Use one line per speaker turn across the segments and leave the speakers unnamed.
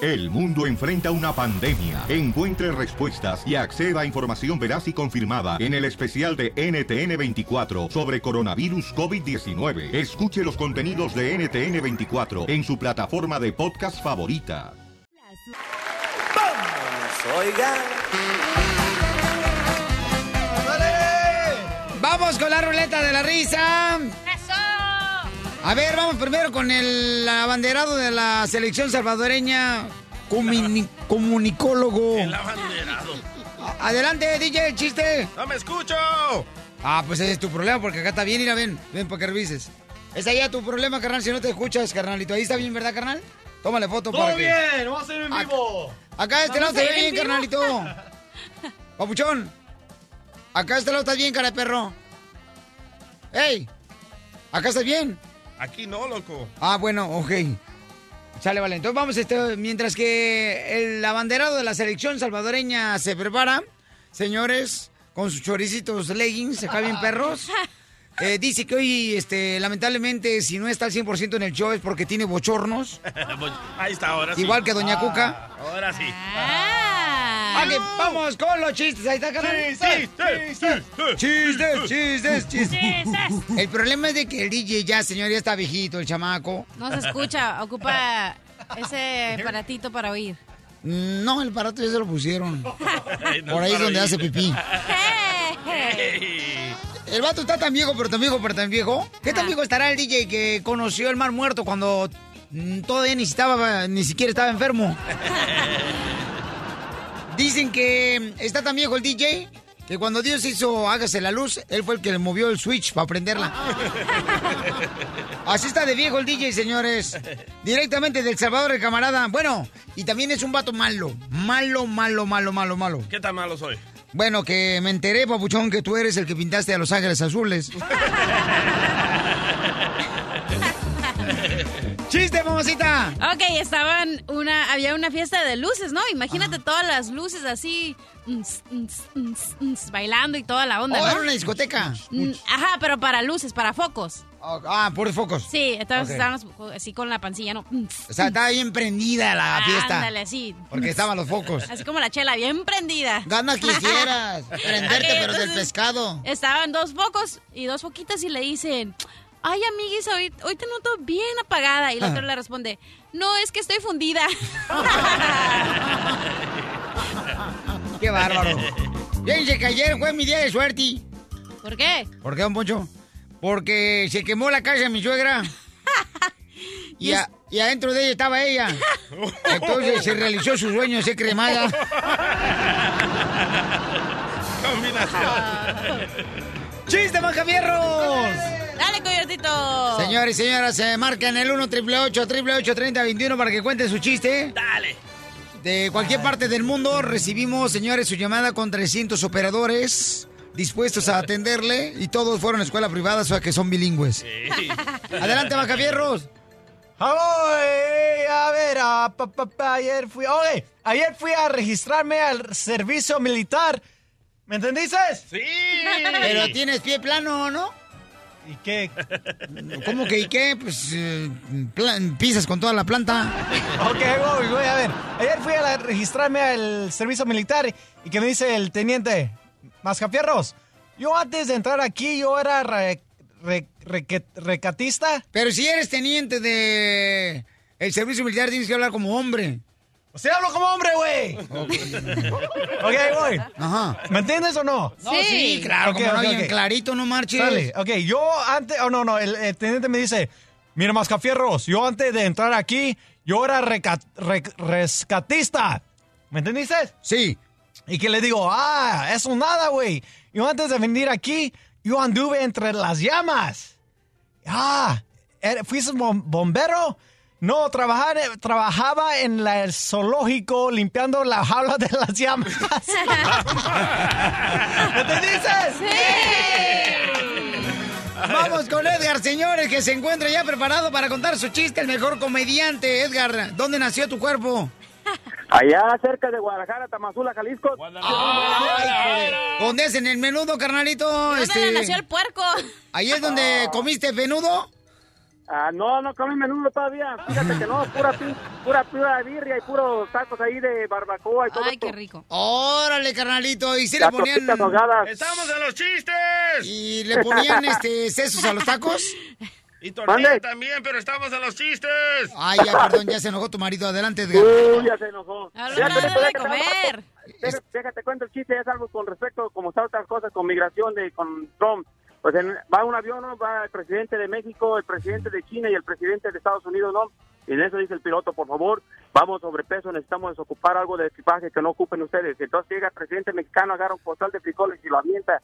El mundo enfrenta una pandemia. Encuentre respuestas y acceda a información veraz y confirmada en el especial de NTN24 sobre coronavirus COVID-19. Escuche los contenidos de NTN24 en su plataforma de podcast favorita.
¡Vamos! ¡Oigan!
Vamos con la ruleta de la risa. A ver, vamos primero con el abanderado de la selección salvadoreña, comuni- comunicólogo.
El abanderado.
Adelante, DJ, el chiste.
¡No me escucho!
Ah, pues ese es tu problema, porque acá está bien, mira, ven, ven para que revises. Es allá tu problema, carnal, si no te escuchas, carnalito. Ahí está bien, ¿verdad, carnal? Tómale foto
Todo
para que-
bien, vamos a ir en
Ac-
vivo.
Acá de este lado
¿Vamos a
te
ir
ve
en
bien,
vivo?
carnalito. Papuchón. Acá de este lado estás bien, cara de perro. ¡Ey! ¿Acá estás bien?
Aquí no, loco.
Ah, bueno, ok. Sale, vale. Entonces vamos, este, mientras que el abanderado de la selección salvadoreña se prepara, señores, con sus choricitos leggings, acá bien perros. eh, dice que hoy, este, lamentablemente, si no está al 100% en el show es porque tiene bochornos.
Ahí está, ahora sí. Ah,
Igual que Doña Cuca.
Ahora sí.
Ah.
Ok, vamos con los chistes. Ahí está, carnal.
Chistes,
Chistes, chistes, chistes.
Chistes.
El problema es de que el DJ ya, señor, ya está viejito, el chamaco.
No se escucha, ocupa ese aparatito para oír.
Mm, No, el aparato ya se lo pusieron.
no
Por ahí es
para
donde
oír.
hace pipí. El vato está tan viejo, pero tan viejo, pero tan viejo. ¿Qué tan viejo estará el DJ que conoció el mar muerto cuando mm, todavía ni, estaba, ni siquiera estaba enfermo? Dicen que está tan viejo el DJ que cuando Dios hizo Hágase la Luz, él fue el que le movió el switch para
Ah,
prenderla. Así está de viejo el DJ, señores. Directamente del Salvador, el camarada. Bueno, y también es un vato malo. Malo, malo, malo, malo, malo.
¿Qué tan malo soy?
Bueno, que me enteré, papuchón, que tú eres el que pintaste a Los Ángeles Azules. ¡Chiste, mamacita!
Ok, estaban una, había una fiesta de luces, ¿no? Imagínate todas las luces así, ns, ns, ns, ns, bailando y toda la onda,
Oh,
¿no?
era una discoteca.
Mm, Ajá, pero para luces, para focos.
Ah, por focos.
Sí, entonces
Ok.
estábamos así con la pancilla, ¿no?
O sea, estaba bien prendida la fiesta.
Ah, Ándale, así.
Porque estaban los focos.
Así como la chela, bien prendida.
Ganas quisieras prenderte, pero del pescado.
Estaban dos focos y dos foquitas y le dicen, ay, amiguis, hoy, hoy te noto bien apagada. Y la otra
Ah.
le responde, no, es que estoy fundida.
¡Qué bárbaro! Fíjense que ayer fue mi día de suerte.
¿Por qué?
¿Por qué, don Poncho? Porque se quemó la casa de mi suegra. Y, a- y adentro de ella estaba ella. Entonces se realizó su sueño de ser cremada. ¡Chiste, Macafierros!
Dale, coyotito.
Señores y señoras, se marcan el 1 888 3021 para que cuenten su chiste. Dale. De cualquier parte del mundo recibimos, señores, su llamada con 300 operadores dispuestos a atenderle y todos fueron a escuela privada, o sea que son bilingües. Adelante, Macafierros.
¡Ay! A ver, a, pa, pa, pa, ayer fui. Oye, ayer fui a registrarme al servicio militar. ¿Me entendiste?
Sí.
Pero tienes pie plano, ¿no?
¿Y qué?
¿Cómo que y qué? Pues eh, plan- pisas con toda la planta.
Ok, voy, voy, a ver. Ayer fui a la- registrarme al servicio militar y que me dice el teniente Mascafierros. Yo antes de entrar aquí, yo era re- re- reque- recatista.
Pero si eres teniente de el servicio militar, tienes que hablar como hombre.
O sea, hablo como hombre, güey. Ok, voy.
Ajá.
¿Me entiendes o no?
No, sí, Sí. claro, como no, bien clarito, no marches.
Dale, ok, yo antes, oh no, no, el, el teniente me dice, mira Mascafierros, yo antes de entrar aquí, yo era reca- re- rescatista. ¿Me entendiste?
Sí.
Y que le digo, ah, eso nada, güey. Yo antes de venir aquí, yo anduve entre las llamas. Ah, ¿er- ¿fuiste bom- bombero? No, trabajar, trabajaba en la- el zoológico limpiando la jaula de las llamas. ¿Entendiste?
Vamos con Edgar, señores, que se encuentra ya preparado para contar su chiste, el mejor comediante. Edgar, ¿dónde nació tu cuerpo?
Allá cerca de Guadalajara, Tamazula, Jalisco.
¿Dónde es? ¿En el menudo, carnalito? Este,
¿Dónde le nació el puerco?
¿Ahí es donde comiste menudo?
Ah, no, no comí menudo todavía. Fíjate que no, pura, pin- pura, pura birria y puros tacos ahí de barbacoa y todo
Ay,
esto.
qué rico.
Órale, carnalito. Y si le
Las
ponían.
tortillas ahogadas.
¡Estamos en los chistes!
Y le ponían este sesos a los tacos.
Y tortilla
Mande.
también, pero estamos en los chistes.
Ay, ya, perdón, ya se enojó tu marido. Adelante, Edgar.
Uy, ya se enojó.
Ahora no
Fíjate,
debe de
déjate-
comer.
Déjate, déjate cuento el chiste, es algo con respecto como están otras cosas con migración de con Trump. Pues en- va un avión, ¿no? va el presidente de México, el presidente de China y el presidente de Estados Unidos, ¿no? Y en eso dice el piloto, por favor, vamos sobrepeso, necesitamos desocupar algo de equipaje que no ocupen ustedes. Entonces llega el presidente mexicano, agarra un postal de frijoles y lo avienta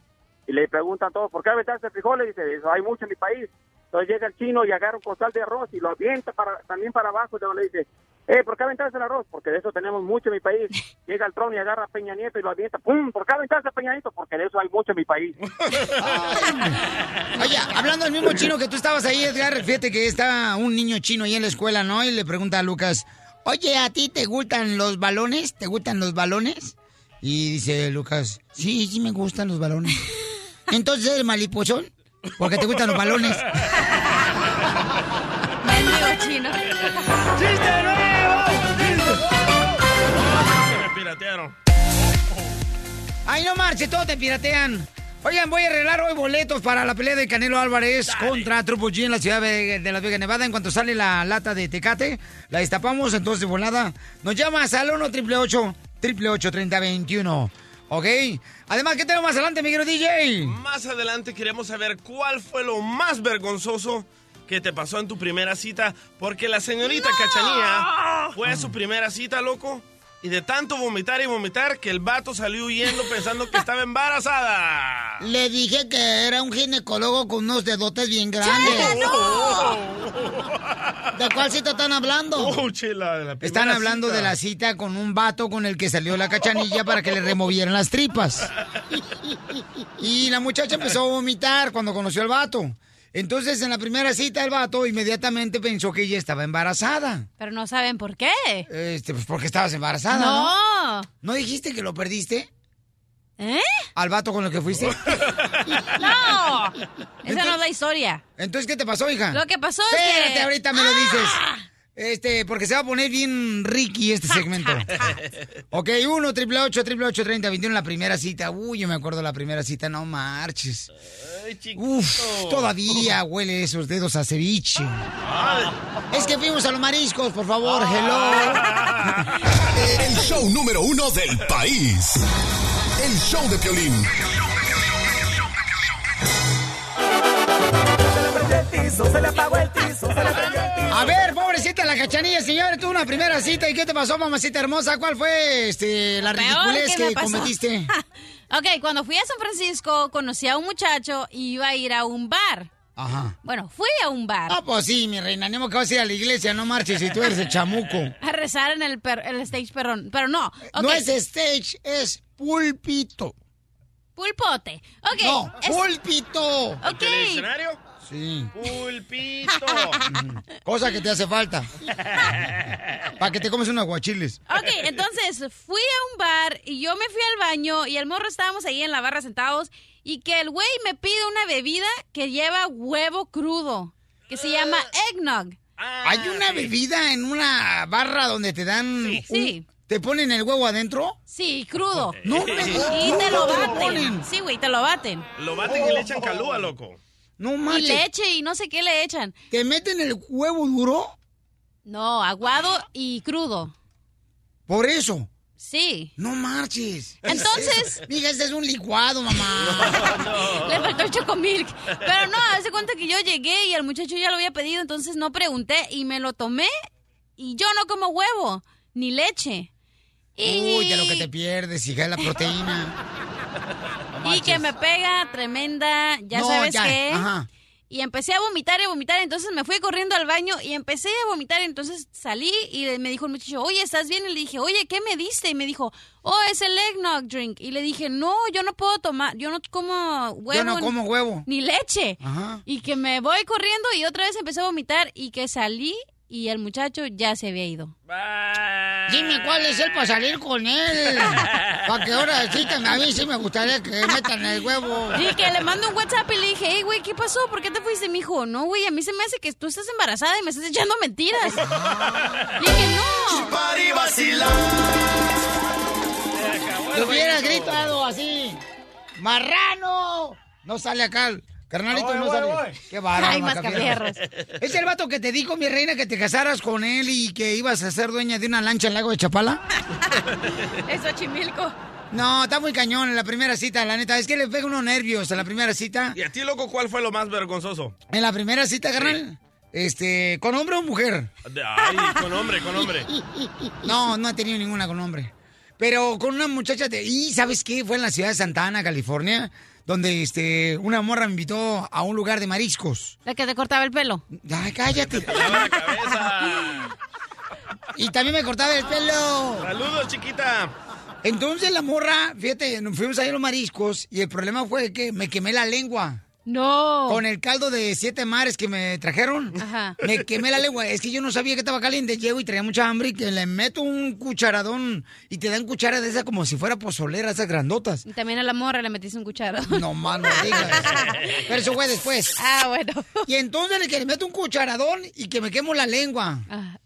y le preguntan todos, ¿por qué aventaste frijoles? Dice, "Eso hay mucho en mi país. Entonces llega el chino y agarra un costal de arroz y lo avienta para, también para abajo. Y luego le dice, eh, ¿por qué aventaste el arroz? Porque de eso tenemos mucho en mi país. Llega el trono y agarra a Peña Nieto y lo avienta. ¡Pum! ¿Por qué aventaste a Peña Nieto? Porque de eso hay mucho en mi país.
Oye, hablando del mismo chino que tú estabas ahí, Edgar, fíjate que está un niño chino ahí en la escuela, ¿no? Y le pregunta a Lucas, oye, ¿a ti te gustan los balones? ¿Te gustan los balones? Y dice Lucas, sí, sí me gustan los balones. Entonces eres malipozón, porque te gustan los balones.
Mendigo chino.
Me piratearon.
Ay, no marche, todo te piratean. Oigan, voy a arreglar hoy boletos para la pelea de Canelo Álvarez contra Trupo G en la ciudad de, de Las Vegas, Nevada. En cuanto sale la lata de Tecate, la destapamos, entonces de volada. Nos llamas al 1 888 3021 ¿Ok? Además, ¿qué tenemos más adelante, mi querido DJ?
Más adelante queremos saber cuál fue lo más vergonzoso que te pasó en tu primera cita, porque la señorita Cachanía fue a su primera cita, loco, y de tanto vomitar y vomitar que el vato salió huyendo pensando que estaba embarazada.
Le dije que era un ginecólogo con unos dedotes bien grandes. ¿De cuál cita están hablando?
Oh, chela, de la primera
Están hablando
cita.
de la cita con un vato con el que salió la cachanilla para que le removieran las tripas. Y la muchacha empezó a vomitar cuando conoció al vato. Entonces, en la primera cita, el vato inmediatamente pensó que ella estaba embarazada.
Pero no saben por qué.
Este, pues porque estabas embarazada, ¿no? ¿No,
No.
dijiste que lo perdiste
¿Eh?
al vato con el que fuiste?
No. Esa no es la historia.
Entonces, ¿qué te pasó, hija?
Lo que pasó es que... ¡Ah!
Espérate, ahorita me lo dices. Este, porque se va a poner bien Ricky
Ah,
este segmento. ok, 1 triple 8 triple 8 30 21 la primera cita. Uy, yo me acuerdo la primera cita, no marches.
Ay, chiquito.
Uf, todavía huele esos dedos a ceviche. Es que fuimos a los mariscos, por favor, hello.
El show número uno del país. El show de Piolín.
A ver, pobrecita la cachanilla, señores, tuvo una primera cita y ¿qué te pasó, mamacita hermosa? ¿Cuál fue este la
Peor
ridiculez
me
que
pasó.
cometiste?
ok, cuando fui a San Francisco, conocí a un muchacho y iba a ir a un bar.
Ajá.
Bueno, fui a un bar.
Ah, pues sí, mi reina, ni modo que vas a ir a la iglesia, no marches si tú eres el chamuco.
A rezar en el, per- el stage, perdón. Pero no. Ok,
No es stage, es púlpito.
Pulpote. Ok.
No,
es-
púlpito.
¿En el
Ok.
escenario?
Sí,
Pulpito.
cosa que te hace falta. Para que te comes unos guachiles.
Ok, entonces fui a un bar y yo me fui al baño y el morro estábamos ahí en la barra sentados y que el güey me pide una bebida que lleva huevo crudo, que se llama eggnog.
Ah,
Hay una bebida en una barra donde te dan... un-
Sí.
¿Te ponen el huevo adentro?
Sí, crudo.
No me
Y te lo
¿Cómo te lo
baten.
ponen?
Sí, güey, te lo baten.
Lo baten y le echan calúa, loco.
No
Y
manches.
leche y no sé qué le echan.
¿Te meten el huevo duro?
No, aguado y crudo.
Por eso.
Sí.
No marches.
Entonces-
Mira, este es un licuado, mamá.
Le faltó el chocomilk. Pero no, hace cuenta que yo llegué y el muchacho ya lo había pedido, entonces no pregunté y me lo tomé. Y yo no como huevo, ni leche. Y,
Uy, de lo que te pierdes, hija de la proteína.
y que me pega tremenda, ya
No,
sabes
ya,
qué.
ajá.
Y empecé a vomitar y a vomitar, entonces me fui corriendo al baño y empecé a vomitar, entonces salí y le- me dijo el muchacho, oye, ¿estás bien? Y le dije, oye, ¿qué me diste? Y me dijo, oh, es el eggnog drink. Y le dije, no, yo no puedo tomar, yo no como huevo.
Yo no
ni-
como huevo.
ni leche.
Ajá.
Y que me voy corriendo y otra vez empecé a vomitar y que salí y el muchacho ya se había ido.
Bye.
Dime cuál es el para salir con él. Para que ahora sí que me avise, me gustaría que metan el huevo.
Y que le mando un WhatsApp y le dije, hey, güey, ¿qué pasó? ¿Por qué te fuiste? Me dijo, no, güey, a mí se me hace que tú estás embarazada y me estás echando mentiras. Y dije, no.
Yo hubiera gritado así. ¡Marrano! No sale acá. Carnalito,
Voy,
no
voy,
sale.
voy.
Qué bárbaro.
Ay,
mascafierros. ¿Es el vato que te dijo, mi reina, que te casaras con él y que ibas a ser dueña de una lancha en el lago de Chapala?
Eso, Chimilco.
No, está muy cañón en la primera cita, la neta. Es que le pega unos nervios en la primera cita.
¿Y a ti, loco, cuál fue lo más vergonzoso?
En la primera cita, carnal. Este, ¿con hombre o mujer?
De- Ay, con hombre, con hombre.
No, no he tenido ninguna con hombre. Pero con una muchacha de... Y, ¿sabes qué? Fue en la ciudad de Santa Ana, California, donde este, una morra me invitó a un lugar de mariscos.
La que te cortaba el pelo.
Ay, cállate.
Lava la cabeza.
Y también me cortaba el pelo.
Saludos, chiquita.
Entonces la morra, fíjate, nos fuimos a ir a los mariscos y el problema fue que me quemé la lengua.
No.
Con el caldo de siete mares que me trajeron,
Ajá.
me quemé la lengua. Es que yo no sabía que estaba caliente. Llego y traía mucha hambre y que le meto un cucharadón y te dan cucharas de esas como si fuera pozolera, esas grandotas.
Y también a la morra le metiste un cucharo.
No más no digas. Pero eso fue después.
Ah, bueno.
Y entonces le que le meto un cucharadón y que me quemo la lengua.
Ah.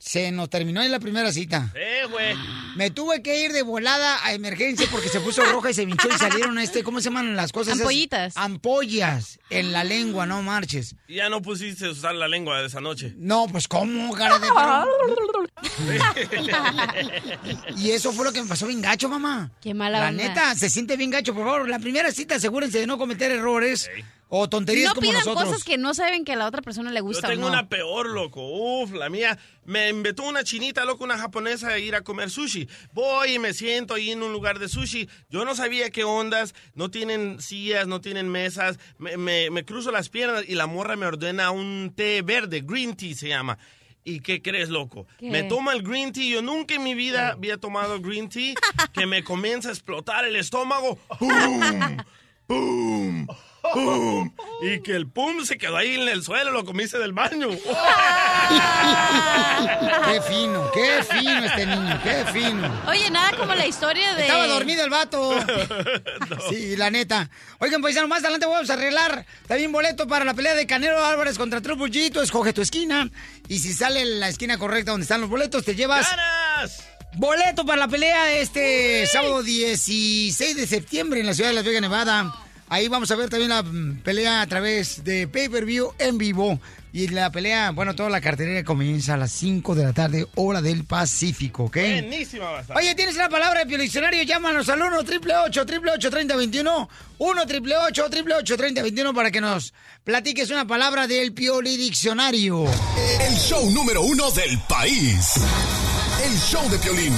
Se nos terminó en la primera cita.
Eh, güey.
Me tuve que ir de volada a emergencia porque se puso roja y se hinchó y salieron este, ¿cómo se llaman las cosas? esas?
Ampollitas.
Ampollas en la lengua, no marches.
Ya no pusiste usar la lengua de esa noche.
No, pues cómo, cara de perro? Y eso fue lo que me pasó bien gacho, mamá.
Qué mala
La
onda.
neta, se siente bien gacho, por favor. La primera cita, asegúrense de no cometer errores
Ey.
o tonterías
No
como
pidan
nosotros.
cosas que no saben que a la otra persona le
Yo
gusta.
tengo
o no.
una peor, loco. Uf, la mía. Me invitó una chinita, loco, una japonesa a ir a comer sushi. Voy y me siento ahí en un lugar de sushi. Yo no sabía qué ondas. No tienen sillas, no tienen mesas. Me, me- me cruzo las piernas y la morra me ordena un té verde. Green tea se llama. ¿Y qué crees, loco?
¿Qué?
Me toma el green tea. Yo nunca en mi vida había tomado green tea. que me comienza a explotar el estómago. ¡Pum! ¡Pum! ¡Pum! Y que el pum se quedó ahí en el suelo, lo comiste del baño.
Qué fino, qué fino este niño, qué fino.
Oye, nada como la historia de.
Estaba dormido el vato. Sí, la neta. Oigan, paisano, más adelante vamos a arreglar también boleto para la pelea de Canelo Álvarez contra Trupullito. Escoge tu esquina. Y si sale la esquina correcta donde están los boletos, te llevas
¡Ganas!
boleto para la pelea este sábado 16 de septiembre en la ciudad de Las Vegas, Nevada. Ahí vamos a ver también la mm, pelea a través de pay-per-view en vivo. Y la pelea, bueno, toda la cartelera comienza a las 5 de la tarde, hora del Pacífico, ¿ok?
Buenísima va a estar.
Oye, tienes la palabra de diccionario, llámanos al 1 888 888 3021 1 888 888 3021 para que nos platiques una palabra del Pioli Diccionario.
El show número uno del país. El show de Piolín.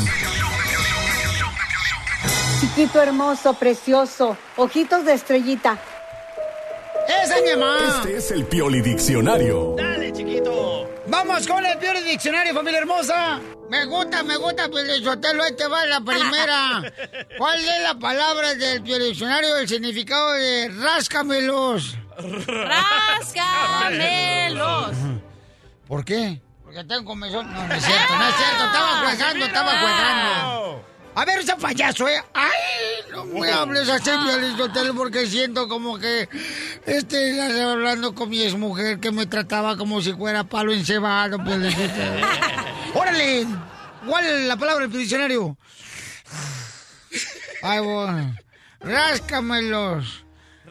Chiquito hermoso, precioso, ojitos de estrellita.
¡Esa es mi mamá!
Este es el Pioli Diccionario.
Dale, chiquito.
Vamos con el Pioli Diccionario, familia hermosa. Me gusta, me gusta, Pioli Sotelo, ahí te va la primera. ¿Cuál es la palabra del Pioli Diccionario, el significado de ráscamelos?
Rascamelos.
¿Por qué? Porque tengo comezón. No, no es cierto, no es cierto, estaba jugando, estaba jugando. A ver, ese payaso, ¿eh? ¡Ay! No me hables así, Hotel, porque siento como que este, estás hablando con mi exmujer que me trataba como si fuera palo encebado, Piolizotelo. ¡Órale! ¿Cuál es la palabra del diccionario? Ay, bueno. Ráscamelos.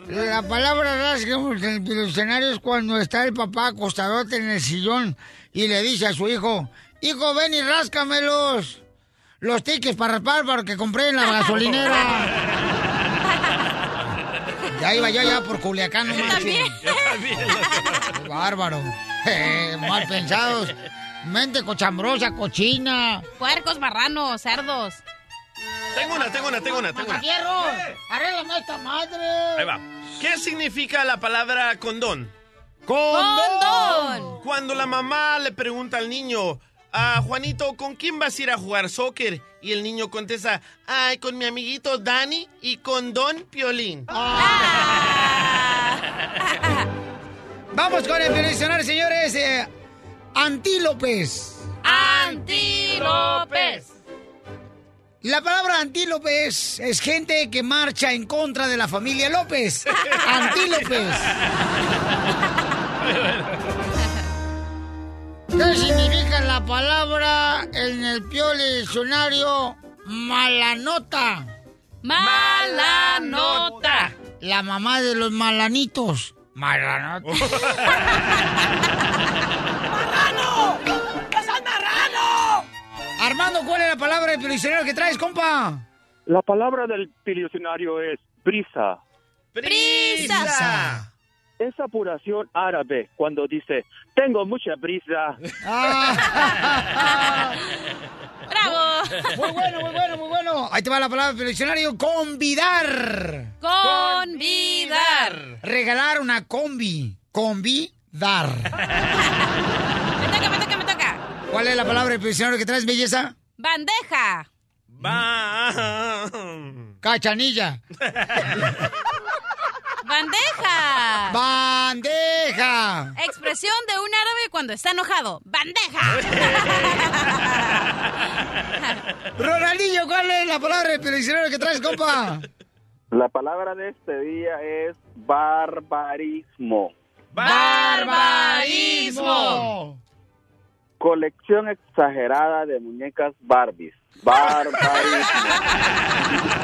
La palabra ráscamelos en el diccionario es cuando está el papá acostadote en el sillón y le dice a su hijo, hijo, ven y ráscamelos. Los tickets para raspar para que compré en la gasolinera. Ya iba yo ya por Culiacán, no manches.
Yo también.
Qué Bárbaro. Eh, mal pensados. Mente cochambrosa, cochina.
Puercos, marranos, cerdos.
Tengo una, tengo una, tengo una, tengo una.
Fierro,
Eh.
arréglame esta
Ahí
madre.
va. ¿Qué significa la palabra condón?
¡Condón!
Cuando la mamá le pregunta al niño, a Juanito, ¿con quién vas a ir a jugar soccer? Y el niño contesta, ay, con mi amiguito Dani y con Don Piolín.
Vamos con el diccionario, señores. eh, antílopes.
Antílopes. López.
La palabra antílope es, es gente que marcha en contra de la familia López. Antílopes. ¿Qué significa la palabra en el piole diccionario malanota?
Mala nota.
La mamá de los malanitos. Malanota.
¡Marrano! ¡Es al marrano!
Armando, ¿cuál es la palabra del piole diccionario que traes, compa?
La palabra del diccionario es prisa.
Prisa.
Es apuración árabe cuando dice, tengo mucha prisa.
Bravo.
Muy bueno, muy bueno, muy bueno. Ahí te va la palabra del diccionario, convidar.
Convidar.
Regalar una combi. Convidar.
Me toca, me toca, me toca.
¿Cuál es la palabra del diccionario que traes, belleza?
Bandeja.
Va.
Cachanilla.
Bandeja.
Bandeja.
Expresión de un árabe cuando está enojado. ¡Bandeja!
Ronaldillo, ¿cuál es la palabra del diccionario que traes, compa?
La palabra de este día es barbarismo.
¡Barbarismo!
Colección exagerada de muñecas Barbies. Barbarismo.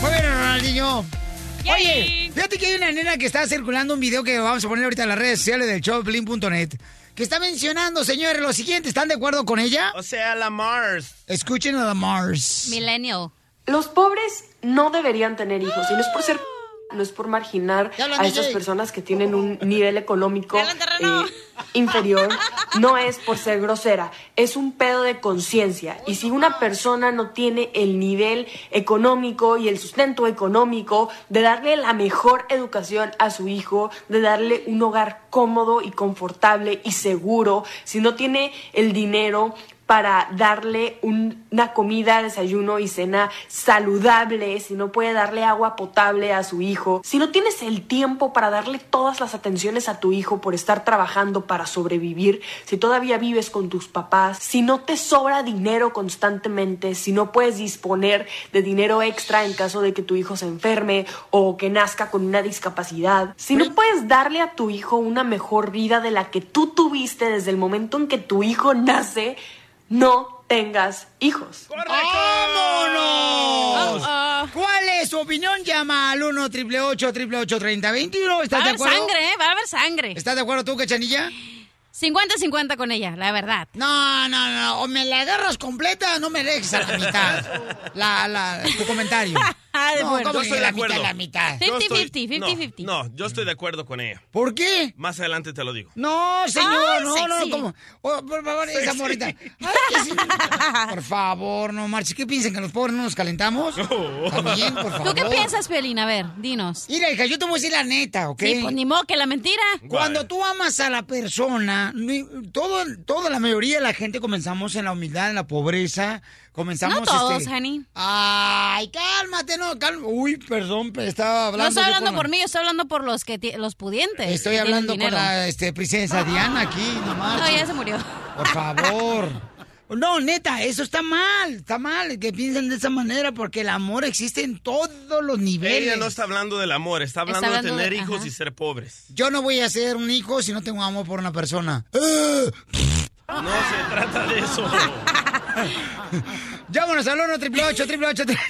Muy bien, Ronaldinho.
Yay.
Oye, fíjate que hay una nena que está circulando un video que vamos a poner ahorita en las redes sociales del showplin.net que está mencionando, señores, lo siguiente. ¿Están de acuerdo con ella?
O sea, la Mars.
Escuchen a la Mars.
Millennial.
Los pobres no deberían tener hijos y no es por ser no es por marginar
Ya hablan,
a estas
DJ.
personas que tienen un nivel económico eh,
Ya hablan, terreno.
inferior, no es por ser grosera, es un pedo de conciencia. Y si una persona no tiene el nivel económico y el sustento económico de darle la mejor educación a su hijo, de darle un hogar cómodo y confortable y seguro, si no tiene el dinero para darle un- una comida, desayuno y cena saludable, si no puede darle agua potable a su hijo, si no tienes el tiempo para darle todas las atenciones a tu hijo por estar trabajando para sobrevivir, si todavía vives con tus papás, si no te sobra dinero constantemente, si no puedes disponer de dinero extra en caso de que tu hijo se enferme o que nazca con una discapacidad, si no puedes darle a tu hijo una mejor vida de la que tú tuviste desde el momento en que tu hijo nace, no tengas hijos.
Oh,
¡Vámonos!
oh.
¿Cuál es su opinión? Llama al 1 888 3021
Va a
¿Estás de
haber
acuerdo?
sangre, ¿eh? Va a haber sangre.
¿Estás de acuerdo tú, Cachanilla?
50-50 con ella, la verdad.
No, no, no. O me la agarras completa o no me dejes a la mitad. La, la, tu comentario.
Ah, de
no,
acuerdo.
¿cómo
Yo
que
estoy de
la
acuerdo.
mitad, la mitad?
Yo estoy-
50-50,
no,
50-50.
No, yo estoy de acuerdo con ella.
¿Por qué?
Más adelante te lo digo.
No, señor,
Ay,
no, no,
sexy.
¿cómo? Oh, por favor, esa morrita. Ay, que sí. Por favor, no marches. ¿Qué piensan que los pobres no nos calentamos? También, por favor.
¿Tú qué piensas, Piolina? A ver, dinos.
Mira, hija, yo te voy a decir la neta, ¿ok?
Sí, pues ni modo que la mentira.
Cuando tú amas a la persona, ni- todo, toda la mayoría de la gente comenzamos en la humildad, en la pobreza, comenzamos...
No todos,
este-
honey.
Ay, cálmate, no, cálmate. Uy, perdón, pe- estaba hablando...
No estoy
yo
hablando
con la-
por mí, yo estoy hablando por los que ti- los pudientes.
Estoy
que tienen
hablando con
dinero. Ah,
la este, princesa Diana aquí, no
No,
marches.
ya se murió.
Por favor. No, neta, eso está mal, está mal que piensen de esa manera porque el amor existe en todos los niveles.
Ella no está hablando del amor, está hablando,
hablando
de
de-
tener hijos
ajá.
y ser pobres.
Yo no voy a ser un hijo si no tengo amor por una persona. ¡Ah!
No se trata de eso.
Llámanos al 1 888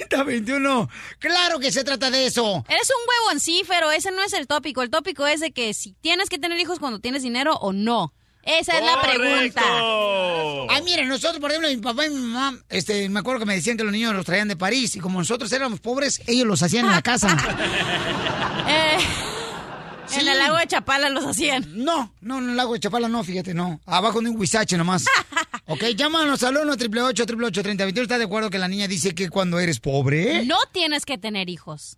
3021 Claro que se trata de eso.
Eres un huevoncífero, ese no es el tópico. El tópico es de que si tienes que tener hijos cuando tienes dinero o no. Esa es la pregunta.
Correcto.
Ay, miren, nosotros, por ejemplo, mi papá y mi mamá, este, me acuerdo que me decían que los niños los traían de París y como nosotros éramos pobres, ellos los hacían en la casa.
Eh,
Sí.
En el lago de Chapala los hacían.
No, no, en el lago de Chapala no, fíjate, no. Abajo de un huizache nomás. ok, llámanos al 1 888 3021 ¿Estás de acuerdo que la niña dice que cuando eres pobre?
No tienes que tener hijos.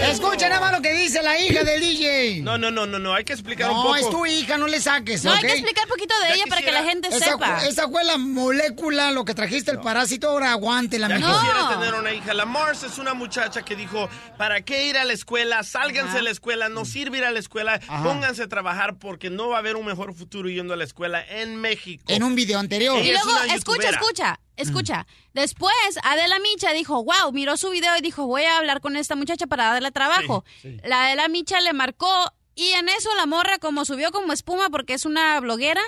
Escucha nada más lo que dice la hija del DJ.
No, no, no, no, no, hay que explicar un
No,
poco.
es tu hija, no le saques.
No, hay
¿ok?
que explicar
poquito de ella para que la gente
Esa-
sepa.
Esa fue la molécula, lo que trajiste el parásito, ahora aguántela,
Ya
mijo.
quisiera tener una hija. La Mars es una muchacha que dijo, ¿para qué ir a la escuela? Sálganse de la escuela, no sirve ir a la escuela,
Mm. Ajá.
pónganse a trabajar porque no va a haber un mejor futuro yendo a la escuela en México.
En un video anterior.
Y luego, escucha, escucha, escucha.
Mm.
Después, Adela Micha dijo, wow, miró su video y dijo, voy a hablar con esta muchacha para darle trabajo.
Sí, sí.
La Adela Micha le marcó y en eso la morra, como subió como espuma porque es una bloguera,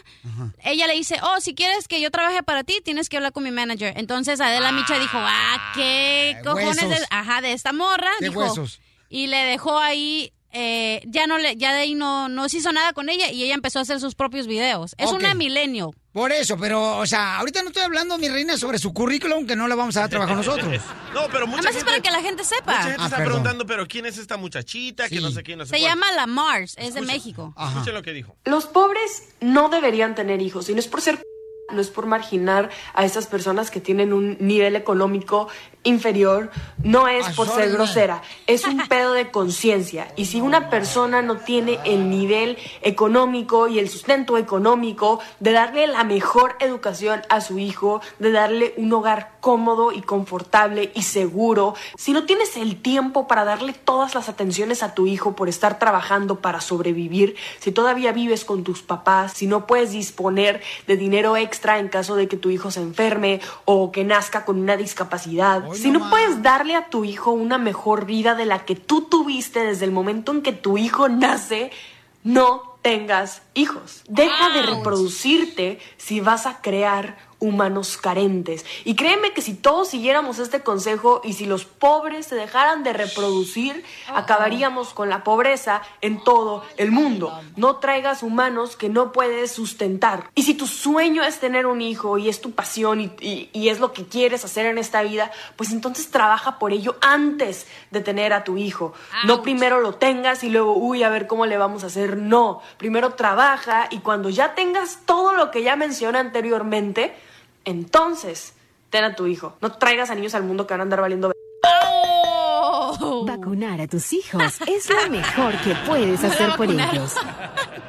ella le dice, oh, si quieres que yo trabaje para ti, tienes que hablar con mi manager. Entonces Adela Micha dijo, ah, qué cojones de,
huesos.
ajá, de esta morra.
Qué
dijo,
huesos.
Y le dejó ahí... eh, ya no le, ya de ahí no, no se hizo nada con ella y ella empezó a hacer sus propios videos. Es
Ok.
una milenio.
Por eso, pero, o sea, ahorita no estoy hablando, mi reina, sobre su currículum, que no la vamos a dar trabajo nosotros.
No, pero mucha
Además es
gente,
para que la gente sepa.
mucha gente
Ah,
está
perdón.
preguntando, pero ¿quién es esta muchachita? Que no sé quién, no sé
Se
cuál.
llama la Mars, es de México.
Escuchen lo que dijo.
Los pobres no deberían tener hijos y no es por ser c- no es por marginar a estas personas que tienen un nivel económico inferior, no es por ser
Azorna.
grosera, es un pedo de conciencia. Y si una persona no tiene el nivel económico y el sustento económico de darle la mejor educación a su hijo, de darle un hogar cómodo y confortable y seguro, si no tienes el tiempo para darle todas las atenciones a tu hijo por estar trabajando para sobrevivir, si todavía vives con tus papás, si no puedes disponer de dinero extra en caso de que tu hijo se enferme o que nazca con una discapacidad, si no puedes darle a tu hijo una mejor vida de la que tú tuviste desde el momento en que tu hijo nace, no tengas hijos. Deja de reproducirte si vas a crear humanos carentes. Y créeme que si todos siguiéramos este consejo y si los pobres se dejaran de reproducir, acabaríamos con la pobreza en todo el mundo. No traigas humanos que no puedes sustentar. Y si tu sueño es tener un hijo y es tu pasión y, y- y es lo que quieres hacer en esta vida, pues entonces trabaja por ello antes de tener a tu hijo. No primero lo tengas y luego, uy, a ver cómo le vamos a hacer. No, primero trabaja y cuando ya tengas todo lo que ya mencioné anteriormente, entonces ten a tu hijo. No traigas a niños al mundo que van a andar valiendo. ver-
Oh.
Vacunar a tus hijos es lo mejor que puedes
No la
hacer por
vacunaron.
ellos.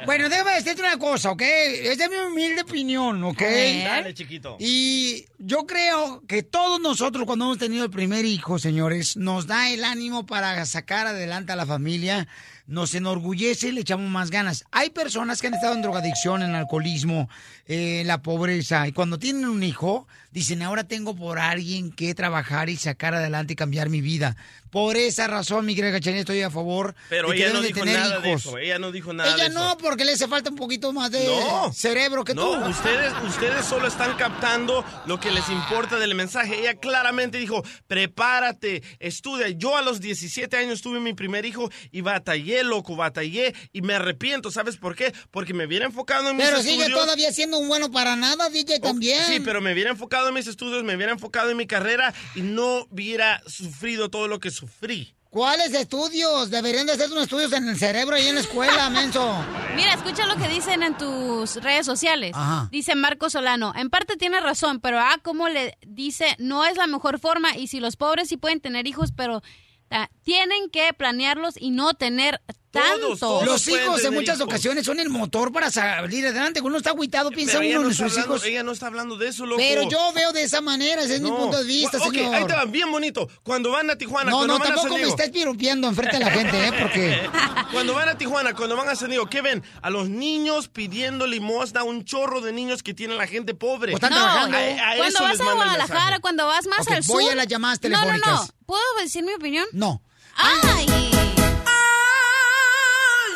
Bueno, déjame decirte una cosa, ¿ok? Es de mi humilde opinión, ¿ok?
Dale, chiquito.
Y yo creo que todos nosotros cuando hemos tenido el primer hijo, señores, nos da el ánimo para sacar adelante a la familia, nos enorgullece y le echamos más ganas. Hay personas que han estado en drogadicción, en alcoholismo, eh, en la pobreza, y cuando tienen un hijo, dicen, ahora tengo por alguien que trabajar y sacar adelante y cambiar mi vida. Por esa razón, mi querida Cachanilla, estoy a favor
Pero
de que
ella no
deben de
dijo
tener
nada de
hijos.
eso. Ella no dijo nada de
Ella
eso.
no, porque le hace falta un poquito más de
No.
cerebro que
no,
tú.
ustedes, ustedes solo están captando lo que les importa del mensaje. Ella claramente dijo, prepárate, estudia. Yo a los 17 años tuve mi primer hijo y batallé, loco, batallé y me arrepiento. ¿Sabes por qué? Porque me viera enfocado en mis
Pero
estudios.
sigue todavía siendo un bueno para nada, DJ también.
Sí, pero me hubiera enfocado en mis estudios, me hubiera enfocado en mi carrera y no hubiera sufrido todo lo que sufrí.
¿Cuáles estudios? Deberían de hacer unos estudios en el cerebro y en la escuela, menso.
Mira, escucha lo que dicen en tus redes sociales.
Ajá.
Dice Marco Solano, en parte tiene razón, pero ah, como le dice, no es la mejor forma y si los pobres sí pueden tener hijos, pero ta- tienen que planearlos y no tener tanto.
Los hijos en muchas ocasiones son el motor para salir adelante. Uno está agüitado, piensa
Pero ella,
uno
no
en
está
sus
hablando,
hijos.
ella no está hablando de eso, loco.
Pero yo veo de esa manera, ese es mi
No.
punto de vista,
Ok,
señor.
Ahí está, bien bonito. Cuando van a Tijuana,
no,
cuando
no,
van a San
tampoco me
Diego.
estés piropeando enfrente de la gente, ¿eh? Porque...
Cuando van a Tijuana, cuando van a San Diego, ¿qué ven? A los niños pidiendo limosna, un chorro de niños que tiene la gente pobre.
Pues
No,
Eh,
cuando vas a Guadalajara, cuando vas más
Ok,
al sur.
voy a las llamadas
No, no,
telefónicas.
no. ¿Puedo decir mi opinión?
No.
¡Ay!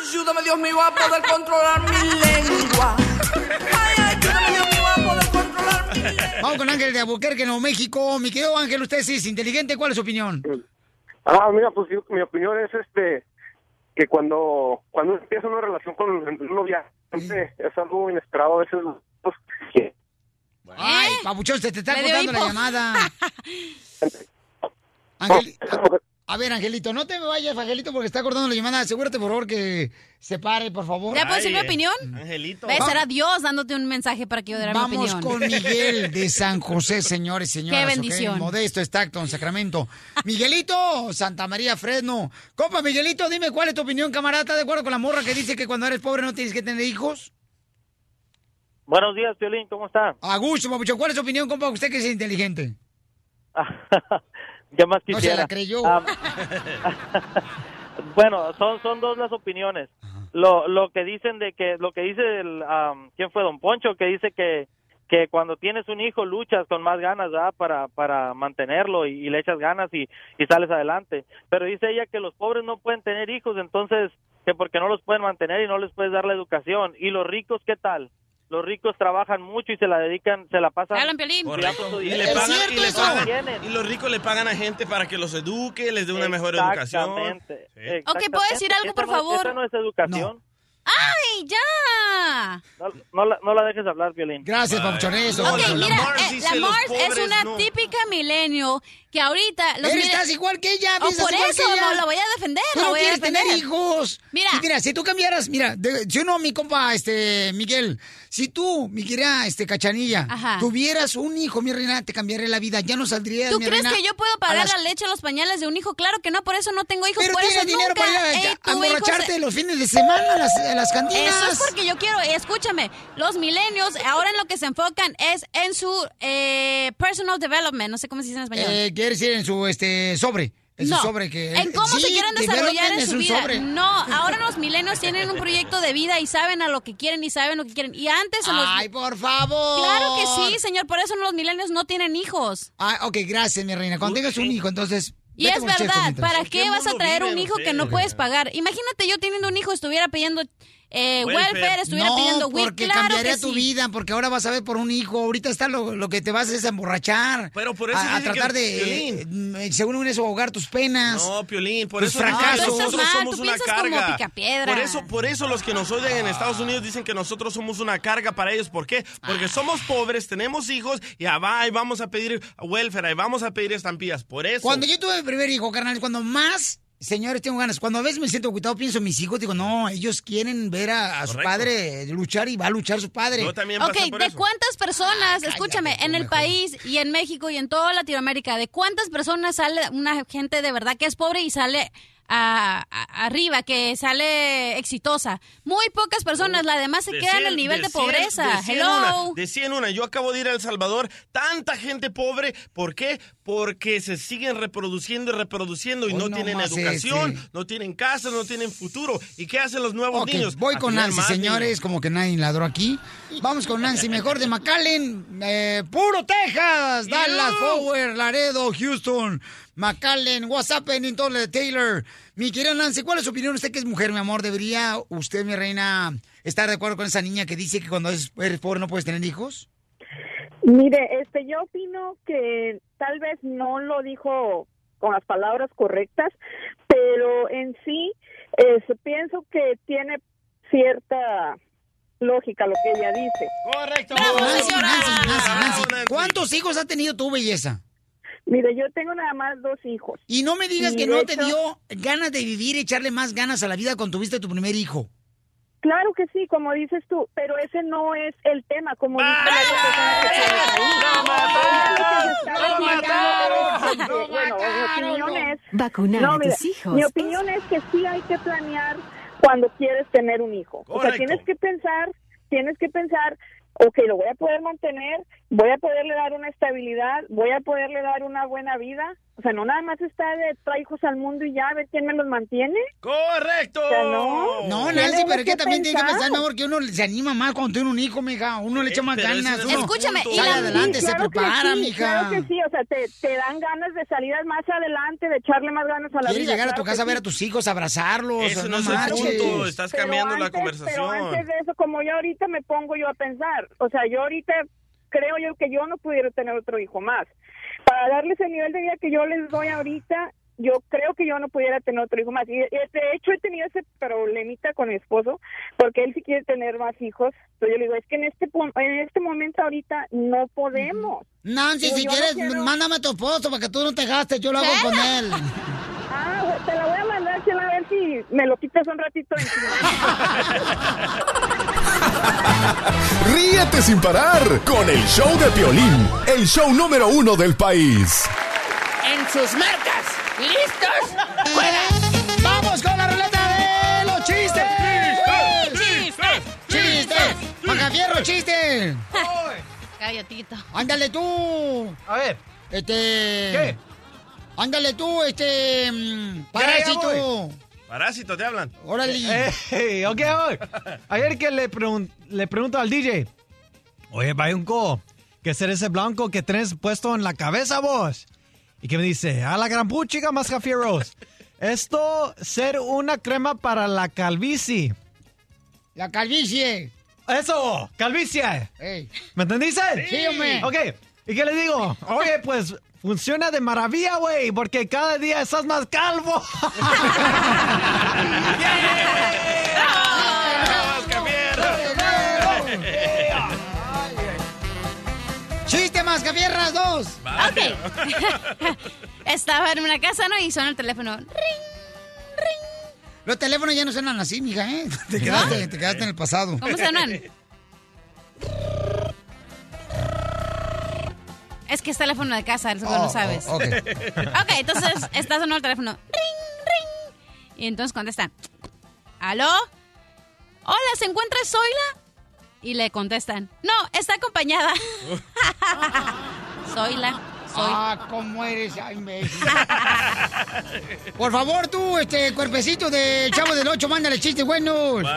Ayúdame, Dios mío, a poder controlar mi lengua. Ay, ayúdame, Dios mío, a poder
Vamos con Ángel de Albuquerque, Nuevo México. Mi querido Ángel, usted sí es inteligente. ¿Cuál es su opinión?
Ah, mira, pues yo- mi opinión es este que cuando cuando uno empieza una relación con un novia siempre es algo inesperado a veces pues, que-
Ay, papuchón, se te está
Me dio
cortando la
hipo.
llamada. A ver, Angelito, no te me vayas, Angelito, porque está cortando la llamada. Asegúrate, por favor, que se pare, por favor.
¿Ya puedo decir mi opinión?
Angelito.
Va a ser a Dios dándote un mensaje para que yo diera mi
Vamos
opinión.
con Miguel de San José, señores y señoras.
Qué
¿ok?
bendición.
Modesto, exacto, en Sacramento. Miguelito, Santa María Fresno. Compa, Miguelito, dime cuál es tu opinión, camarada. ¿Estás de acuerdo con la morra que dice que cuando eres pobre no tienes que tener hijos?
Buenos días, Piolín, ¿cómo está?
A gusto, papucho. ¿Cuál es tu opinión, compa? Usted que es inteligente.
Ya más
No
quisiera.
se la creyó.
Ah, bueno, son, son dos las opiniones. Lo, lo que dicen de que, lo que dice el, am, ¿quién fue? Don Poncho, que dice que, que cuando tienes un hijo luchas con más ganas, ¿verdad? Para, para mantenerlo y, y le echas ganas y, y sales adelante. Pero dice ella que los pobres no pueden tener hijos, entonces, que porque no los pueden mantener y no les puedes dar la educación. ¿Y los ricos qué tal? Los ricos trabajan mucho y se la dedican, se la pasan. cuidando su
Correcto. Y,
dinero.
le pagan, y, le pagan- y los ricos le pagan a gente para que los eduque, les dé una mejor educación.
Exactamente,
Sí.
Ok, ¿puedo decir algo, por
Esa no es-
favor?
esa no es educación.
¡Ay, ya!
No, no la, no la dejes hablar, Violín.
Gracias, Papuchón. Eso,
Ok,
Papuchón.
mira, eh, la Mars es una típica milenio que ahorita... Los
Eres
mile-
estás igual que ella,
Oh,
piensas
por
igual
eso
que ella.
no, la voy a defender,
Tú
la
no
voy a
quieres
defender.
tener hijos.
Mira.
Sí, mira, si tú cambiaras, mira, de- yo no, mi compa, este, Miguel, si tú, mi querida, este, Cachanilla,
Ajá.
tuvieras un hijo, mi reina, te cambiaría la vida, ya no saldrías,
¿Tú
mi
crees
reina,
que yo puedo
a
pagar
las-
la leche, los pañales de un hijo? Claro que no, por eso no tengo hijos.
Pero
por eso
tienes dinero
nunca
para ir a-
he-
a
tuve hijos.
emborracharte los fines de semana a las- a las cantinas.
Eso es porque yo quiero, escúchame, los milenios ahora en lo que se enfocan es en su eh, personal development, no sé cómo se dice en español.
Eh, quieres ir en su, este, sobre, en
No.
su sobre que...
En cómo se
Sí,
quieren desarrollar
development
en
es
su
un
vida. Mm.
sobre.
No, ahora los milenios tienen un proyecto de vida y saben a lo que quieren y saben lo que quieren. Y antes en los...
Ay, por favor.
Claro que sí, señor, por eso los milenios no tienen hijos.
Ah, ok, gracias, mi reina, cuando tengas un hijo, entonces...
Y
vete
es
con el chef
verdad,
mientras.
¿para qué, vas a traer un hijo que no puedes pagar? Imagínate yo teniendo un hijo, estuviera pidiendo eh, welfare. estuviera
no,
pidiendo WIC,
porque
claro
cambiaría
que
tu
sí.
vida, porque ahora vas a ver por un hijo, ahorita está lo, lo que te vas es a emborrachar.
Pero por eso
a, a
dicen que-
tratar de, eh,
Piolín.
eh, según eso, ahogar tus penas.
No, Piolín, por
Tus
eso
fracasos.
nosotros
Tú estás mal,
somos
tú
una
piensas como
carga.
picapiedra.
Por eso, por eso los que nos odian en Estados Unidos dicen que nosotros somos una carga para ellos. ¿Por qué?
Ah.
Porque somos pobres, tenemos hijos y ah, va, ahí vamos a pedir welfare, ahí vamos a pedir estampillas. Por eso.
Cuando yo tuve mi primer hijo, carnal, es cuando más, señores, tengo ganas. Cuando a veces me siento cuidado, pienso en mis hijos, digo, no, ellos quieren ver a, a su
Correcto.
padre luchar y va a luchar su padre.
Ok, ¿de cuántas personas, escúchame, en el país y en México y en toda Latinoamérica, de cuántas personas sale una gente de verdad que es pobre y sale a- a- arriba, que sale exitosa? Muy pocas personas, la demás se
De
quedan en el
100,
nivel de,
cien-
pobreza.
de cien
Hello.
una, de 100 una. Yo acabo de ir a El Salvador. Tanta gente pobre. ¿Por qué? Porque se siguen reproduciendo y reproduciendo y no,
no
tienen
más
educación,
ese.
no tienen casa, no tienen futuro. ¿Y qué hacen los nuevos
Ok,
niños?
voy
A
con
tener
Nancy,
más
señores,
niños.
como que nadie ladró aquí. Vamos con Nancy, mejor de McAllen, eh, puro Texas, Dallas, Power, Laredo, Houston, McAllen, WhatsApp, Pennington, Taylor. Mi querida Nancy, ¿cuál es su opinión? Usted que es mujer, mi amor, ¿debería usted, mi reina, estar de acuerdo con esa niña que dice que cuando es- eres pobre no puedes tener hijos?
Mire, este, yo opino que tal vez no lo dijo con las palabras correctas, pero en sí es, pienso que tiene cierta lógica lo que ella dice.
Correcto.
Nancy, Nancy, Nancy, Nancy. ¿Cuántos hijos ha tenido tu belleza?
Mire, yo tengo nada más dos hijos.
Y no me digas
Y
que
de
no te
hecho-
dio ganas de vivir, echarle más ganas a la vida cuando tuviste tu primer hijo.
Claro que sí, como dices tú, pero ese no es el tema, como dice la otra persona que tiene ahí. El tema que se está planteando es, bueno, mi opinión es
Vacunar
No,
a
mira,
tus hijos.
Mi
es-
opinión es que sí hay que planear cuando quieres tener un hijo. O sea,
Correcto.
tienes que pensar, tienes que pensar, ok, lo voy a poder mantener, voy a poderle dar una estabilidad, voy a poderle dar una buena vida. O sea, no nada más está de trae hijos al mundo y ya a ver quién me los mantiene.
Correcto.
O sea, no.
No,
Tiene
Nancy,
uno
pero es que también tiene que
pensar.
pensar, mi amor, que uno se anima más cuando tiene un hijo, mija. Uno
Eh,
le echa más
pero ese
ganas.
es
uno
Escúchame,
sale
y la-
adelante,
Sí, claro
se
que
prepara,
sí,
mija.
Claro que sí, o sea, te, te dan ganas de salir más adelante, de echarle más ganas a la
Quieres
vida.
llegar a tu
claro que
casa a ver
sí.
a tus hijos, abrazarlos.
Eso no
no
es el
marches.
punto, estás
Pero
cambiando la
antes- Pero antes
conversación.
de eso, como yo ahorita me pongo yo a pensar, o sea, yo ahorita creo yo que yo no pudiera tener otro hijo más. Para darles el nivel de vida que yo les doy ahorita, yo creo que yo no pudiera tener otro hijo más. Y y de hecho he tenido ese problemita con mi esposo, porque él sí quiere tener más hijos. Entonces yo le digo, es que en este, pon- en este momento ahorita no podemos.
Nancy,
Digo,
si
yo no
quieres,
quiero-
mándame a tu esposo para que tú no te gastes, yo lo hago con él.
Ah, te la voy a mandar, Chela, a ver si me lo quitas un ratito.
Ríete sin parar con el show de Piolín, el show número uno del país.
En sus marcas, listos, fuera.
¡Vamos con la ruleta de los chistes!
¡Chistes!
¡Chistes!
¡Chistes!
¡Macafierro, chiste!
Callatito.
¡Ándale tú! A ver. Este. ¿Qué? Ándale tú, este. mm,
Ya, ya
Parásito.
voy. Parásito, te hablan. Ε,
Eh, eh, ok, voy. Ayer que le, pregun- le pregunto al DJ, oye, Bayunco, ¿qué será ese blanco que tenés puesto en la cabeza vos? Y que me dice, a la gran puchica, más jafieros. Esto ser una crema para la calvicie.
La calvicie.
Eso, calvicie.
Ey.
¿Me entendiste?
Sí, hombre.
Ok, ¿y qué le digo? Oye, pues funciona de maravilla, güey, porque cada día estás más calvo.
¡Chiste, Mascafierras 2!
Ok. Estaba en una casa, ¿no? Y suena el teléfono.
Los teléfonos ya no suenan así, mija, ¿eh? Te quedaste, te quedaste en el pasado.
¿Cómo suenan? Es que es teléfono de casa, eso no
Oh,
sabes.
oh, ok.
Ok, entonces está sonando el teléfono. Ring, ring. Y entonces contestan. ¿Aló? Hola, ¿se encuentra Zoila? Y le contestan. No, está acompañada. Zoila. Soy.
Ah, cómo eres, ay, imbécil. Por favor, tú, este cuerpecito de Chavo del 8, mándale chistes buenos.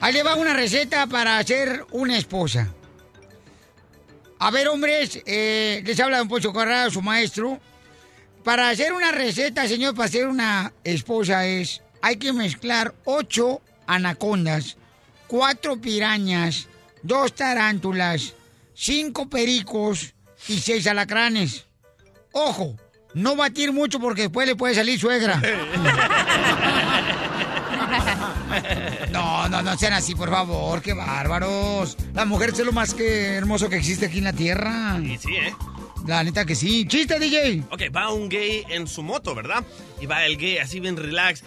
Ahí le va una receta para hacer una esposa. A ver, hombres, eh, les habla Don Pocho Corrado, su maestro. Para hacer una receta, señor, para hacer una esposa es... Hay que mezclar ocho anacondas, cuatro pirañas, dos tarántulas, cinco pericos y seis alacranes. Ojo, no batir mucho porque después le puede salir suegra. No, no, no sean así, por favor, qué bárbaros. La mujer es lo más que hermoso que existe aquí en la tierra.
Y sí, ¿eh?
La neta que sí. Chiste, DJ.
Ok, va un gay en su moto, ¿verdad? Y va el gay así bien relax.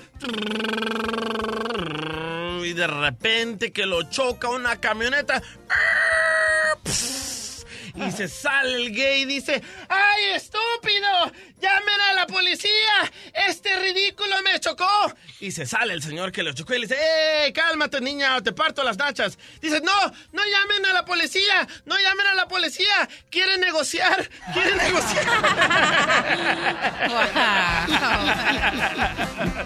Y de repente que lo choca una camioneta. Y se sale el gay y dice...
¡Ay, estúpido! ¡Llamen a la policía! ¡Este ridículo me chocó!
Y se sale el señor que lo chocó y le dice, ¡Ey, cálmate, niña, o te parto las nachas! Dice, no, no llamen a la policía, no llamen a la policía, quieren negociar, quieren negociar.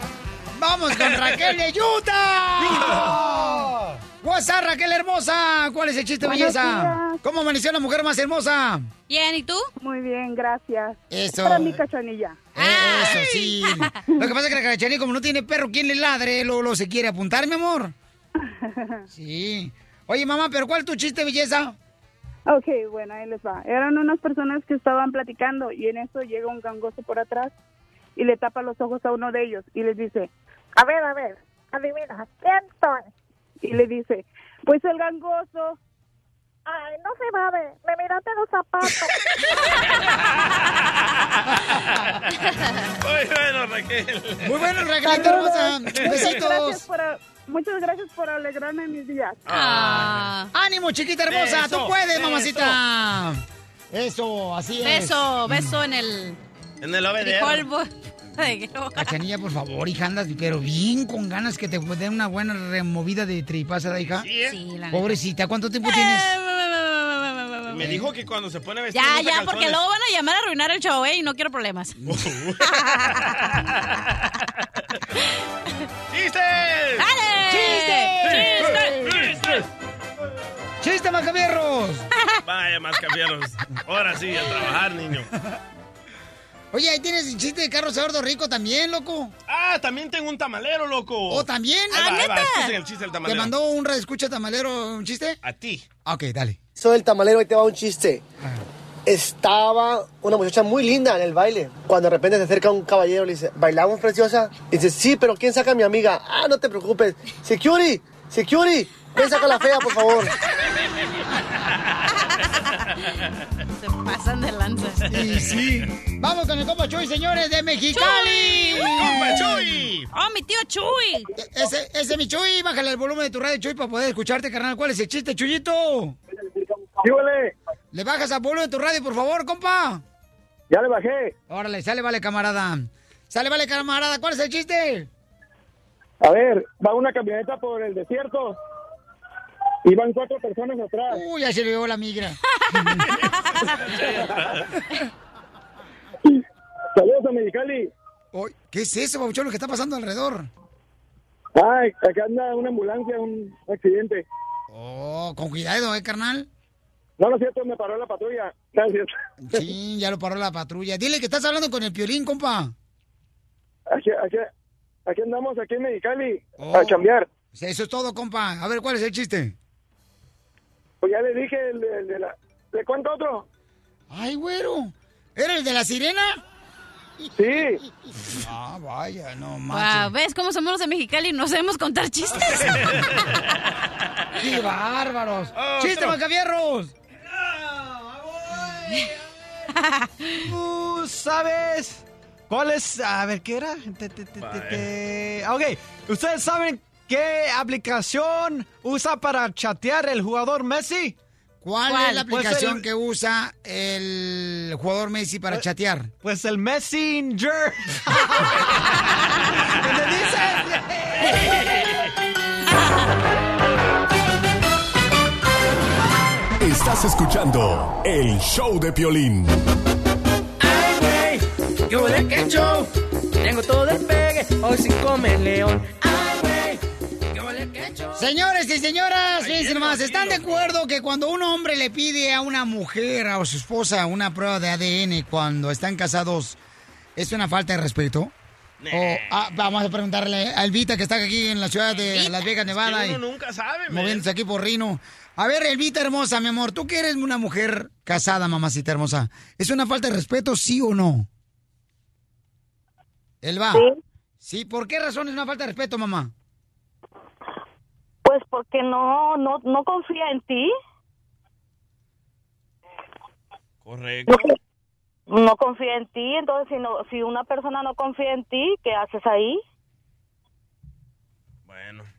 Vamos con Raquel de Utah. What's up, Raquel hermosa? ¿Cuál es el chiste,
Buenos
belleza? ¿Cómo amaneció la mujer más hermosa?
Bien, ¿y tú?
Muy bien, gracias.
Eso.
Para mi cachanilla.
Eso sí. Lo que pasa es que la Cachanilla, como no tiene perro, ¿quién le ladre? Lolo se quiere apuntar, mi amor. Sí. Oye, mamá, ¿pero cuál es tu chiste, belleza?
Ok, bueno, ahí les va. Eran unas personas que estaban platicando y en eso llega un gangoso por atrás y le tapa los ojos a uno de ellos y les dice, a ver, a ver, adivina, ¿quién soy? Y le dice, pues el gangoso. Ay, no se va a ver, me miraste los zapatos.
Muy bueno, Raquel.
Muy bueno,
Saludos.
Raquelita hermosa.
Muchas gracias
Besitos.
por, muchas gracias por alegrarme mis días.
Ah.
Ah.
Ánimo, chiquita hermosa.
Beso,
Tú puedes,
beso.
mamacita. Eso, así es.
Beso, beso en el.
En el
frijol,
obedero.
bo- de globo.
Mm. Cachanilla, por favor, hija, andas, pero bien con ganas que te den una buena removida de tripasada, hija.
eh.
Sí, la
Pobrecita, ¿cuánto tiempo tienes?
neta.
Me dijo que cuando se pone vestido...
Ya,
usa
ya, porque
calzones.
luego van a llamar a arruinar el show, ¿eh? Y no quiero problemas.
¡Chistes!
¡Dale!
¡Chistes! ¡Chistes!
¡Chiste, macabierros!
Vaya, más cambiaros. Ahora sí, a trabajar, niño.
Oye, ahí tienes el chiste de Carlos Eduardo Rico también, loco.
Ah, también tengo un tamalero, loco.
¿O también?
Ahí va, ahí va, escuchen el chiste del
¿Te
tamalero.
mandó un escucha tamalero un chiste? Ah,
A ti.
Ok, dale.
Soy el tamalero, ahí te va un chiste. estaba una muchacha muy linda en el baile. Cuando de repente se acerca un caballero y le dice, ¿bailamos preciosa? Y dice, sí, pero ¿quién saca a mi amiga? Ah, no te preocupes. Security, security, ven saca a la fea, por favor.
Se pasan de lanza.
Y sí. Vamos con el compa Chuy, señores, de Mexicali.
Chuy. ¡Compa Chuy! ¡Oh, mi tío Chuy!
Ese, ese mi Chuy, bájale el volumen de tu radio, Chuy, para poder escucharte, carnal. ¿Cuál es el chiste, Chuyito? ¿Le bajas al volumen de tu radio, por favor, compa?
Ya le bajé.
Órale, sale, vale, camarada. Sale, vale, camarada. ¿Cuál es el chiste?
A ver,
Va una camioneta por el desierto. Y van cuatro personas atrás.
Uy, ya se le dio la migra.
Saludos a Mexicali.
¿Qué es eso, babuchón, lo que está pasando alrededor?
Ay, acá anda una ambulancia, un accidente.
Oh, con cuidado, eh, carnal.
No, no es cierto, me paró la patrulla. Gracias.
Sí, ya lo paró la patrulla. Dile que estás hablando con el piolín, compa.
Aquí, aquí, aquí andamos, aquí en Mexicali,
Oh.
a cambiar.
Eso es todo, compa. Ah, A ver, ¿cuál es el chiste?
Pues ya le dije, el, de- el de la... ¿Le cuento otro?
Ay, güero. ¿Eres el de la sirena?
Sí.
Ah, vaya, no
Wow,
manches.
¿Ves cómo somos los de Mexicali y no sabemos contar chistes?
¡Qué bárbaros! ¡Chiste, Macafierros!
¿Tú sabes cuál es? A ver, ¿qué era? Te, te, te, te, te. Ok, ¿ustedes saben qué aplicación usa para chatear el jugador Messi?
¿Cuál, es la aplicación que usa el jugador Messi para chatear?
Pues el Messenger.
Estás escuchando el show de Piolín.
Ay, güey, yo de que show. Tengo todo el pegue, hoy sí come león.
Señores y señoras, fíjense nomás, ¿están de acuerdo que cuando un hombre le pide a una mujer o a su esposa una prueba de ADN cuando están casados, es una falta de respeto? O, ah, vamos a preguntarle a Elvita que está aquí en la ciudad de Las Vegas, Nevada.
uno
y
nunca sabe, man.
Moviéndose aquí por Rino. A ver, Elvita hermosa, mi amor, tú que eres una mujer casada, mamacita hermosa, ¿es una falta de respeto, sí o no? Elva. Sí. ¿por qué razón es una falta de respeto, mamá?
Pues porque no, no, no confía en ti.
Correcto.
No confía en ti, entonces si, no, si una persona no confía en ti, ¿qué haces ahí?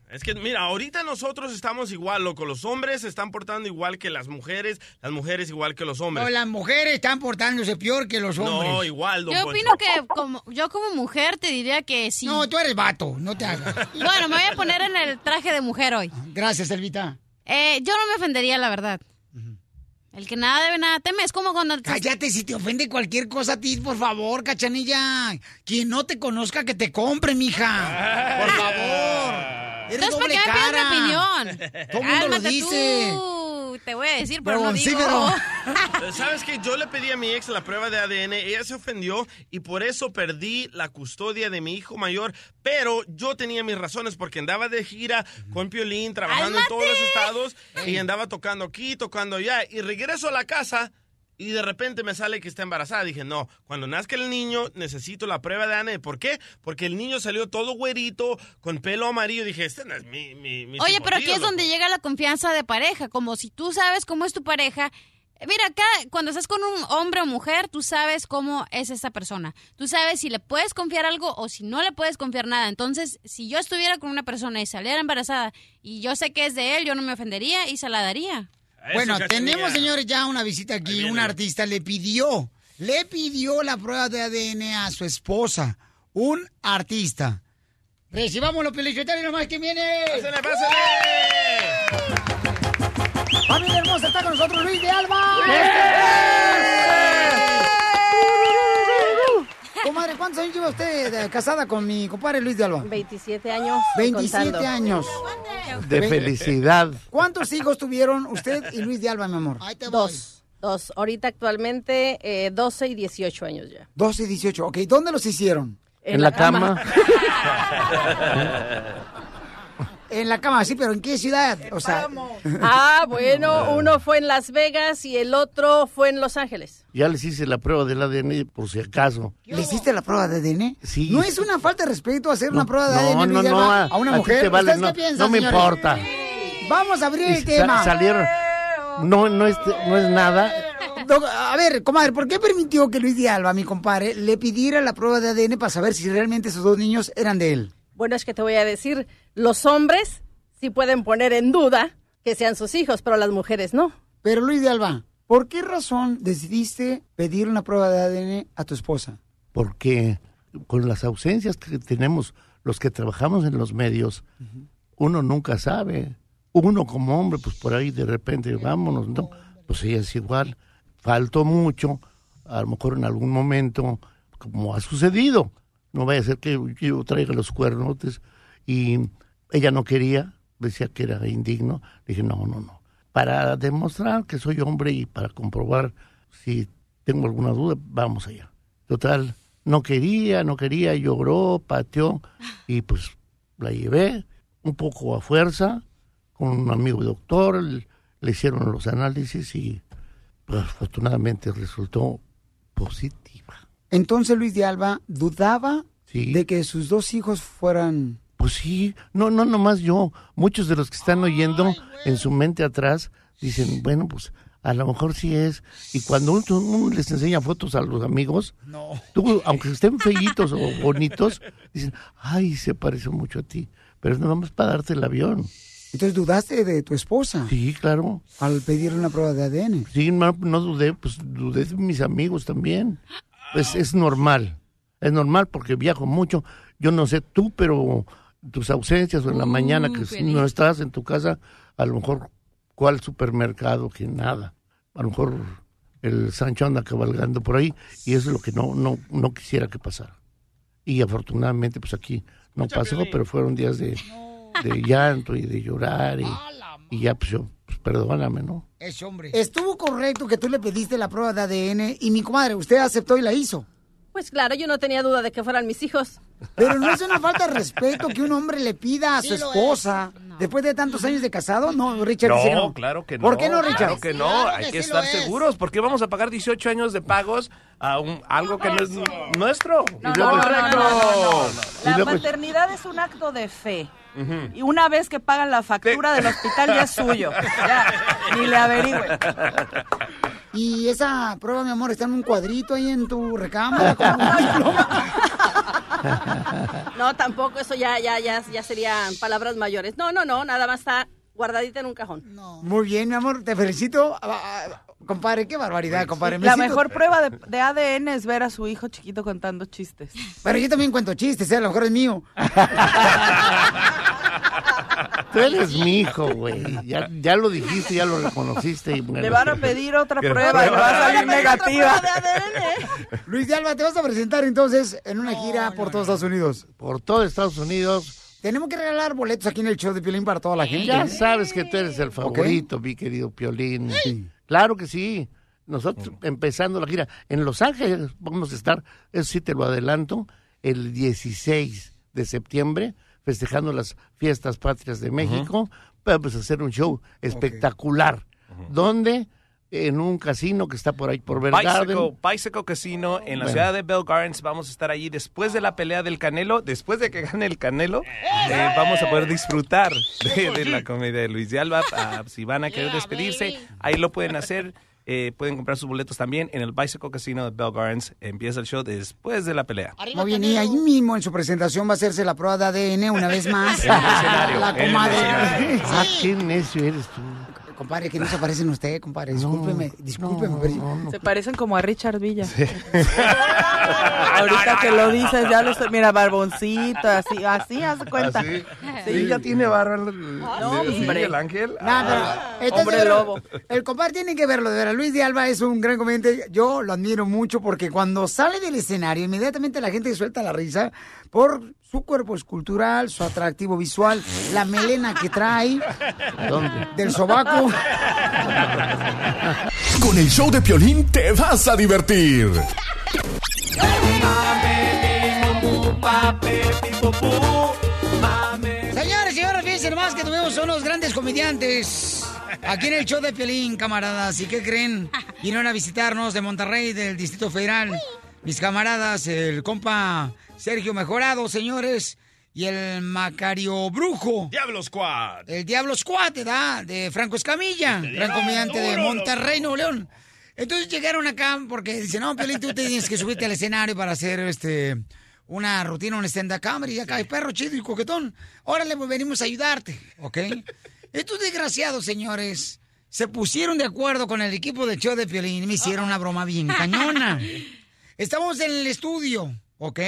Es que, mira, ahorita nosotros estamos igual, loco. Los hombres se están portando igual que las mujeres, las mujeres igual que los hombres.
No, las mujeres están portándose peor que los hombres.
No, igual, don
Yo
Poncho.
opino que como yo como mujer te diría que sí. No,
tú eres vato, no te hagas.
Bueno, me voy a poner en el traje de mujer hoy.
Gracias, Elvita.
Eh, yo no me ofendería, la verdad. El que nada debe nada teme, es como cuando...
Cállate, si te ofende cualquier cosa a ti, por favor, cachanilla. Quien no te conozca, que te compre, mija. Por favor. Eres
Entonces, ¿para
doble
qué me pides
cara.
mi opinión?
Todo el mundo lo
Cálmate
dice.
tú. Te voy a decir, pero no digo.
Eh, ¿Sabes que Yo le pedí a mi ex la prueba de ADN, ella se ofendió y por eso perdí la custodia de mi hijo mayor, pero yo tenía mis razones porque andaba de gira con Piolín, trabajando en todos los estados y andaba tocando aquí, tocando allá y regreso a la casa y de repente me sale que está embarazada. Dije, no, cuando nazca el niño necesito la prueba de ADN. ¿Por qué? Porque el niño salió todo güerito, con pelo amarillo. Dije, este no es mi... mi, mi
Oye,
tipo
pero
tío,
aquí es
loco".
donde llega la confianza de pareja, como si tú sabes cómo es tu pareja. Eh, Mira, acá cuando estás con un hombre o mujer, tú sabes cómo es esa persona. Tú sabes si le puedes confiar algo o si no le puedes confiar nada. Entonces, si yo estuviera con una persona y saliera embarazada y yo sé que es de él, yo no me ofendería y se la daría.
Bueno,
Cachanilla.
tenemos, señores, ya una visita aquí. Un artista le pidió, le pidió la prueba de ADN a su esposa. Un artista. Recibamos los y nomás que viene. ¡Pásale, Familia hermosa, está con nosotros Luis de Alba. Comadre, ¿cuántos años lleva usted eh, casada con mi compadre Luis de Alba?
27 años.
27
contando.
años.
De
Ve-
felicidad.
¿Cuántos hijos tuvieron usted y Luis de Alba, mi amor?
Dos. Dos. Ahorita actualmente eh, 12 y 18 años ya.
12 y 18. Ok, ¿dónde los hicieron?
En En la la cama.
En la cama, sí, pero ¿en qué ciudad? O sea,
Ah, bueno, uno fue en Las Vegas y el otro fue en Los Ángeles.
Ya les hice la prueba del ADN por si acaso.
¿le hiciste la prueba de ADN?
Sí.
¿No es una falta de respeto hacer una prueba de
No,
ADN
no, no.
Villalba,
A,
a una
a ti
mujer?
te vale,
¿Ustedes
no,
qué piensan,
no me
señores?
importa.
Vamos a abrir el
Sa-
tema.
salir no, no, es, no es nada.
Doc, A ver, comadre, ¿por qué permitió que Luis de Alba, mi compadre, le pidiera la prueba de ADN para saber si realmente esos dos niños eran de él?
Bueno, es que te voy a decir, los hombres sí pueden poner en duda que sean sus hijos, pero las mujeres no.
Pero Luis de Alba, ¿por qué razón decidiste pedir una prueba de ADN a tu esposa?
porque con las ausencias que tenemos los que trabajamos en los medios, uno nunca sabe. Uno como hombre, pues por ahí de repente, vámonos, ¿no? Pues ella es igual. Faltó mucho, a lo mejor en algún momento, como ha sucedido. No vaya a ser que yo traiga los cuernotes. Y ella no quería, decía que era indigno. Le dije, no, no, no. Para demostrar que soy hombre y para comprobar si tengo alguna duda, vamos allá. Total, no quería, no quería, lloró, pateó y pues la llevé un poco a fuerza con un amigo doctor, l- le hicieron los análisis y pues, afortunadamente resultó positivo.
Entonces Luis de Alba dudaba
Sí.
de que sus dos hijos fueran...
Pues sí, no, no, nomás yo. Muchos de los que están oyendo en su mente atrás dicen, bueno, pues a lo mejor sí es. Y cuando uno, uno les enseña fotos a los amigos, tú, aunque estén feitos o bonitos, dicen, ay, se parece mucho a ti. Pero es nada más para darte el avión.
Entonces dudaste de tu esposa.
Sí, claro.
Al pedirle una prueba de ADN.
Sí, no, no dudé, pues dudé de mis amigos también. Pues es normal, es normal porque viajo mucho. Yo no sé tú, pero tus ausencias o en la mañana que
Piolín.
no estás en tu casa, a lo mejor cuál supermercado, que nada. A lo mejor el Sancho anda cabalgando por ahí y eso es lo que no, no, no quisiera que pasara. Y afortunadamente, pues aquí no pasó, pero fueron días de, de llanto y de llorar y, y ya, pues yo, pues perdóname, ¿no?
Es hombre. ¿Estuvo correcto que tú le pediste la prueba de ADN y mi comadre, usted aceptó y la hizo?
Pues claro, yo no tenía duda de que fueran mis hijos.
Pero no es una falta de respeto que un hombre le pida a
Sí
su
lo es.
esposa después de tantos años de casado. No, Richard,
No,
dice que
claro que no.
¿Por qué no, Richard?
Claro que no, hay que estar seguros. ¿Por qué vamos a pagar 18 años de pagos a un, algo que no es nuestro?
No, no, no,
Correcto.
no, no, no, no.
Y
La
pues,
luego-
maternidad es un acto de fe.
Ujú.
Y una vez que pagan la factura del hospital ya es suyo. Ya, ni le averigüen.
Y esa prueba, mi amor, está en un cuadrito ahí en tu recámara. con un diploma.
No, tampoco, eso ya, ya, ya, ya serían palabras mayores. No, no, no, nada más está guardadita en un cajón.
Muy bien, mi amor, te felicito. Ah, ah, Compadre, qué barbaridad, compadre. Me
La
siento-
mejor prueba de, de ADN es ver a su hijo chiquito contando chistes.
Pero yo también cuento chistes, ¿eh? a lo mejor es mío.
Tú eres mi hijo, güey. Ya, ya lo dijiste, ya lo reconociste. Y bueno.
Le van a pedir otra
Que
prueba y le va a salir negativa.
Luis de Alba, te vas a presentar entonces en una gira por todos Estados Unidos.
Por todo Estados Unidos.
Tenemos que regalar boletos aquí en el show de Piolín para toda la gente.
Ya sabes que tú eres el favorito, mi querido Piolín. Claro que sí. Nosotros empezando la gira en Los Ángeles vamos a estar, eso sí te lo adelanto, el 16 de septiembre festejando las fiestas patrias de México. Vamos a hacer un show espectacular. Donde en un casino que está por ahí por Bell
Bicycle,
Garden.
Bicycle Casino en la
Bueno.
ciudad de Bell Gardens. Vamos a estar allí después de la pelea del Canelo. Después de que gane el Canelo, eh, vamos a poder disfrutar de,
pues,
de la comedia de Luis de Alba. Ah, si van a querer despedirse, ahí lo pueden hacer. Eh, pueden comprar sus boletos también en el Bicycle Casino de Bell Gardens. Empieza el show después de la pelea.
Muy bien, y ahí mismo en su presentación va a hacerse la prueba de ADN una vez más.
En el escenario,
La
en el
comadre.
escenario.
Ah, qué necio eres tú.
Compadre, que no se parecen ustedes, compadre. Discúlpeme, discúlpeme. pero-
Se parecen como a Richard Villa. Ahorita que lo dices, ya lo estoy- Mira, barboncito, así, así, haz de cuenta.
¿Así?
Sí.
Sí, ya tiene barba. el-
No,
el- sí,
hombre.
el ángel.
Ah, Nah, pero
Ah.
esto es de verdad. El compadre tiene que verlo, de verdad. Luis de Alba es un gran comediante. Yo lo admiro mucho porque cuando sale del escenario, inmediatamente la gente suelta la risa por su cuerpo escultural, su atractivo visual, la melena que trae del sobaco.
Con el show de Piolín te vas a divertir.
Señores, señores, fíjense nomás, son los grandes comediantes. Aquí en el show de Piolín, camaradas. ¿Y qué creen? Vinieron a visitarnos de Monterrey, del Distrito Federal. Mis camaradas, el compa Sergio Mejorado, señores. Y el Macario Brujo.
Diablo Squad.
El Diablo Squad, ¿verdad? De Franco Escamilla, gran comediante de
duro,
Monterrey, Nuevo León. Entonces llegaron acá porque dicen, no, Piolín, tú te tienes que subirte al escenario para hacer este una rutina, un stand-up comedy. Y acá hay perro chido y coquetón. Órale, pues venimos a ayudarte, ¿ok? Estos desgraciados, señores, se pusieron de acuerdo con el equipo de show de Piolín y me hicieron una broma bien cañona. Estamos en el estudio, ¿ok?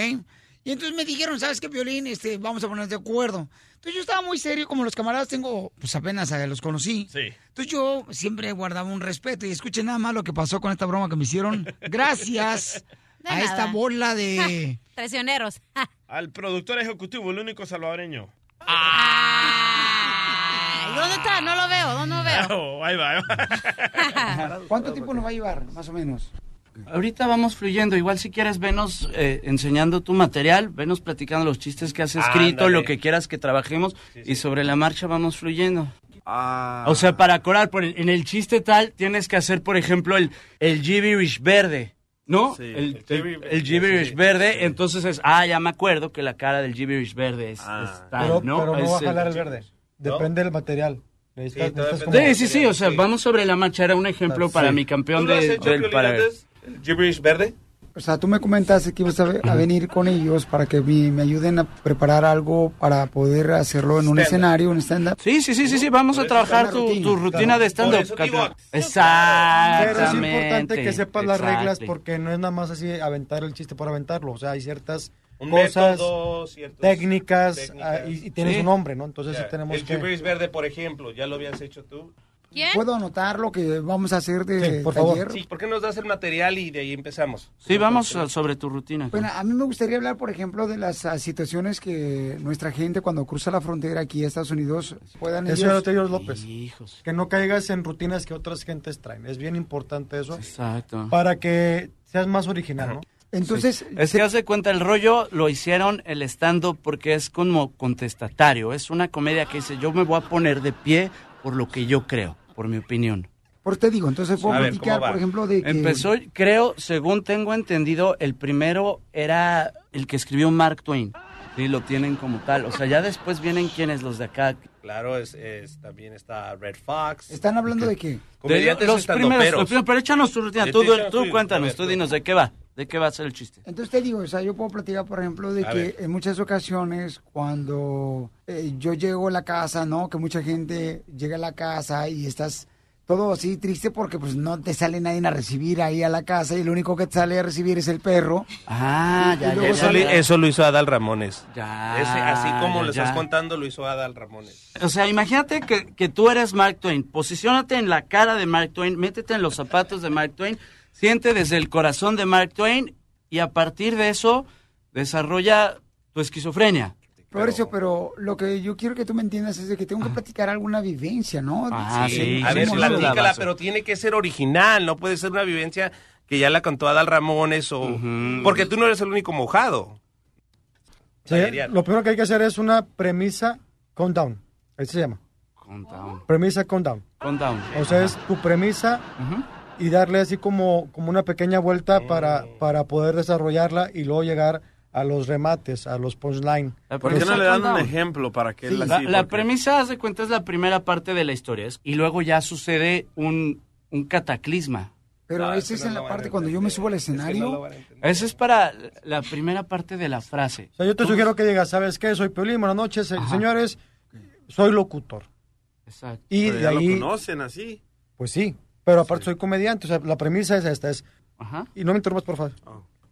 Y entonces me dijeron, ¿sabes qué, Piolín? Este, vamos a ponernos de acuerdo. Entonces yo estaba muy serio, como los camaradas tengo, pues apenas eh, los conocí.
Sí.
Entonces yo siempre guardaba un respeto y escuchen nada más lo que pasó con esta broma que me hicieron. Gracias
De
a
nada.
esta bola de...
Traicioneros.
Al productor ejecutivo, el único salvadoreño.
Ay, ¿Dónde está? No lo veo, no lo veo.
Oh, ahí va, ahí va.
¿Cuánto tiempo nos va a llevar, más o menos?
Ahorita vamos fluyendo. Igual si quieres, venos eh, enseñando tu material, venos platicando los chistes que has escrito,
Ándale.
lo que quieras que trabajemos y sobre la marcha vamos fluyendo.
Ah,
O sea, para corar, por el- en el chiste tal tienes que hacer, por ejemplo, el, el gibberish verde. ¿No? el, el- el gibberish verde, entonces es, ah, ya me acuerdo que la cara del gibberish verde es, es tal,
Pero-
¿no?
pero no
Es
va a jalar el
verde.
Depende del material.
Sí, sí, sí, o sea, vamos sobre la marcha. Era un ejemplo
Claro,
para
sí.
mi campeón
¿Tú lo has
de-
hecho,
del
Piolín,
para...
antes?
¿Gibberish verde?
O sea, tú me comentaste que ibas a, ve- a venir con ellos para que mi- me ayuden a preparar algo para poder hacerlo en un escenario, un stand-up.
Sí, sí, sí, sí, sí, vamos a trabajar tu tu rutina, de stand-up. campeón. Exactamente.
Pero es importante que sepas las
exacto.
reglas porque no es nada más así aventar el chiste por aventarlo. O sea, hay ciertas
Un
cosas,
método, ciertas
técnicas,
técnicas.
ah, y, y tienes
Sí.
un nombre, ¿no? Entonces
Ya,
tenemos
el
que...
gibberish
verde,
por ejemplo, ya lo habías hecho tú.
¿Puedo anotar lo que vamos a hacer de
por favor.
taller?
Sí.
Sí.
¿Por qué nos das el material y de ahí empezamos? Sí, vamos a- sobre tu rutina.
Bueno, a mí me gustaría hablar, por ejemplo, de las ah, situaciones que nuestra gente cuando cruza la frontera aquí a Estados Unidos puedan
Eso
ellos-
era Taylor López.
Que no caigas en rutinas que otras gentes traen. Es bien importante eso.
Exacto.
Para que seas más original, ¿no? Entonces,
Sí. es que hace cuenta el rollo lo hicieron el stand-up porque es como contestatario, es una comedia que dice yo me voy a poner de pie por lo que yo creo, por mi opinión.
por te digo, entonces puedo
A ver,
platicar,
¿cómo va?
por ejemplo, de que...
Empezó, creo, según tengo entendido, el primero era el que escribió Mark Twain. Sí, lo tienen como tal. O sea, ya después vienen quienes los de acá.
Claro, es, es- también está Red Fox. ¿Están hablando de qué?
De- los primeros, los primeros, pero échanos tu rutina.
Sí,
Tú,
sí,
tú,
sí, sí.
cuéntanos,
A ver,
tú
tú.
dinos de qué va. ¿De qué va a ser el chiste?
Entonces te digo, o sea, yo puedo platicar, por ejemplo, de
A
que
ver.
en muchas ocasiones cuando eh, yo llego a la casa, ¿no? Que mucha gente llega a la casa y estás todo así triste porque pues no te sale nadie a recibir ahí a la casa y el único que te sale a recibir es el perro.
Ah,
ya,
Eso, le- eso lo hizo Adal Ramones.
Ya,
Ese, así como lo
ya.
estás contando, lo hizo Adal Ramones.
O sea, imagínate que, que tú eres Mark Twain. Posiciónate en la cara de Mark Twain, métete en los zapatos de Mark Twain, siente desde el corazón de Mark Twain y a partir de eso desarrolla tu esquizofrenia.
Florencio, pero lo que yo quiero que tú me entiendas es de que tengo que platicar alguna vivencia, ¿no?
Ah, sí,
a ver,
sí,
platícala,
sí.
pero tiene que ser original, no puede ser una vivencia que ya la contó Adal Ramones o... Porque tú no eres el único mojado.
Sí, lo primero que hay que hacer es una premisa countdown. Ahí se llama.
Countdown.
Premisa countdown.
Countdown.
O sea, es tu premisa y darle así como, como una pequeña vuelta para, para poder desarrollarla y luego llegar a los remates, a los punchline.
Eh, ¿Por qué no le dan un ejemplo para que él
la,
así?
la
porque-
premisa, haz de cuenta, es la primera parte de la historia. es- Y luego ya sucede un, un cataclisma.
Pero esa es en la parte cuando yo me subo al escenario.
Esa es para la primera parte de la frase.
O sea, yo te sugiero que digas, ¿sabes qué? Soy Piolín, buenas noches, se- señores. Soy locutor.
Exacto.
Y
Pero
de
ya
ahí...
lo conocen así.
Pues sí, pero aparte soy comediante, o sea, la premisa es esta, es... Y no me interrumpas, por favor.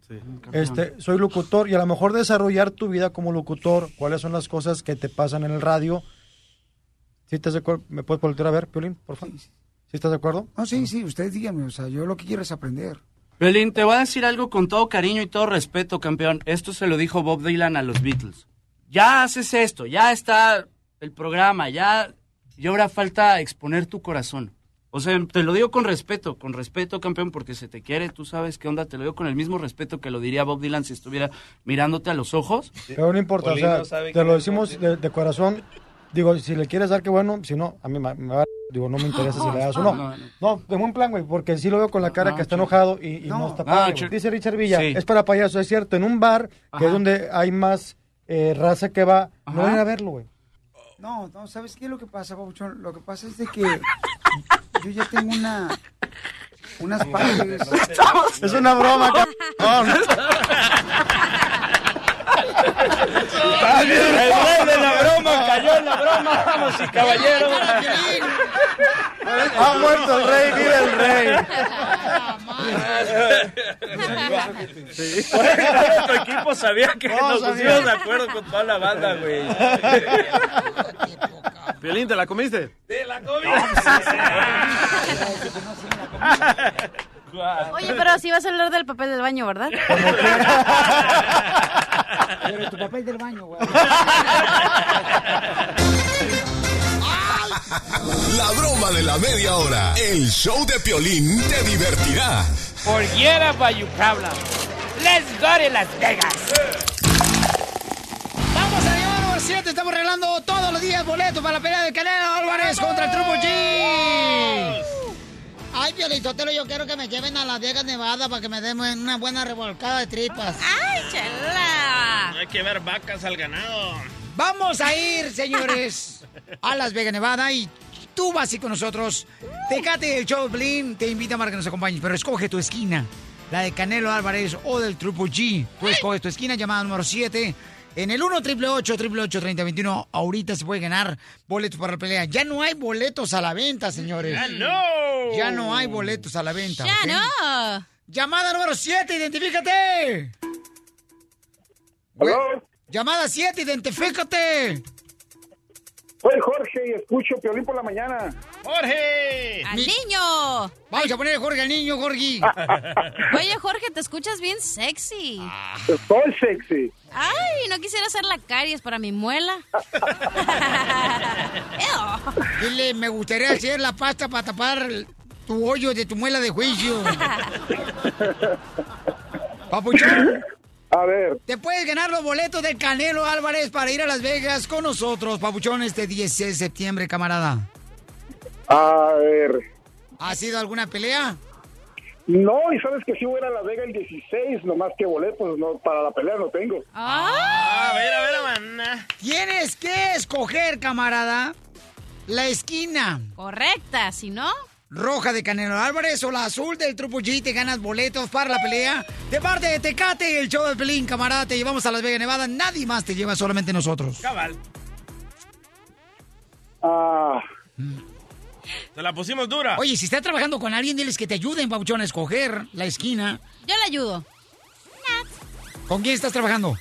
Sí.
Este, soy locutor y a lo mejor desarrollar tu vida como locutor, cuáles son las cosas que te pasan en el radio. ¿Sí estás de acuerdo? ¿Me puedes volver a ver, Piolín, por favor? ¿Sí estás de acuerdo? No, sí, sí, ustedes díganme, o sea, yo lo que quiero es aprender.
Violín, te voy a decir algo con todo cariño y todo respeto, campeón. Esto se lo dijo Bob Dylan a los Beatles. Ya haces esto, ya está el programa, ya. Y ahora falta exponer tu corazón. O sea, te lo digo con respeto, con respeto, campeón, porque se te quiere, tú sabes qué onda, te lo digo con el mismo respeto que lo diría Bob Dylan si estuviera mirándote a los ojos.
Pero no importa,
Piolín
o sea,
no sabe
te
quién
lo
es
decimos de, de corazón. Digo, si le quieres dar, qué bueno. Si no, a mí me, me va- Digo, no me interesa si le das o no. No, No, de buen plan, güey, porque sí lo veo con la cara No, que está Chuy. enojado y, y no. No. está No, padre, güey. Chuy. Dice Richard Villa, Sí. es para payaso, es cierto. En un bar, que
Ajá.
es donde hay más eh, raza que va, no
Ajá.
van a verlo, güey.
No, no, ¿sabes qué es lo que pasa, Pabuchón? Lo que pasa es de que yo ya tengo una... Unas partes.
Es una broma, cabrón.
El rey de la broma cayó en la broma,
vamos
y caballero.
Ha muerto el rey, vive el rey.
tu equipo sabía que
No,
nos
sabía.
pusimos de acuerdo con toda la banda, güey.
Piolín, ¿te la comiste?
¡Te la comiste!
Oye, pero sí vas a hablar del papel del baño, ¿verdad?
Pero tu papel del baño, güey.
La broma de la media hora. El show de Piolín te divertirá.
Forgiera Bayucabla. Let's go to Las Vegas.
Vamos a llevar número 7. Estamos regalando todos los días boletos para la pelea de Canelo Álvarez contra el Triple G. Ay, Piolitotelo, yo quiero que me lleven a Las Vegas, Nevada, para que me den una buena revolcada de tripas. ¡Ay, chela!
Hay que ver vacas al ganado.
Vamos a ir, señores, a Las Vegas, Nevada y tú vas a ir con nosotros. Tecate el show, Blin, te invita para que nos acompañes, pero escoge tu esquina, la de Canelo Álvarez o del Trupo G. Tú escoges tu esquina, llamada número 7. En el 1 888 3021 ahorita se puede ganar boletos para la pelea. Ya no hay boletos a la venta, señores.
Ya no.
Ya no hay boletos a la venta.
Ya
no. Llamada número 7, identifícate. Llamada 7, identifícate.
Soy Jorge y escucho Piolín por la mañana.
¡Jorge!
¡Al niño!
Vamos a poner Jorge al niño, Jorge.
Oye, Jorge, te escuchas bien sexy.
Ah.
Soy sexy.
Ay, no quisiera hacer la caries para mi muela.
Dile, me gustaría hacer la pasta para tapar tu hoyo de tu muela de juicio. Papuchón.
A ver.
Te puedes ganar los boletos del Canelo Álvarez para ir a Las Vegas con nosotros, Papuchón, este 16 de septiembre, camarada.
A ver.
¿Ha sido alguna pelea?
No, y sabes que si voy a ir a La Vega el 16, nomás que boletos no, para la pelea no tengo.
Ah, a ver, a ver, Tienes que escoger, camarada, la esquina.
Correcta, si no.
Roja de Canelo Álvarez o la azul del Trupo G, te ganas boletos para la pelea. De parte de Tecate, el show de Pelín, camarada, te llevamos a Las Vegas, Nevada. Nadie más te lleva, solamente nosotros.
Cabal.
Ah.
Te la pusimos dura.
Oye, si estás trabajando con alguien, diles que te ayuden, Pauchón, a escoger la esquina.
Yo le ayudo.
¿Con quién estás trabajando?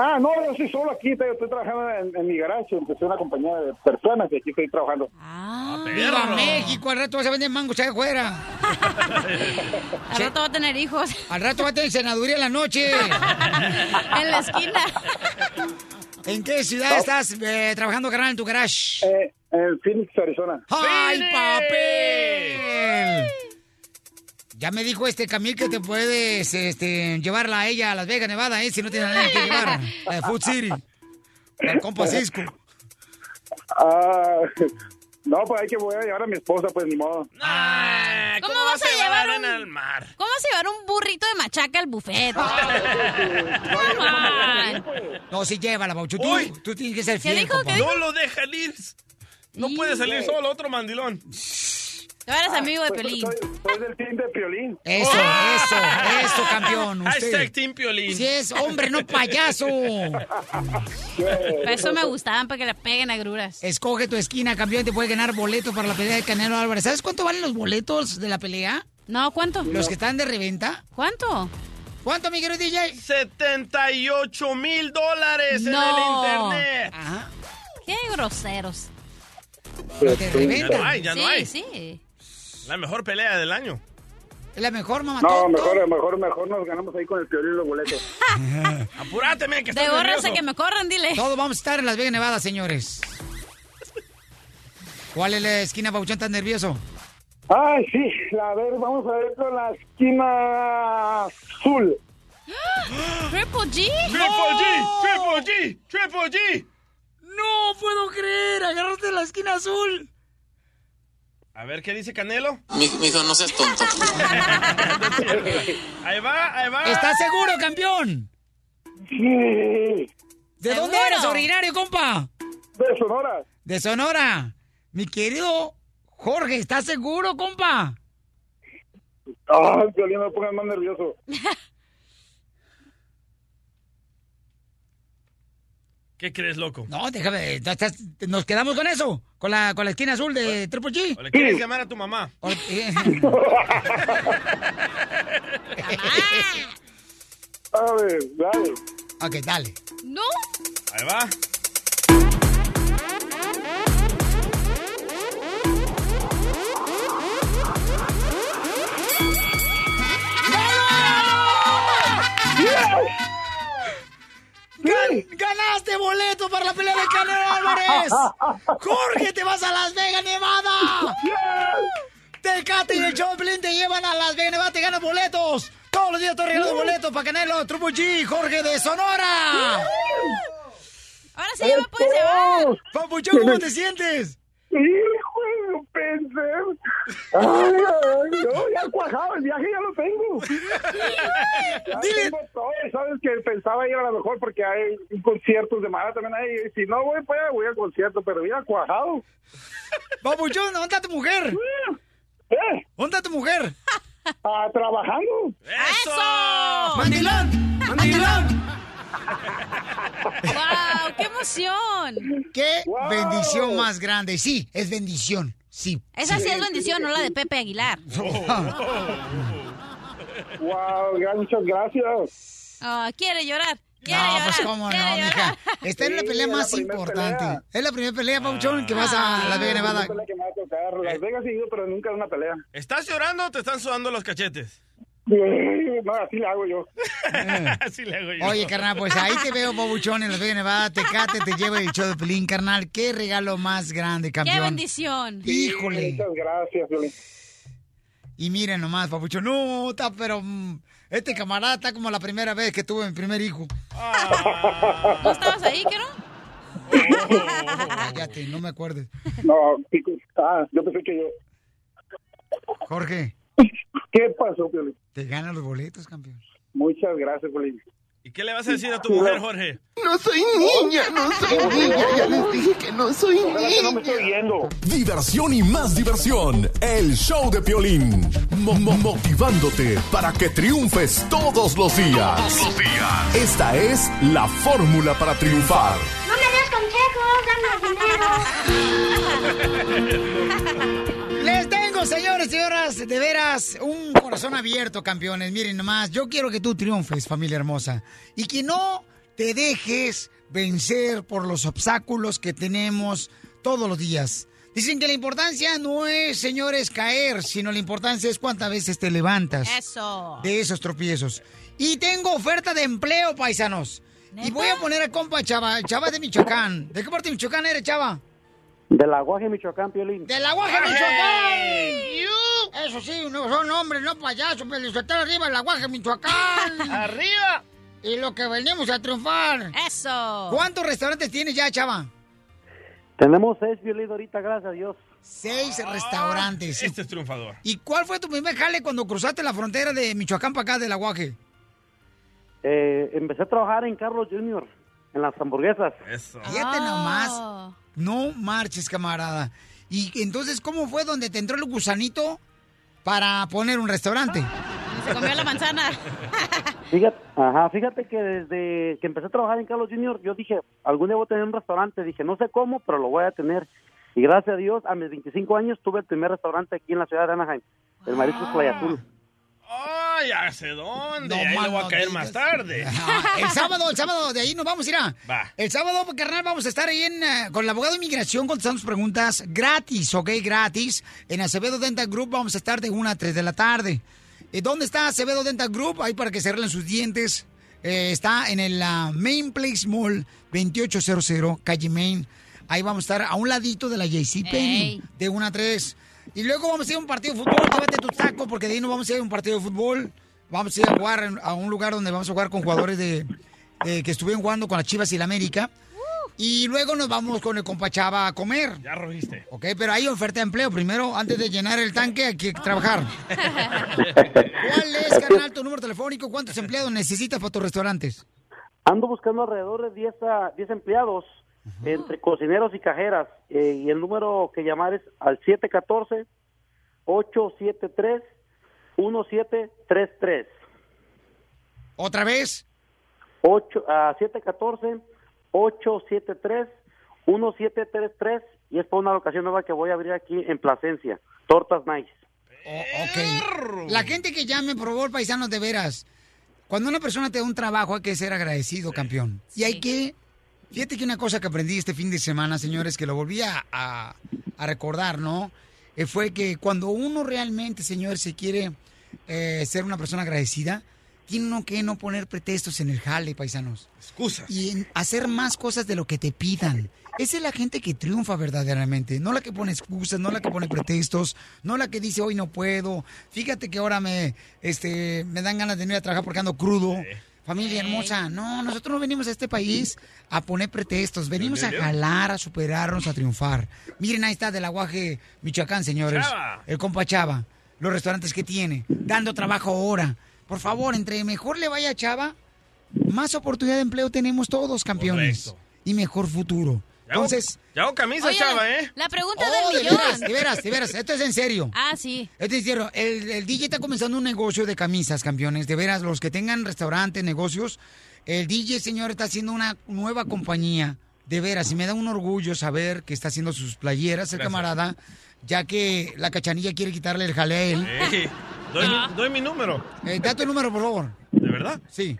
Ah, no, yo estoy solo aquí, estoy, estoy trabajando en, en mi garaje, empecé una compañía de personas y aquí estoy trabajando.
Ah.
¡Viva México! Al rato vas a vender mangos allá afuera.
Al rato va a tener hijos.
Al rato va a tener senaduría en la noche.
en la esquina.
¿En qué ciudad estás eh, trabajando, carnal, en tu garage?
Eh, En Phoenix, Arizona.
¡Ay, papel! Ya me dijo este Camil que te puedes este, llevarla a ella a Las Vegas, Nevada, ¿eh? Si no tienes a nadie que llevar. La de Food City. Al compa Cisco.
Ah, no, pues hay que voy a llevar a mi esposa, pues ni modo.
Ah,
¿Cómo, vas a llevar un...
al mar?
¿Cómo vas a llevar un burrito de machaca al buffet?
Ah. No, sí, llévala, Baucho. Tú, tú tienes que ser
¿Qué
fiel,
dijo?
compa.
¿Qué dijo?
No lo deja ir. No
Sí,
puede salir
güey.
solo, otro mandilón.
Tú eres amigo de Ah.
Pues,
Pelín.
Soy del team de Piolín.
Eso, eso, eso, campeón. Usted.
Hashtag Team Piolín.
Sí es hombre, no payaso.
Por eso me gustaban, para que le peguen agruras.
Escoge tu esquina, campeón, y te puede ganar boleto para la pelea de Canelo Álvarez. ¿Sabes cuánto valen los boletos de la pelea?
No, ¿cuánto?
Los que están de reventa.
¿Cuánto?
¿Cuánto, mi querido DJ?
78 mil dólares
No.
en el internet.
Qué groseros.
Ya no hay, ya
sí,
no hay.
sí.
La mejor pelea del año.
Es la mejor, mamá.
No, mejor, mejor, mejor nos ganamos ahí con el Piolín los boletos.
Apúrate, men, que
De
estás
borrarse
nervioso.
que me corran, dile.
Todos vamos a estar en Las Vegas, Nevada, señores. ¿Cuál es la esquina, Pauchón, tan nervioso?
Ay, Ah, sí, a ver, vamos a ver con la esquina azul.
Triple G.
Triple G, Triple G, Triple G.
¡No!
¡No puedo creer! ¡Agarraste la esquina azul!
A ver, ¿qué dice Canelo?
Mijo, no seas tonto.
Ahí va, ahí va.
¿Estás seguro, campeón? ¿De dónde
¿Seguro?
eres originario, compa? De Sonora. De Sonora. Mi querido Jorge, ¿estás seguro, compa?
Ah, Piolín, me pongas más nervioso.
¿Qué crees, loco?
No, déjame, estás- nos quedamos con eso, con la, con la esquina azul de Triple G.
¿O le quieres llamar a tu mamá?
O- eh,
Ah,
A ver, dale.
Ok, dale.
No.
Ahí va.
¡Gan- ¡Ganaste boleto para la pelea de Canelo Álvarez! ¡Jorge, te vas a Las Vegas, Nevada! Tecate y el Choplin te llevan a Las Vegas, Nevada, te ganas boletos. Todos los días te regalando boletos para Canelo, Trupo G, Jorge de Sonora.
Ahora
sí ya me puedes llevar.
Papuchón, ¿cómo te sientes?
Hijo de un pendejo. Ay, ay, no, ya cuajado, el viaje ya lo tengo. Ya tengo todo, Sabes que pensaba ir a lo mejor porque hay conciertos de mala también ahí. Si no voy, pues voy al concierto, pero ya cuajado.
Papuchón, ¿dónde está tu mujer?
¿Eh?
¿Dónde está tu mujer?
Ah, trabajando.
¡Eso!
¡Mandilón! ¡Mandilón!
¡Wow! ¡Qué emoción!
¡Qué Bendición más grande. Sí, es bendición. Sí.
Esa sí es bendición, no la de Pepe Aguilar.
Wow, gran- muchas gracias.
Ah, quiere llorar. Quiere
No,
llorar.
pues cómo
quiere
no,
llorar.
mija. Está en la
Sí,
pelea
es la
más
primer
importante.
pelea. Ah,
Es la primera pelea, Papuchón, que vas a
Ah.
Las Vegas, Nevada. Eh.
Es la que me va a tocar. Las Vegas he ido, pero nunca en una pelea.
¿Estás llorando o te están sudando los cachetes?
No, así le hago yo.
Así le hago yo.
Eh. Oye, carnal, pues ahí te veo, Pabuchón, en Las Vegas, Nevada. Tecate, te lleva el show de Pelín, carnal. Qué regalo más grande, campeón.
¡Qué bendición!
Híjole.
Muchas gracias, Violín.
Y miren nomás, Papuchón. No, está, pero mm, este camarada está como la primera vez que tuve mi primer hijo.
Ah. ¿No estabas ahí, Quero?
Cállate, no me acuerdes.
No, pico. Ah, yo pensé que yo.
Jorge.
¿Qué pasó, Piolín?
Te ganan los boletos, campeón.
Muchas gracias, Piolín.
¿Y qué le vas a decir a tu mujer, Jorge?
No soy niña, no soy niña. Ya les dije que no soy niña. No me estoy viendo.
Diversión y más diversión. El show de Piolín. Mo- mo- motivándote para que triunfes todos los días. Esta es la fórmula para triunfar.
No me des consejos, dame
Les tengo, señores, señoras, de veras, un corazón abierto, campeones. Miren nomás, yo quiero que tú triunfes, familia hermosa. Y que no te dejes vencer por los obstáculos que tenemos todos los días. Dicen que la importancia no es, señores, caer, sino la importancia es cuántas veces te levantas
Eso.
de esos tropiezos. Y tengo oferta de empleo, paisanos. Y voy a poner a compa Chava, Chava de Michoacán. ¿De qué parte de Michoacán eres, Chava?
De la Guaje, Michoacán, Piolín.
¡Del aguaje, Michoacán! Eso sí, no son hombres, no payasos, pero está arriba el aguaje, Michoacán. ¡Arriba! Y lo que venimos a triunfar.
¡Eso!
¿Cuántos restaurantes tienes ya, Chava?
Tenemos seis violín ahorita, gracias a Dios.
Seis restaurantes.
Este es triunfador.
¿Y cuál fue tu primer jale cuando cruzaste la frontera de Michoacán para acá, del aguaje?
Eh, empecé a trabajar en Carlos Junior, en las hamburguesas.
Eso.
Ah.
Fíjate nomás. No marches, camarada. Y entonces, ¿cómo fue donde te entró el gusanito para poner un restaurante?
Se comió la manzana.
Fíjate, ajá, fíjate que desde que empecé a trabajar en Carlos Junior, yo dije, algún día voy a tener un restaurante. Dije, no sé cómo, pero lo voy a tener. Y gracias a Dios, a mis 25 años tuve el primer restaurante aquí en la ciudad de Anaheim, el Mariscos Playa Azul.
Ay, ya sé dónde.
No,
Ahí le
man,
voy a
no
caer más tarde.
El sábado, el sábado, de ahí nos vamos a ir a.
Va.
El sábado, pues, carnal, vamos a estar ahí en, eh, con el abogado de inmigración contestando sus preguntas gratis, ¿ok? Gratis. En Acevedo Dental Group vamos a estar de 1 a 3 de la tarde. Eh, ¿Dónde está Acevedo Dental Group? Ahí para que se arreglen sus dientes. Eh, está en el ah, Main Place Mall 2800, calle Main. Ahí vamos a estar a un ladito de la JCPenney,
Ey.
de 1 a 3. Y luego vamos a ir a un partido de fútbol. Llévate tu taco porque de ahí no vamos a ir a un partido de fútbol. Vamos a ir a jugar en- a un lugar donde vamos a jugar con jugadores de, eh, que estuvieron jugando con las Chivas y la América. Y luego nos vamos con el compachaba a comer. Ya rogiste. Ok, pero hay oferta de empleo. Primero, antes de llenar el tanque, hay que trabajar. ¿Cuál es, carnal, tu número telefónico? ¿Cuántos empleados necesitas para tus restaurantes?
Ando buscando alrededor de 10, a- 10 empleados, entre cocineros y cajeras. eh, y el número que llamar es al 714-873-1733.
¿Otra vez?
8, a 714-873-1733. Y es para una locación nueva que voy a abrir aquí en Plasencia. Tortas Nice.
Ok. La gente que llame, por favor, paisanos, de veras. Cuando una persona te da un trabajo, hay que ser agradecido, campeón. Y hay que. Fíjate que una cosa que aprendí este fin de semana, señores, que lo volví a, a- a recordar, ¿no? Eh, fue que cuando uno realmente, señor, se quiere eh, ser una persona agradecida, tiene uno que no poner pretextos en el jale, paisanos. Excusas. Y en hacer más cosas de lo que te pidan. Esa es la gente que triunfa verdaderamente, no la que pone excusas, no la que pone pretextos, no la que dice hoy no puedo. Fíjate que ahora me, este, me dan ganas de no ir a trabajar porque ando crudo. Familia hermosa, no, nosotros no venimos a este país a poner pretextos, venimos a jalar, a superarnos, a triunfar. Miren, ahí está del aguaje Michoacán, señores.
Chava.
El compa Chava, los restaurantes que tiene, dando trabajo ahora. Por favor, entre mejor le vaya a Chava, más oportunidad de empleo tenemos todos, campeones. Y mejor futuro. Entonces,
Ya hago camisa,
Oye,
chava,
la-
¿eh?
La pregunta
Oh,
del
de
millón.
veras, de veras, de veras, eh. esto es en serio.
Ah, sí.
Esto es en serio. El, el DJ está comenzando un negocio de camisas, campeones. De veras, los que tengan restaurantes, negocios. El DJ, señor, está haciendo una nueva compañía. De veras, y me da un orgullo saber que está haciendo sus playeras el
Gracias.
camarada, ya que la cachanilla quiere quitarle el jale a él.
Ey, doy, mi, doy mi número.
Eh, da tu número, por favor.
¿De verdad?
Sí.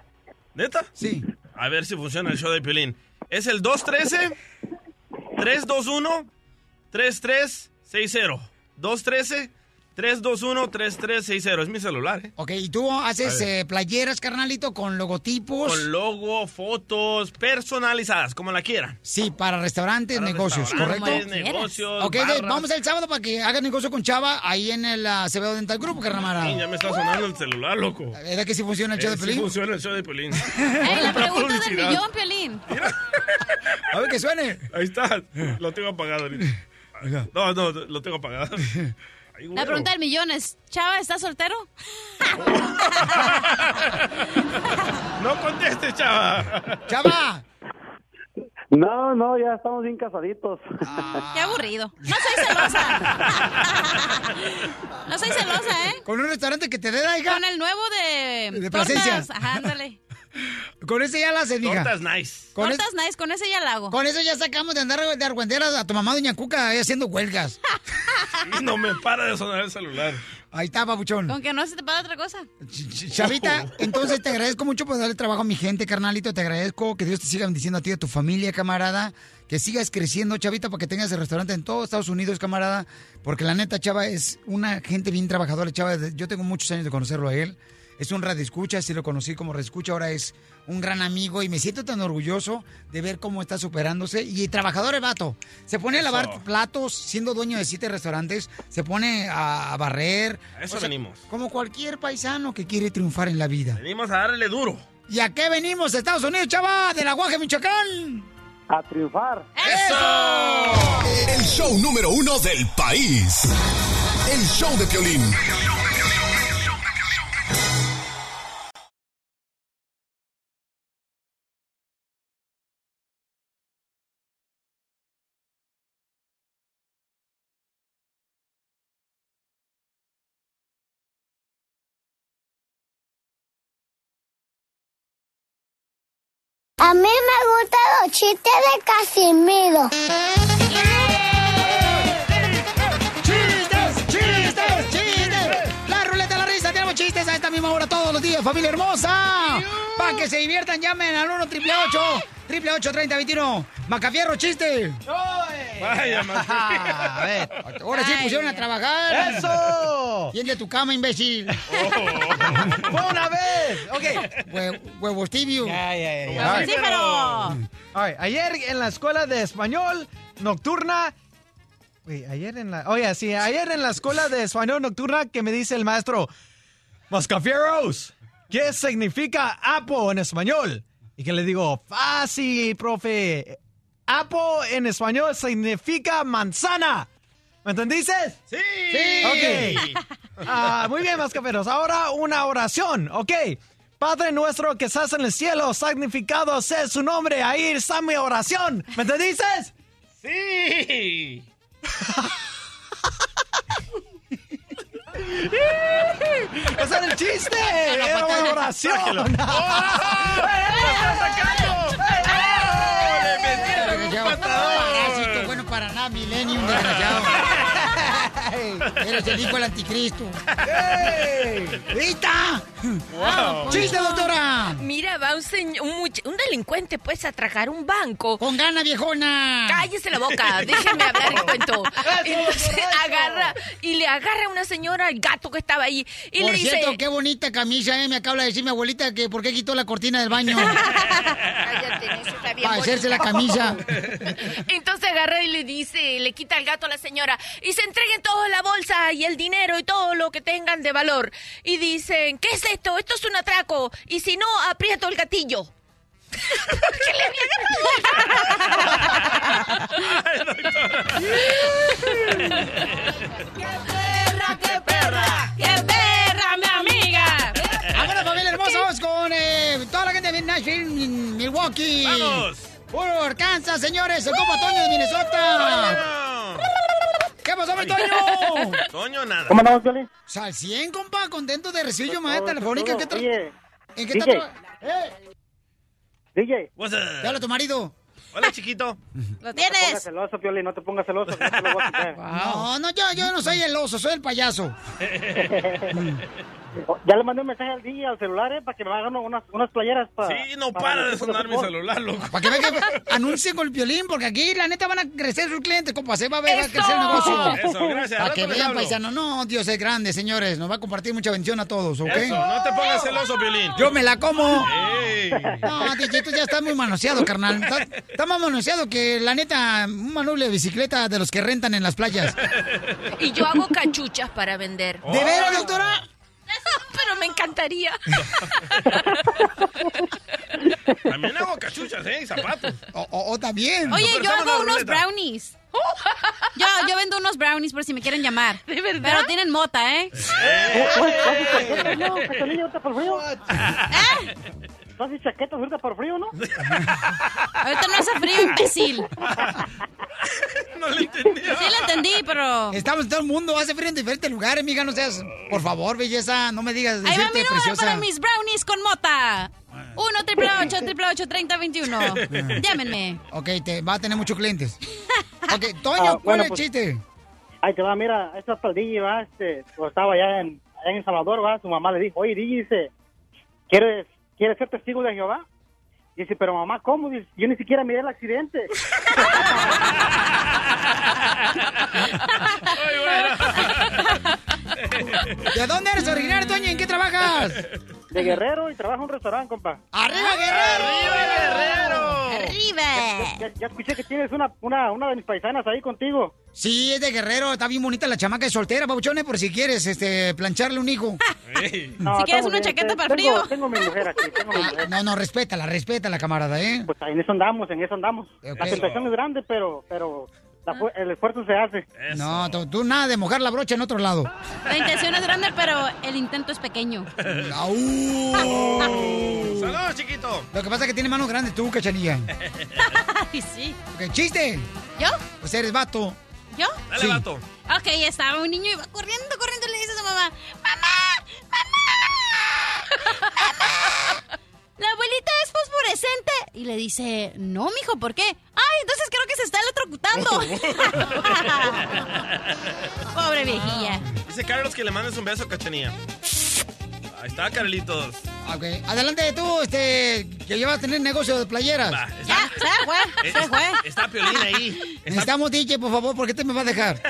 ¿Neta?
Sí.
A ver si funciona el show de Piolín. Es el 213 321 3360. 213 321 3360. Es mi celular, ¿eh?
Ok, y tú haces
A ver.
eh, playeras, carnalito, con logotipos.
Con logo, fotos personalizadas, como la quieran.
Sí, para restaurantes, negocios,
restaurantes,
¿correcto?
negocios,
Ok, de-
barras.
vamos el sábado para que hagan negocio con Chava ahí en el ah, Acevedo Dental Group, carnamara.
Ya me está sonando el celular, loco.
¿Verdad que sí funciona el show de
Eh, sí
Pelín?
funciona el show de Piolín.
Ey, la pregunta del
publicidad.
millón, Piolín.
A ver que suene.
Ahí está. Lo tengo apagado ahorita. No, no, lo tengo apagado. Ay,
La
güero.
pregunta del millón es, Chava, ¿estás soltero?
No contestes, chava.
¡Chava!
No, no, ya estamos bien casaditos.
Ah,
Qué aburrido. No soy celosa. no soy celosa, ¿eh?
Con un restaurante que te dé, daiga.
Con el nuevo de...
De
tortas.
Plasencia.
Ajá, ándale.
Con ese ya la haces, mija.
Tortas nice.
Con,
tortas nice, con ese ya la hago.
es- con eso ya sacamos de andar de argüenderas a tu mamá Doña Cuca ahí haciendo huelgas.
Y no me para de sonar el celular.
Ahí está, papuchón.
Con que no se te para otra cosa.
Chavita, entonces te agradezco mucho por darle trabajo a mi gente, carnalito. Te agradezco que Dios te siga bendiciendo a ti y a tu familia, camarada. Que sigas creciendo, Chavita, para que tengas el restaurante en todo Estados Unidos, camarada. Porque la neta, Chava es una gente bien trabajadora. Chava, desde- yo tengo muchos años de conocerlo a él. Es un radioescucha, sí lo conocí como radioescucha, ahora es un gran amigo y me siento tan orgulloso de ver cómo está superándose. Y trabajador el vato. Se pone a lavar platos, siendo dueño de siete restaurantes, se pone a, a barrer.
A eso
O sea,
venimos.
como cualquier paisano que quiere triunfar en la vida.
Venimos a darle duro.
¿Y a qué venimos, Estados Unidos, chava? Del aguaje, Michoacán.
A triunfar.
El show número uno del país. El show de Piolín.
A mí me gustan los chistes de Casimiro.
¡Chistes! ¡Chistes! ¡Chistes! La ruleta de la risa, tenemos chistes a esta misma hora todos los días, familia hermosa. Para que se diviertan, llamen al 1 triple 8 triple 8 30 21. Macafierro, chiste.
Vaya,
A ver, ahora sí
Ay,
pusieron a
ya.
trabajar.
¡Eso!
Tiende tu cama, imbécil.
¡Fue una vez!
Ok. huevos tibios.
Ya, ya, ya, ya.
Huevos tíferos.
All right, Ayer en la escuela de español nocturna. Uy, ayer en la. Oye, sí, ayer en la escuela de español nocturna que me dice el maestro. Mascafieros, ¿qué significa apo en español? Y que le digo, fácil, profe. Apo en español significa manzana. ¿Me entendiste? Sí.
Sí.
Ok. Ah, muy bien, mascaperos. Ahora una oración. Ok. Padre nuestro que estás en el cielo, santificado sea su nombre. Ahí está mi oración. ¿Me entendiste?
Sí.
¡Ese era el chiste! ¡Era una
Sáquelo.
oración!
Parásito, bueno para nada, Millennium, desgraciado. Eres el hijo del anticristo. ¡Rita!
Wow.
¡Chiste, doctora!
Mira, va un, señ- un, much- un delincuente, pues, a tragar un banco.
¡Con gana, viejona!
¡Cállese la boca! Déjeme hablar y cuento. Entonces agarra y le agarra a una señora al gato que estaba ahí y
Por
le dice.
cierto, qué bonita camisa, eh. Me acaba de decir mi abuelita que por qué quitó la cortina del baño.
Está bien
Para hacerse la
bonita.
camisa.
Entonces agarra y le dice, le quita el gato a la señora y se entreguen todos la bolsa y el dinero y todo lo que tengan de valor. Y dicen, ¿qué es esto? Esto es un atraco. Y si no, aprieto el gatillo. ¿Qué le había
¡Qué perra!
¡Qué perra, mi amiga!
Ahora, Ah, familia hermosa, vamos con eh, toda la gente de Nashville, Min- Milwaukee.
¡Vamos!
Por Kansas, señores, el compa Toño de Minnesota. ¿Qué pasó, mi Toño?
Toño, nada.
¿Cómo andamos, Piolín? Sal 100, compa, contento de recibir llamada telefónica. ¿Qué tal? ¿En qué Eh,
DJ.
tal?
DJ.
What's up?
Dale a tu marido.
Hola, chiquito.
¡Lo tienes! No te pongas celoso, Piolín, no te pongas celoso, que no te lo voy a quitar.
Ah.
No, no, yo, yo no soy el oso, soy el payaso.
Oh, ya le mandé un mensaje al DJ al celular, ¿eh? Para que me hagan unas, unas playeras para...
Sí, no para
pues,
de sonar mi celular, loco.
Para que vean que anuncien con el violín, porque aquí la neta van a crecer sus clientes, compa. Se va a ver, va a
¡Eso!
crecer el negocio.
Eso, gracias. Al
Para que
rato les
vean,
hablo.
paisano. No, Dios es grande, señores. Nos va a compartir mucha bendición a todos, ¿ok?
Eso, no te pongas celoso, Piolín.
Yo me la como.
Ey.
No, DJ, tú ya estás muy manoseado, carnal. Está, está más manoseado que, la neta, un manubrio de bicicleta de los que rentan en las playas.
Y yo hago cachuchas para vender.
¿De veras, doctora?
Pero me encantaría.
También hago cachuchas, ¿eh? Y zapatos.
O, también.
Oye, yo hago unos brownies. Yo, yo vendo unos brownies por si me quieren llamar. ¿De verdad? Pero tienen mota, ¿eh?
ahorita por frío?
¿Eh?
¿Vas y chaquetas ahorita por frío, no?
Ahorita no hace frío, imbécil.
No le entendí.
Sí le entendí, pero...
Estamos en todo el mundo, hace frío en diferentes lugares, mija, no seas... Por favor, belleza, no me digas
Ahí va
decirte
mi número
preciosa.
para mis brownies con mota. 1 triple 8 triple 8 30 21. Llámenme.
Ok, te va a tener muchos clientes. Ok,
Ah,
Eh, Toño, ¿cuál
bueno,
es
pues-
el chiste?
Ahí te va, mira, esta es para el DJ, va, este, cuando estaba allá en, allá en El Salvador, va, su mamá le dijo, oye, DJ, dice, ¿quieres, ¿quieres ser testigo de Jehová? Dice, pero mamá, ¿cómo? Dice, yo ni siquiera miré el accidente.
¿De dónde eres originario, Toño? ¿En qué trabajas?
De Guerrero y trabajo en un restaurante, compa.
¡Arriba, Guerrero!
¡Arriba,
Guerrero!
Ya, ya- ya escuché que tienes una, una, una de mis paisanas ahí contigo.
Sí, es de Guerrero, está bien bonita la chamaca es soltera, pabuchones, por si quieres este, plancharle un hijo.
No,
Si quieres
estamos
una chaqueta para
Tengo-
frío.
Tengo mi mujer aquí, tengo mi mujer.
No, no, respétala, respétala, camarada, ¿eh?
Pues en eso andamos, en eso andamos. La tentación es grande, pero, pero la fu- el esfuerzo se hace.
No, tú, tú nada de mojar la brocha en otro lado.
La intención es grande, pero el intento es pequeño.
Saludos, chiquito.
Lo que pasa es que tiene manos grandes tú, cachanilla.
Ay, sí.
Ok, chiste.
¿Yo?
Pues eres vato.
¿Yo?
Dale, Sí. vato.
Ok, estaba un niño y va corriendo, corriendo y le dice a su mamá, mamá, mamá, mamá, la abuelita es fosforescente. Y le dice, no, mijo, ¿por qué? Ay, entonces creo que se está electrocutando. Pobre viejilla.
Dice Carlos que le mandes un beso, cachanía. Ahí está, Carlitos.
Ok, adelante tú, este, que llevas a tener negocio de playeras.
Ya, ya, güey,
Eh,
se fue.
está- Está Piolín ahí.
Necesitamos DJ, por favor, porque este me va a dejar.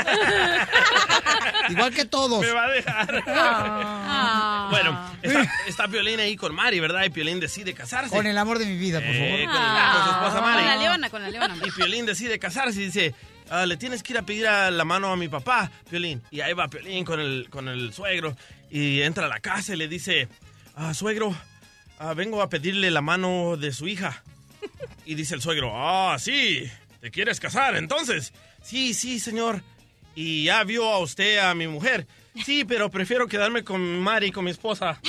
Igual que todos.
Me va a dejar. Ah. Bueno, está, está Piolín ahí con Mari, ¿verdad? Y Piolín decide casarse.
Con el amor de mi vida, por favor.
Eh, con, el- con su esposa
Ah.
Mari.
Con la leona, con la leona.
Y Piolín decide casarse y dice, "Ah, le tienes que ir a pedir a la mano a mi papá, Piolín. Y ahí va Piolín con el, con el suegro y entra a la casa y le dice, "Ah, suegro, ah, vengo a pedirle la mano de su hija. Y dice el suegro, ah, sí, ¿Te quieres casar entonces? Sí, sí, señor. Y ya vio a usted a mi mujer. Sí, pero prefiero quedarme con mi Mari, con mi esposa.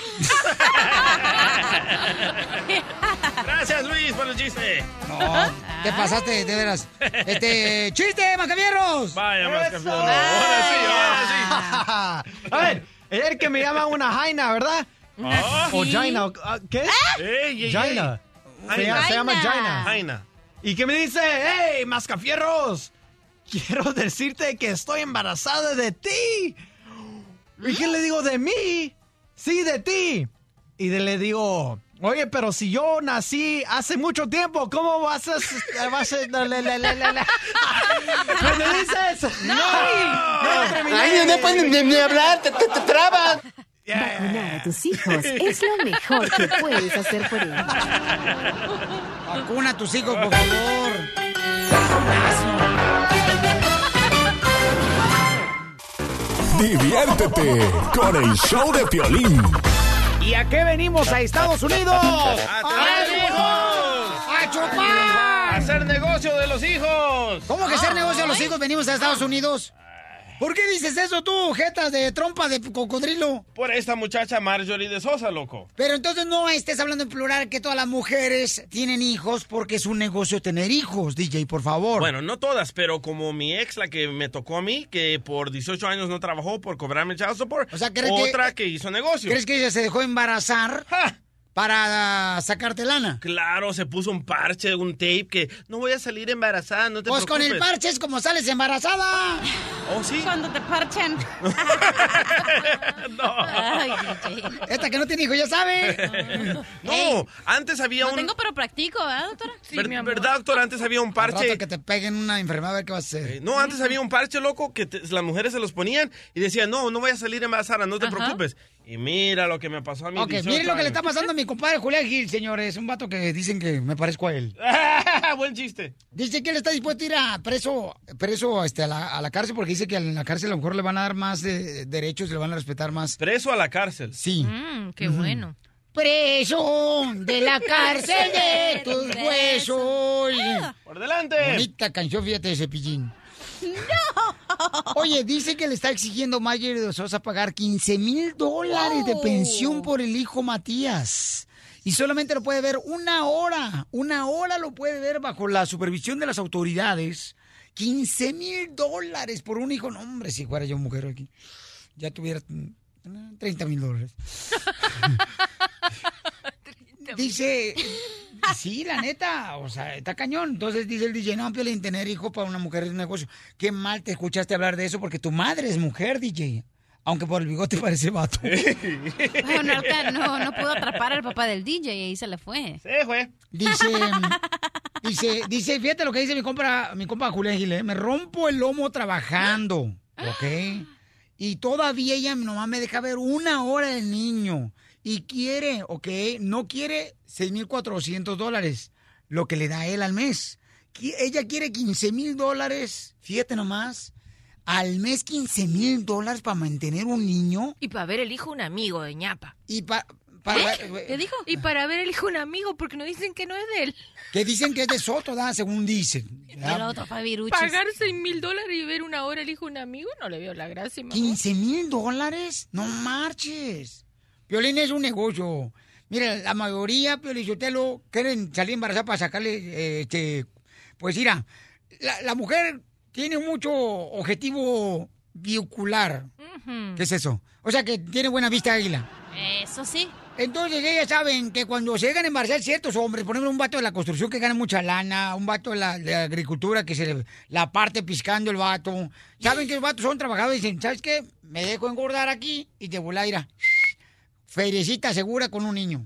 Gracias, Luis, por el chiste.
No, Ah. te pasaste, de veras. Este, chiste, Macabierros.
Vaya, Mascafierro.
Ah.
ahora sí, ahora sí. A ver, el que me llama una jaina, ¿verdad?
Ah.
O
Sí. Eh,
jaina, o- ah, ¿qué?
Ey, ey,
Jaina.
ey.
Se,
Jaina.
se llama jaina.
Jaina.
Y que me dice, hey, mascafierros, quiero decirte que estoy embarazada de ti. ¿Y qué le digo de mí? Sí, de ti. Y de- le digo, oye, pero si yo nací hace mucho tiempo, ¿cómo vas a... Vas a la, la, la, la, la, la? ¿Qué me dices?
¡No!
Ay, no pueden ni- ni hablar, te, te- te trabas.
Vacunar a tus hijos es lo mejor que puedes hacer por ellos.
Vacuna a tus hijos, por favor.
Diviértete con el show de Piolín.
¿Y a qué venimos a Estados Unidos?
¡A traer hijos!
¡A Ah, chupar!
¡Hacer negocio de los hijos!
¿Cómo que hacer negocio a los hijos? Venimos a Estados Unidos. ¿Por qué dices eso tú, jetas de trompa de cocodrilo?
Por esta muchacha Marjorie de Sosa, loco.
Pero entonces no estés hablando en plural que todas las mujeres tienen hijos porque es un negocio tener hijos, DJ, por favor.
Bueno, no todas, pero como mi ex, la que me tocó a mí, que por 18 años no trabajó por cobrarme el child support,
¿crees que-
otra que hizo negocio.
¿Crees que ella se dejó embarazar para ah, sacarte lana?
Claro, se puso un parche, un tape que no voy a salir embarazada, no te
Pues con
preocupes.
el parche es como sales embarazada.
Oh, sí.
Cuando te parchen.
Ay, DJ.
Esta que no tiene hijo ya sabe.
no, antes había
No
un.
tengo, pero practico, ¿verdad, doctora?
Ver- ¿Verdad, doctor? Antes había un
Al rato
parche. Eh,
que te peguen una enfermedad, a ver qué vas a hacer.
No, antes había un parche loco que te- las mujeres se los ponían y decían, no, no voy a salir embarazada, no te
Ajá.
preocupes. Y mira lo que me pasó a mí.
Ok, miren lo que le está pasando a mi compadre Julián Gil, señores. Un vato que dicen que me parezco a él.
Buen chiste.
Dice que él está dispuesto a ir a preso, preso este, a, la, a la cárcel porque dice que en la cárcel a lo mejor le van a dar más eh, derechos, le van a respetar más.
Preso a la cárcel.
Sí.
Mm.
qué bueno.
Preso de la cárcel de tus huesos.
Ah.
Por delante.
Bonita canción, fíjate de cepillín. ¡No! Oye, dice que le está exigiendo Mayer de Sosa pagar 15 mil dólares de pensión por el hijo Matías. Y solamente lo puede ver una hora. Una hora lo puede ver bajo la supervisión de las autoridades. 15 mil dólares por un hijo. No, hombre, si fuera yo mujer aquí, ya tuviera mm, 30 mil dólares. Dice, eh, sí, la neta, o sea, está cañón. Entonces dice el DJ, no, Piolín, tener hijo para una mujer es un negocio. Qué mal te escuchaste hablar de eso porque tu madre es mujer, DJ. Aunque por el bigote parece vato.
Bueno, no, alca- no, no pudo atrapar al papá del DJ y ahí se le fue.
Sí, fue.
Dice, dice, dice, fíjate lo que dice mi compra, mi compa Julián Gil, ¿eh? me rompo el lomo trabajando, ¿ok? Y todavía ella nomás me deja ver una hora el niño y quiere, ¿ok? No quiere 6.400 dólares, lo que le da él al mes. Qui- Ella quiere 15.000 dólares, fíjate nomás, al mes 15.000 dólares para mantener un niño.
Y para ver el hijo un amigo de ñapa.
Y para... para
¿Eh? ¿Qué dijo? Y para ver el hijo un amigo, porque no dicen que no es de él.
Que dicen que es de Soto, ¿da? Según dicen. ¿da?
Pagar 6 mil dólares y ver una hora el hijo un amigo, no le veo la gracia, mamá.
15 mil dólares, no marches. Violín es un negocio. Mira, la mayoría, Piolichotelo, quieren salir embarazada para sacarle, eh, este, pues mira, la, la mujer tiene mucho objetivo biocular.
Ujú.
¿Qué es eso? O sea, que tiene buena vista águila.
Eso sí.
Entonces ellas saben que cuando se llegan a embarazar ciertos hombres, por ejemplo, un vato de la construcción que gana mucha lana, un vato de la, de la agricultura que se le- la parte piscando el vato, saben que los vatos son trabajadores y dicen, ¿sabes qué? Me dejo engordar aquí y de volar irá. Feriecita segura con un niño.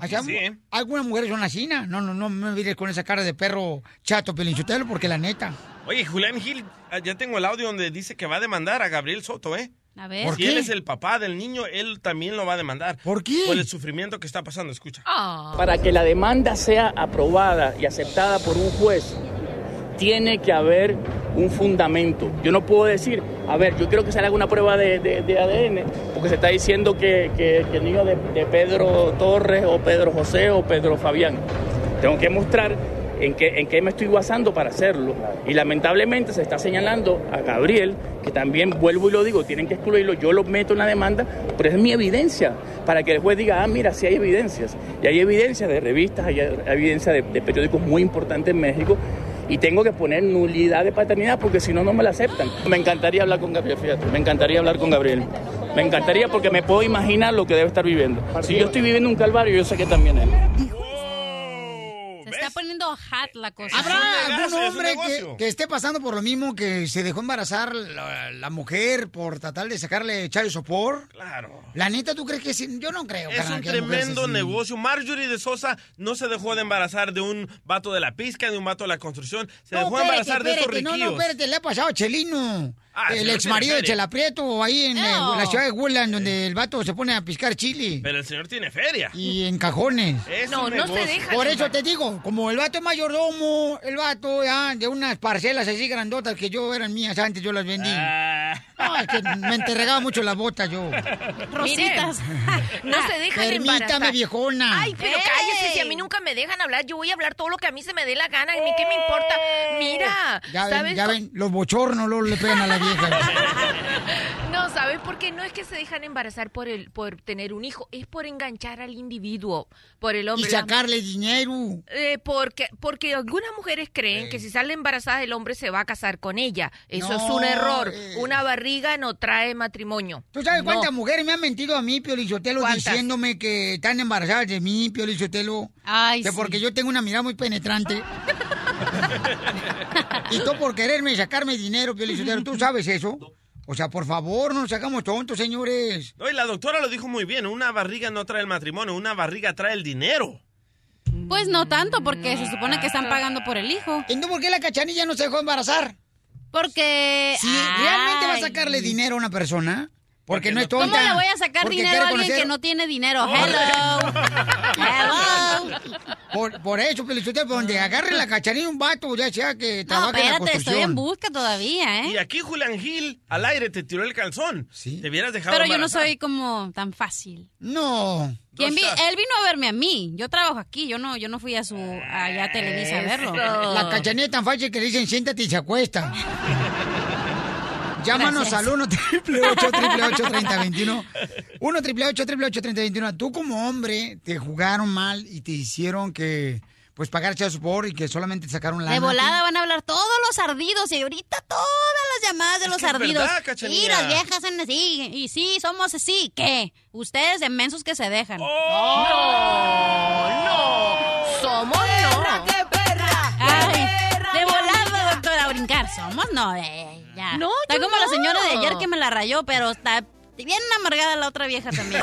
O sea,
Sí.
mu- Algunas mujeres son así, ¿no? No, no, no me mires con esa cara de perro chato pelinchotelo porque la neta.
Oye, Julián Gil, ah, ya tengo el audio donde dice que va a demandar a Gabriel Soto, ¿eh?
A
Si
ver.
él es el papá del niño, él también lo va a demandar.
¿Por qué?
Por el sufrimiento que está pasando, escucha.
Oh.
Para que la demanda sea aprobada y aceptada por un juez, tiene que haber un fundamento. Yo no puedo decir, a ver, yo quiero que se le haga una prueba de, de- de ADN, porque se está diciendo que, que- que el niño de, de Pedro Torres o Pedro José o Pedro Fabián. Tengo que mostrar en qué, en qué me estoy basando para hacerlo. Y lamentablemente se está señalando a Gabriel, que también vuelvo y lo digo, tienen que excluirlo, yo lo meto en la demanda, pero es mi evidencia, para que el juez diga, ah, mira, sí hay evidencias. Y hay evidencias de revistas, hay evidencia de, de periódicos muy importantes en México. Y tengo que poner nulidad de paternidad porque si no, no me la aceptan. Me encantaría hablar con Gabriel, fíjate. Me encantaría hablar con Gabriel. Me encantaría porque me puedo imaginar lo que debe estar viviendo. Si yo estoy viviendo un calvario, yo sé que también él.
Se está poniendo hot la cosa.
¿Habrá algún hombre que, que esté pasando por lo mismo que se dejó embarazar la, la mujer por tratar de sacarle chayo sopor?
Claro.
La neta, ¿tú crees que sí? Yo no creo.
Es
carnal,
un
que las mujeres
tremendo
así-
negocio. Marjorie de Sosa no se dejó de embarazar de un vato de la pizca, de un vato de la construcción. Se
No,
dejó
espérate,
embarazar de estos
espérate,
riquillos.
No, no, espérate, le ha pasado a Chelino.
Ah,
el
señor
ex marido de
Pérez.
Chelaprieto, ahí en eh,
No.
la ciudad de Woodland, donde el vato se pone a piscar chile.
Pero el señor tiene feria.
Y en cajones.
Es No, un no se negocio. deja,
Por eso
Chela.
te digo, como el vato es mayordomo, el vato ya, de unas parcelas así grandotas que yo eran mías antes, yo las vendí. No, es que me entregaba mucho las botas yo.
Rositas. No se dejan
Permítame,
embarazar.
viejona.
Ay, pero cállese, si a mí nunca me dejan hablar, yo voy a hablar todo lo que a mí se me dé la gana, a mí qué me importa. Mira,
Ya
¿sabes?
ven, ya
co-
ven, los bochornos luego le pegan a la vieja.
No, ¿sabes por qué? No es que se dejan embarazar por el, por tener un hijo, es por enganchar al individuo, por el
y
hombre. las
sacarle dinero.
Eh, porque, porque algunas mujeres creen que si sale embarazada el hombre se va a casar con ella. Eso
No,
es un error.
eh.
Una barriga no trae matrimonio.
¿Tú
No.
sabes cuántas mujeres me han mentido a mí, Piolichotelo,
¿Cuántas?
diciéndome que están embarazadas de mí, Piolichotelo?
Ay,
que
sí.
porque yo tengo una mirada muy penetrante. y tú por quererme sacarme dinero, Piolichotelo, ¿tú sabes eso? O sea, por favor, no nos sacamos tontos, señores.
No, y la doctora lo dijo muy bien. Una barriga no trae el matrimonio, una barriga trae el dinero.
Pues no tanto, porque se supone que están pagando por el hijo.
Entonces, ¿por qué la cachanilla no se dejó embarazar?
Porque.
Si realmente va a
Ay.
sacarle dinero a una persona, porque no es tonta.
¿Cómo le voy a sacar
porque
dinero
quiere
a alguien
conocer-
que no tiene dinero? Hello.
Por, por eso, Piolichotelo, por donde agarre la cachanilla un vato, ya sea que
No,
trabaje en la
espérate,
construcción.
estoy en busca todavía,
Y
¿eh?
aquí Julián Gil al aire te tiró el calzón. Sí. Te hubieras dejado
Pero yo no
embarazar.
soy como tan fácil.
No.
¿Quién vi- Él vino a verme a mí. Yo trabajo aquí. Yo no, yo no fui a su allá a Televisa a verlo.
La cachanilla es tan fácil que le dicen siéntate y se acuesta. Llámanos
Gracias.
al 1 888 3021 1 888 3021 Tú como hombre te jugaron mal y te hicieron que pues pagar chazo por y que solamente te sacaron la
De volada van a hablar todos los ardidos y ahorita todas las llamadas de los
que es
ardidos.
verdad, Cachanilla.
y las viejas son así, y sí, somos así, ¿qué? Ustedes de mensos que se dejan.
Oh,
¡No! ¡No! ¡Somos no!
¡Qué perra! Ay, de volada, doctora, a brincar. Somos no, eh, ya.
No,
Está
yo
como la
no.
señora de ayer que me la rayó, pero está bien amargada la otra vieja también.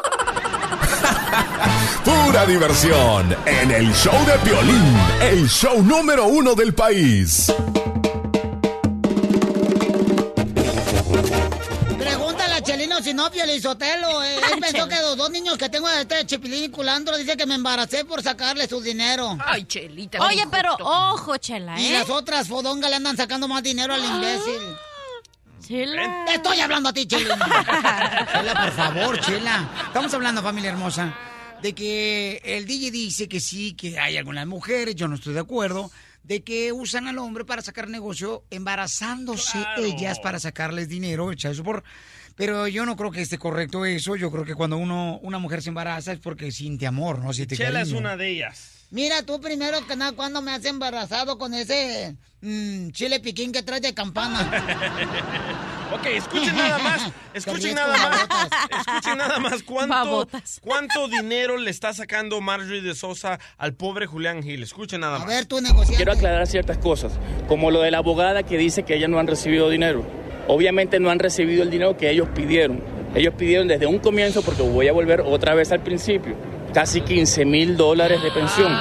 Pura diversión en el show de Piolín, el show número uno del país.
Pregúntale a Chelino si no, Sotelo. eh. Él pensó que los dos niños que tengo de este chipilín y culandro dice que me embaracé por sacarle su dinero.
Ay, Chelita.
Oye, pero ojo, Chela,
Y
¿eh?
las otras fodongas le andan sacando más dinero al imbécil.
Ah,
Eh,
Chela.
Te estoy hablando a ti, Chela. Chela, por favor, Chela. Estamos hablando, familia hermosa, de que el DJ dice que sí, que hay algunas mujeres, yo no estoy de acuerdo, de que usan al hombre para sacar negocio embarazándose ellas para sacarles dinero, el chazo por... Pero yo no creo que esté correcto eso. Yo creo que cuando uno, una mujer se embaraza es porque siente amor, ¿no? Siente
Chela es
cariño.
una de ellas.
Mira, tú primero que nada, cuando me has embarazado con ese mm, chile piquín que traes de campana? pues,
ok, escuchen nada más. Escuchen nada más. Escuchen nada más cuánto, cuánto dinero le está sacando Marjorie de Sosa al pobre Julián Gil. Escuchen nada más.
tú negociaste.
Quiero aclarar ciertas cosas, como lo de la abogada que dice que ellas no han recibido dinero. Obviamente no han recibido el dinero que ellos pidieron. Ellos pidieron desde un comienzo, porque voy a volver otra vez al principio, casi 15 mil dólares de pensión.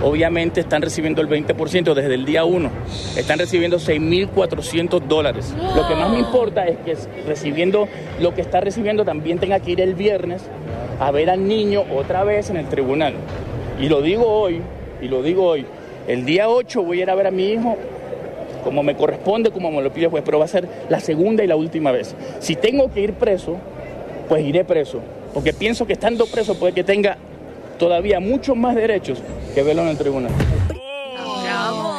Obviamente están recibiendo el 20% desde el día 1. Están recibiendo 6.400 dólares. Lo que más me importa es que recibiendo lo que está recibiendo también tenga que ir el viernes a ver al niño otra vez en el tribunal. Y lo digo hoy, y lo digo hoy. El día 8 voy a ir a ver a mi hijo como me corresponde, como me lo pide el juez, pero va a ser la segunda y la última vez. Si tengo que ir preso, pues iré preso, porque pienso que estando preso puede que tenga todavía muchos más derechos que verlo en el tribunal.
¡Bravo!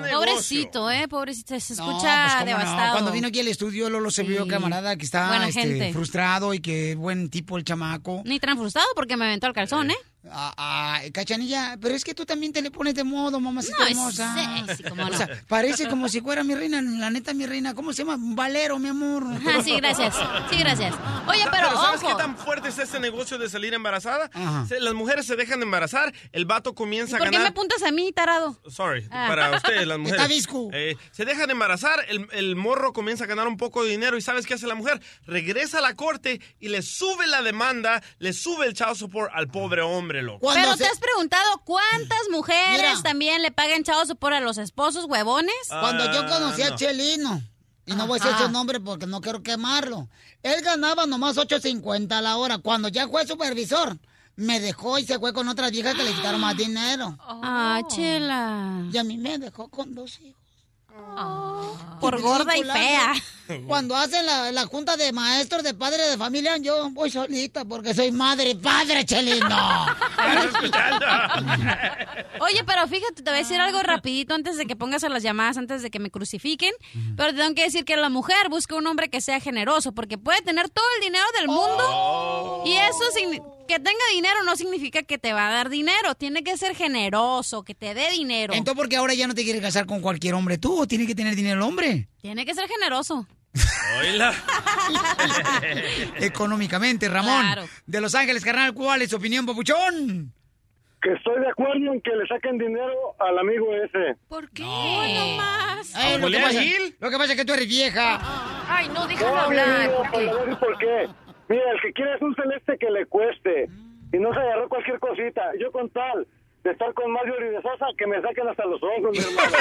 Pobrecito, ¿eh? Pobrecito, se escucha
pues, cómo no.
devastado.
Cuando vino aquí al estudio, Lolo se vio,
Sí.
camarada, que estaba
Buena
este,
gente.
frustrado y que buen tipo el chamaco.
Ni tan frustrado porque me aventó el calzón, ¿eh?
Ay, Ah, Cachanilla, pero es que tú también te le pones de modo, mamacita
No, es
hermosa.
sexy, cómo no.
O sea, parece como si fuera mi reina, la neta, mi reina. ¿Cómo se llama? Valero, mi amor.
Ah, sí, gracias. Sí, gracias. Oye,
No,
pero,
¿sabes
ojo.
qué tan fuerte es este negocio de salir embarazada?
Ajá.
Se- las mujeres se dejan de embarazar, el vato comienza a
¿Por qué me
ganar.
apuntas a mí, tarado?
Sorry,
Ah.
para ustedes, las mujeres.
Está visco.
Eh, se dejan de embarazar, el, el morro comienza a ganar un poco de dinero y ¿sabes qué hace la mujer? Regresa a la corte y le sube la demanda, le sube el child support al pobre hombre, loco.
Pero te has preguntado cuántas mujeres
Mira.
también le pagan chavos por a los esposos huevones.
Cuando yo conocí a Chelino, y no voy a decir
Ajá.
su nombre porque no quiero quemarlo, él ganaba nomás 8.50 a la hora. Cuando ya fue supervisor, me dejó y se fue con otra vieja que le quitaron más dinero.
Ah, chela. Ah.
Y a mí me dejó con dos hijos.
Por gorda y fea.
Cuando hacen la, la junta de maestros, de padres de familia, yo voy solita porque soy madre y padre, Chelino.
Oye, pero fíjate, te voy a decir algo rapidito antes de que pongas a las llamadas, antes de que me crucifiquen. Pero te tengo que decir que la mujer busca un hombre que sea generoso, porque puede tener todo el dinero del mundo.
Oh.
Oh,
Y eso sin- que tenga dinero no significa que te va a dar dinero. Tiene que ser generoso, que te dé dinero.
Entonces, ¿por qué ahora ya no te quieres casar con cualquier hombre tú? ¿O tiene que tener dinero el hombre?
Tiene que ser generoso.
Oíla.
Económicamente, Ramón.
Claro.
De Los Ángeles, carnal, ¿cuál es tu opinión, papuchón?
Que estoy de acuerdo en que le saquen dinero al amigo ese.
¿Por qué?
Pues
No, más.
Eh, lo, que
¿Julián
pasa,
Gil?
lo que pasa es que tú eres vieja.
Ay, no, déjalo
No,
hablar.
amigo, pues, le voy a decir por qué. Mira, el que quiere es un celeste que le cueste. Y no se agarró cualquier cosita. Yo con tal de estar con Mario y de Sosa, que me saquen hasta los ojos, mi hermano.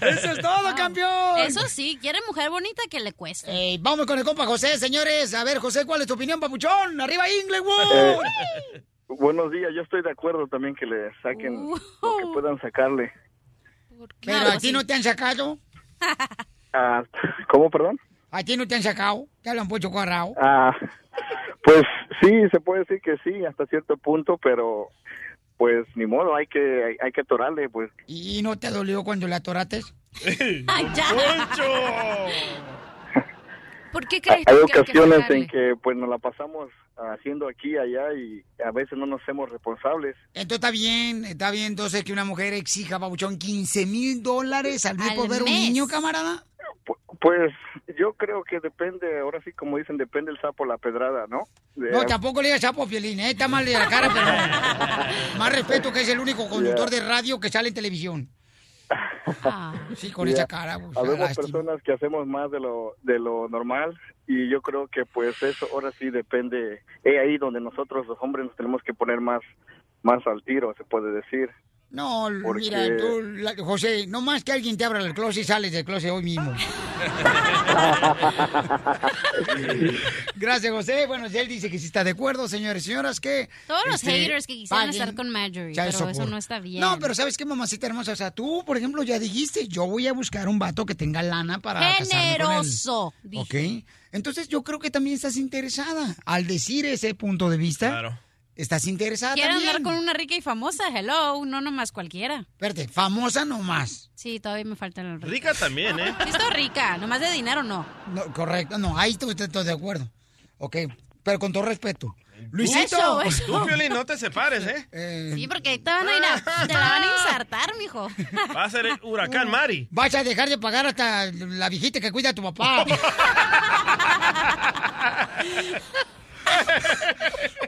Eso es todo, campeón.
Eso sí, quiere mujer bonita que le cueste.
Ey, vamos con el compa José, señores. A ver, José, ¿cuál es tu opinión, papuchón? ¡Arriba, Inglewood!
Eh, Buenos días, yo estoy de acuerdo también que le saquen lo que puedan sacarle.
Pero a ti no te han sacado.
Ah, ¿Cómo, perdón?
A ti no te han sacado. Te hablan pocho cuadrado.
Ah, pues sí, se puede decir que sí, hasta cierto punto, pero pues ni modo, hay que hay, hay que atorarle, pues.
¿Y no te dolió cuando le atorates?
¿Por qué crees tú
Hay
que hay que
ocasiones
sacarle?
en que pues nos la pasamos haciendo aquí y allá y a veces no nos hacemos responsables.
Entonces está bien, está bien entonces que una mujer exija, papuchón, 15 mil dólares al mes
Al
por ver un
mes.
niño, camarada.
Pues yo creo que depende, ahora sí como dicen, depende el sapo la pedrada, ¿no? De-
No, tampoco le digas chapo, Piolín, ¿eh? está mal de la cara, pero más respeto que es el único conductor de radio que sale en televisión.
Ah.
Sí, con esa
Ya,
cara, pues,
Habemos
lástima.
personas que hacemos más de lo, de lo normal y yo creo que pues eso ahora sí depende, es ahí donde nosotros los hombres nos tenemos que poner más, más al tiro, se puede decir.
No,
Porque-
mira, tú, la- José, no más que alguien te abra el closet y sales del closet hoy mismo. Gracias, José. Bueno, él dice que sí está de acuerdo, señores y señoras, que...
Todos los
este,
haters que quisieran
paguen
estar con Marjorie,
child
pero eso
support.
no está bien.
No, pero ¿sabes qué, mamacita hermosa? O sea, tú, por ejemplo, ya dijiste, yo voy a buscar un vato que tenga lana para casarme con él.
Generoso, dije.
Ok. Entonces, yo creo que también estás interesada. Al decir ese punto de vista, estás interesada
Quiero
también.
andar con una rica y famosa, hello, no nomás cualquiera.
Espérate, famosa nomás.
Sí, todavía me faltan las
Rica también, ¿eh?
Sí, estoy rica, nomás de dinero no.
No, correcto, no, ahí estoy, estoy de acuerdo. Ok, pero con todo respeto. Luisito.
Eso, eso.
Tú, Piolín, no te separes, ¿eh?
Sí, porque ahí te van a ir a, te la van a insertar, mijo.
Va a ser el huracán Mari.
Vas a dejar de pagar hasta la viejita que cuida a tu papá.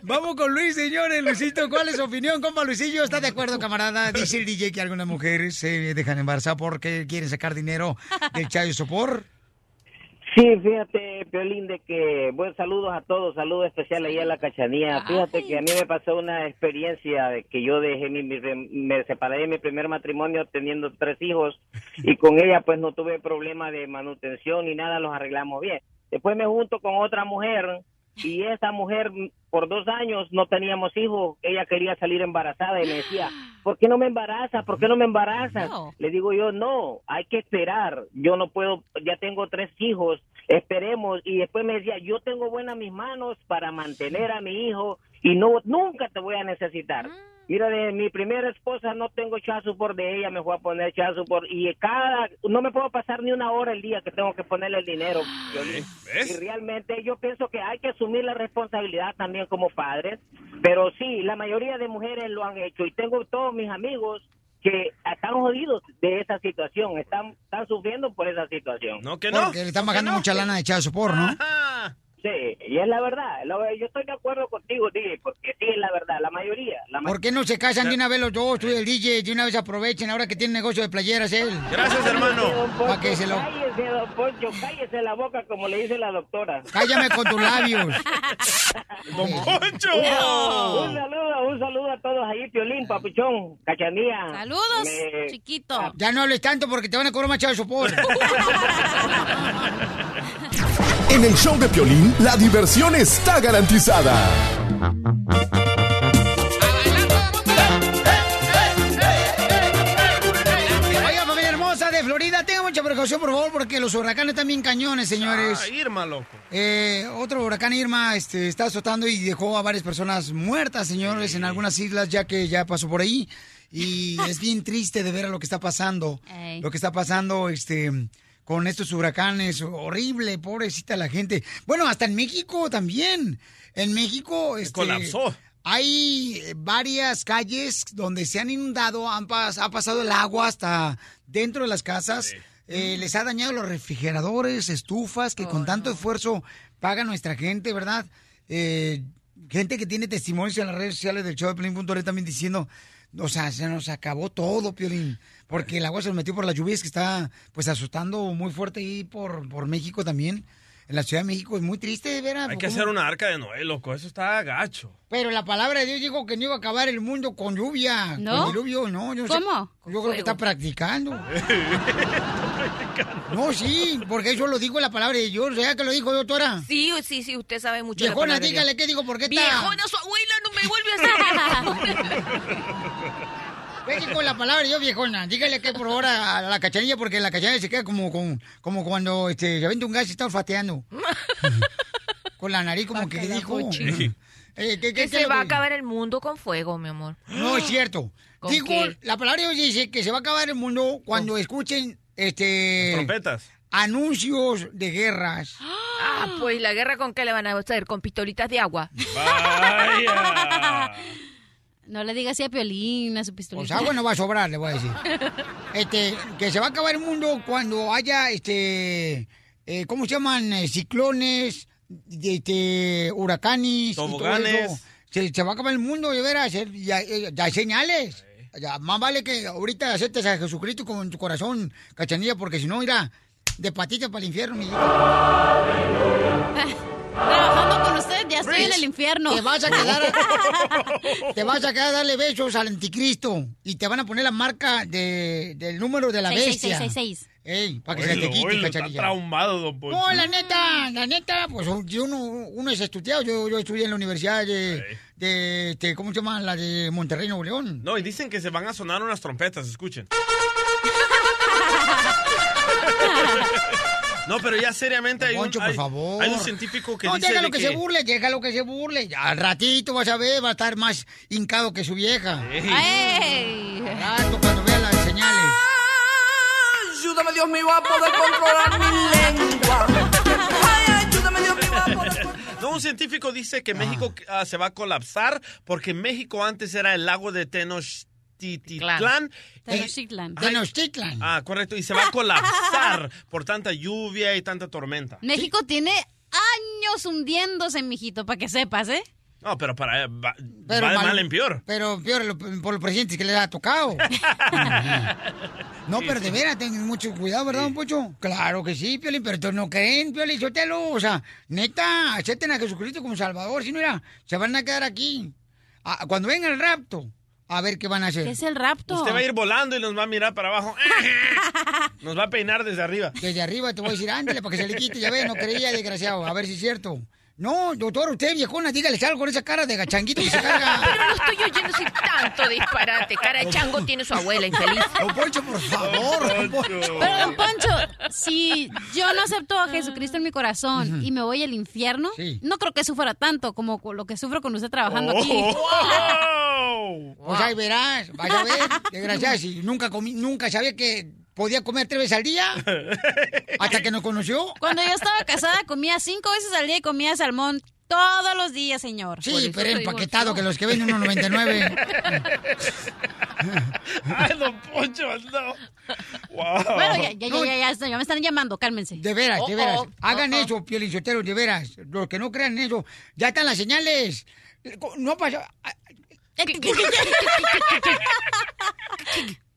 Vamos con Luis, señores. Luisito, ¿cuál es su opinión? Compa Luisillo, ¿está de acuerdo, camarada? Dice el DJ que algunas mujeres se dejan embarazar porque quieren sacar dinero del chayo sopor.
Sí, Pues fíjate, Piolín, de que buen saludos a todos, saludo especial ahí a la cachanía. Fíjate que a mí me pasó una experiencia de que yo dejé mi, mi- me separé de mi primer matrimonio teniendo tres hijos y con ella pues no tuve problema de manutención ni nada, los arreglamos bien. Después me junto con otra mujer y esa mujer por dos años no teníamos hijos, ella quería salir embarazada y me decía, ¿por qué no me embarazas? ¿Por qué no me embarazas?
No.
Le digo yo, no, hay que esperar, yo no puedo, ya tengo tres hijos, esperemos. Y después me decía, yo tengo buenas mis manos para mantener a mi hijo
y no nunca te voy a necesitar. Mira, de mi primera esposa no tengo chazo por de ella, me voy a poner chazo por y cada no me puedo pasar ni una hora el día que tengo que ponerle el dinero. Piolín. Y realmente yo pienso que hay que asumir la responsabilidad también como padres, pero sí, la mayoría de mujeres lo han hecho y tengo todos mis amigos que están jodidos de esa situación, están están sufriendo por esa situación. No
que Porque le están bajando mucha lana de chazo por, ¿no?
Sí, y es la verdad. lo- yo estoy de acuerdo contigo, DJ, porque sí es la verdad. La mayoría, la ma-
¿Por qué no se casan de una vez los dos, tú y el DJ? De una vez aprovechen, ahora que tiene negocio de playeras él.
Gracias, hermano.
Para que se lo...
Cállese, don Poncho, cállese la boca, como le dice la doctora.
Cállame con tus labios.
¡Don
Poncho!
Un saludo, un saludo a todos ahí, Piolín, Papuchón, Cachanía.
Saludos,
Me-
chiquito.
Ya no hables tanto porque te van a cobrar más chazo por.
En el show de Piolín, la diversión está garantizada.
Oiga, familia hermosa de Florida, tenga mucha precaución, por favor, porque los huracanes están bien cañones, señores.
Ah, Irma, loco.
Eh, otro huracán Irma este, está azotando y dejó a varias personas muertas, señores, en algunas islas, ya que ya pasó por ahí. Y es bien triste de ver lo que está pasando.
Ey.
Lo que está pasando este, con estos huracanes. Horrible, pobrecita la gente. Bueno, hasta en México también. En México. Este,
colapsó.
Hay varias calles donde se han inundado, han pas- ha pasado el agua hasta dentro de las casas. Eh, les ha dañado los refrigeradores, estufas, que con tanto esfuerzo paga nuestra gente, ¿verdad? Eh, gente que tiene testimonios en las redes sociales del show de Piolín.net también diciendo, o sea, se nos acabó todo, Piolín, porque el agua se nos metió por las lluvias que está, pues, azotando muy fuerte ahí por, por México también. En la Ciudad de México es muy triste, ¿verdad?
Hay que
¿Cómo?
hacer una arca de Noé, loco. Eso está gacho.
Pero la palabra de Dios dijo que no iba a acabar el mundo con lluvia.
¿No?
Con diluvio, no. Yo no sé.
¿Cómo?
Yo creo que está practicando. no, sí, porque eso lo dijo la palabra de Dios. ¿Sabes que lo dijo doctora?
Sí, sí, sí, usted sabe mucho. de la
Viejona,
palabra de
dígale
Dios.
qué dijo, porque está...
Viejona, su abuela no me vuelve a hacer.
Vete con la palabra de Dios, viejona. Dígale que por favor a, a la cachanilla, porque la cachanilla se queda como, como, como cuando este, se vende un gas y está olfateando. con la nariz como que dijo.
cochina.
Eh, ¿qué- qué- qué
que
es
se
lo
va a
que-
acabar el mundo con fuego, mi amor.
No es cierto.
¿Con
Digo,
qué?
la palabra de Dios dice que se va a acabar el mundo cuando escuchen este
Trompetas.
anuncios de guerras.
Ah, pues la guerra con qué le van a hacer, con pistolitas de agua.
No le digas así a Piolín, a su
O
pistolita.
sea, Pues agua no va a sobrar, le voy a decir. Este, que se va a acabar el mundo cuando haya este eh, ¿cómo se llaman? Eh, ciclones, de- este, huracanes, y todo
Toboganes.
eso. Se, se va a acabar el mundo, de veras, eh, ya, eh, ya hay señales. Ya, más vale que ahorita aceptes a Jesucristo con tu corazón, cachanilla, porque si no, mira, de patitas para el infierno, mi
Trabajando con usted, ya estoy en el infierno.
Te vas a quedar, te vas a quedar a darle besos al anticristo y te van a poner la marca de- del número de la bestia.
6666.
Ey, para que se te
Oilo,
quite,
oilo, está
cachanilla.
traumado, don Poncho.
No, Oh, la neta, la neta, pues yo uno, uno es estudiado. Yo, yo estudié en la universidad de, de, este, ¿cómo se llama? La de Monterrey, Nuevo León.
No, y dicen que se van a sonar unas trompetas, escuchen. No, pero ya seriamente hay, un, hay- hay un científico que
no,
dice
déjalo
de
que, se burle, déjalo que se burle. Ya, Al ratito vas a ver, va a estar más hincado que su vieja.
¡Ey!
Rato cuando vea las señales.
Ayúdame Dios mío a poder controlar mi lengua. Ay, ayúdame Dios mío a poder...
No, un científico dice que México ah, se va a colapsar porque México antes era el lago de Tenochtitlán.
Tenochtitlan.
Eh, Tenochtitlan.
Ah, correcto. Y se va a colapsar por tanta lluvia y tanta tormenta.
México tiene años hundiéndose, mijito, para que sepas, ¿eh?
No, pero para va,
Pero
va de
mal-
mal en peor.
Pero peor lo- por los presidentes que le ha tocado. no, pero de veras, tengan mucho cuidado, ¿verdad, don Pocho? Claro que sí, Piolín, pero todos no creen, Piolín, sótelo. O sea, neta, acepten a Jesucristo como Salvador. Si no, mira, se van a quedar aquí. Ah, cuando venga el rapto, a ver qué van a hacer.
¿Qué es el rapto?
Usted va a ir volando y nos va a mirar para abajo. Nos va a peinar desde arriba.
Desde arriba te voy a decir, ándale, para que se le quite. Ya ves, no creía, desgraciado. A ver si es cierto. No, doctor, usted viejona, dígale algo con esa cara de gachanguito que se carga.
Pero no estoy oyendo así tanto disparate. Cara de chango tiene su abuela infeliz.
Don Poncho, por favor, don
Pero,
Poncho.
don Poncho, si yo no acepto a Jesucristo en mi corazón y me voy al infierno, no creo que sufra tanto como co- lo que sufro con usted trabajando aquí.
Pues ahí verás, vaya a ver, desgraciada, si nunca comí, nunca sabía que podía comer tres veces al día, hasta que nos conoció.
Cuando yo estaba casada, comía cinco veces al día y comía salmón todos los días, señor.
Sí, pero empaquetado, que los que venden 1.99.
Ay, don Poncho, no. Wow.
Bueno, ya, ya, ya, ya, ya, ya me están llamando, cálmense. Oh,
De veras, de veras. Hagan eso, piolichoteros, de veras. Los que no crean en eso, ya están las señales. No pasa.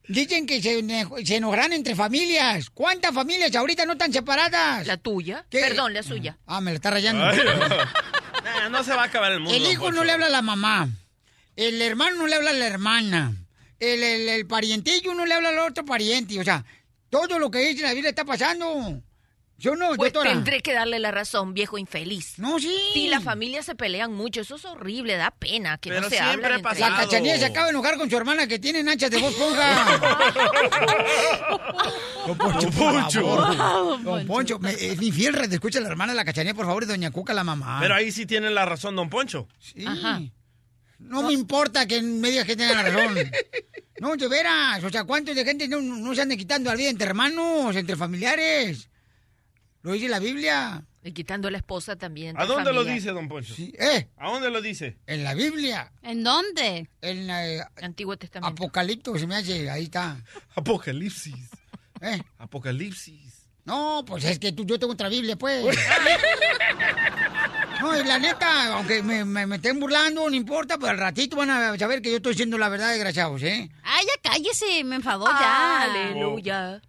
Dicen que se, ene- se enojarán entre familias. ¿Cuántas familias ahorita no están separadas? ¿La
tuya? Perdón, la suya.
Ah, me la está rayando.
Ay, no. Nah, no se va a acabar el mundo.
El
don
hijo
Poncho.
no le habla a la mamá. El hermano no le habla a la hermana. El, el- el parientillo no le habla al otro pariente. O sea, todo lo que dice la Biblia está pasando. Yo no,
Pues
doctora.
tendré que darle la razón, viejo infeliz.
No, sí.
Sí, las familias se pelean mucho. Eso es horrible, da pena que no se hablen entre
La
ellos.
cachanilla se acaba de enojar con su hermana que tiene anchas de voz ponja. Don Poncho, por favor. Don Poncho, me- es mi fiel red. Escucha la hermana de la cachanilla, por favor, y doña Cuca, la mamá.
Pero ahí sí tiene la razón, don Poncho.
Sí. No, me importa que media gente tenga la razón. No, de veras. O sea, ¿cuántos de gente no, no se ande quitando la vida entre hermanos, entre familiares? Lo dice la Biblia.
Y quitando a la esposa también.
¿A dónde lo
familia.
dice, don Poncho?
¿Eh?
¿A dónde lo dice?
En la Biblia.
¿En dónde?
En la, eh,
Antiguo Testamento.
Apocalipto, se me hace, ahí está.
Apocalipsis.
¿Eh?
Apocalipsis.
No, pues es que tú, yo tengo otra Biblia, pues. No, y la neta, aunque me, me, me estén burlando, no importa, pero al ratito van a saber que yo estoy diciendo la verdad, desgraciados, ¿eh?
Ay, ya cállese, me enfadó ya.
Aleluya.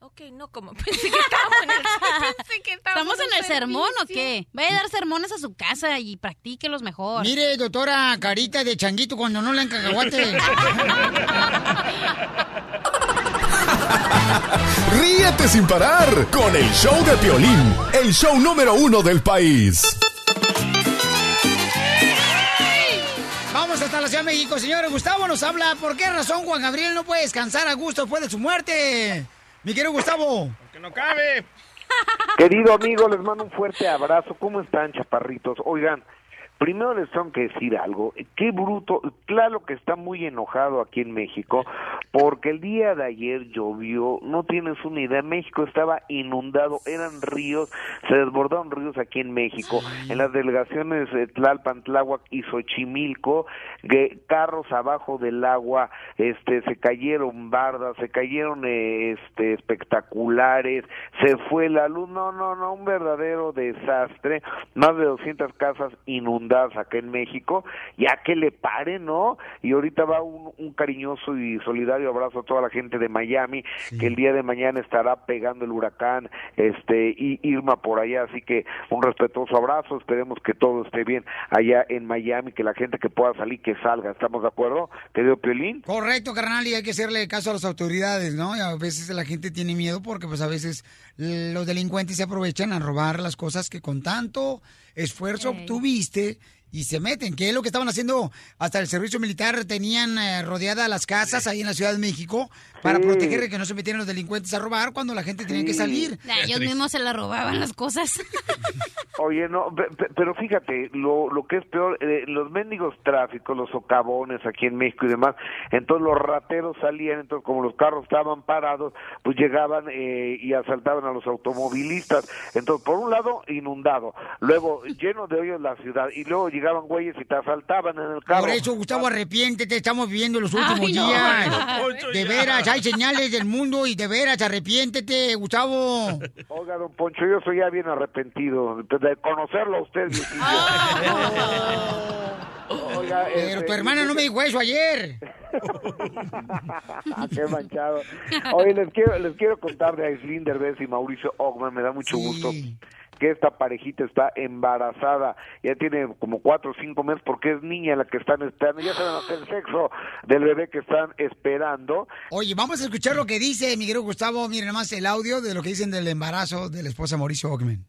Ok, no como pensé que estábamos en el, pensé que estábamos
¿Estamos en el sermón o qué? Vaya a dar sermones a su casa y practíquelos mejor.
Mire, doctora, carita de changuito cuando no le han cacahuate.
Ríete sin parar con el show de Piolín, el show número uno del país.
Vamos hasta la Ciudad de México, señores. Gustavo nos habla. ¿Por qué razón Juan Gabriel no puede descansar a gusto después de su muerte? Mi querido Gustavo.
Que no cabe.
Querido amigo, les mando un fuerte abrazo. ¿Cómo están, chaparritos? Oigan, primero les tengo que decir algo. Qué bruto. Claro que está muy enojado aquí en México, porque el día de ayer llovió. No tienes una idea. México estaba inundado. Eran ríos. Se desbordaron ríos aquí en México. En las delegaciones de Tlalpan, Tláhuac y Xochimilco, que carros abajo del agua, este, se cayeron bardas, se cayeron eh, este, espectaculares, se fue la luz, no, no, no, un verdadero desastre, más de 200 casas inundadas acá en México, ya que le pare, ¿no? Y ahorita va un, un cariñoso y solidario abrazo a toda la gente de Miami, que el día de mañana estará pegando el huracán, este, y Irma por allá, así que un respetuoso abrazo, esperemos que todo esté bien allá en Miami, que la gente que pueda salir, que salga, ¿estamos de acuerdo, querido Piolín?
Correcto, carnal, y hay que hacerle caso a las autoridades, ¿no? Y a veces la gente tiene miedo porque pues a veces los delincuentes se aprovechan a robar las cosas que con tanto esfuerzo obtuviste y se meten, que es lo que estaban haciendo hasta el servicio militar, tenían eh, rodeadas las casas ahí en la Ciudad de México para
Sí.
proteger de que no se metieran los delincuentes a robar cuando la gente tenía que salir.
Nah, ellos mismos se la robaban las cosas.
Oye, no, pe- pe- pero fíjate, lo, lo que es peor, eh, los mendigos tráficos, los socavones aquí en México y demás, entonces los rateros salían, entonces como los carros estaban parados, pues llegaban eh, y asaltaban a los automovilistas. Entonces, por un lado, inundado, luego lleno de hoyos la ciudad, y luego llegaban güeyes y te asaltaban en el carro.
Por eso, Gustavo, arrepiéntete, estamos viviendo los últimos
Ah. Ay, no.
días.
Ay, Poncho,
de
ya.
veras, hay señales del mundo y de veras, arrepiéntete, Gustavo.
Oiga, don Poncho, yo soy ya bien arrepentido de conocerlo a usted. viejillo. Oiga,
Pero
este,
tu hermana no me dijo eso ayer.
Ah, qué manchado. Oye, les quiero, les quiero contar de Aislinn Derbez y Mauricio Ogman, me da mucho gusto que esta parejita está embarazada, ya tiene como cuatro o cinco meses porque es niña la que están esperando, ya saben hasta el sexo del bebé que están esperando.
Oye, vamos a escuchar lo que dice mi querido Gustavo. Miren nomás el audio de lo que dicen del embarazo de la esposa Mauricio Ockman.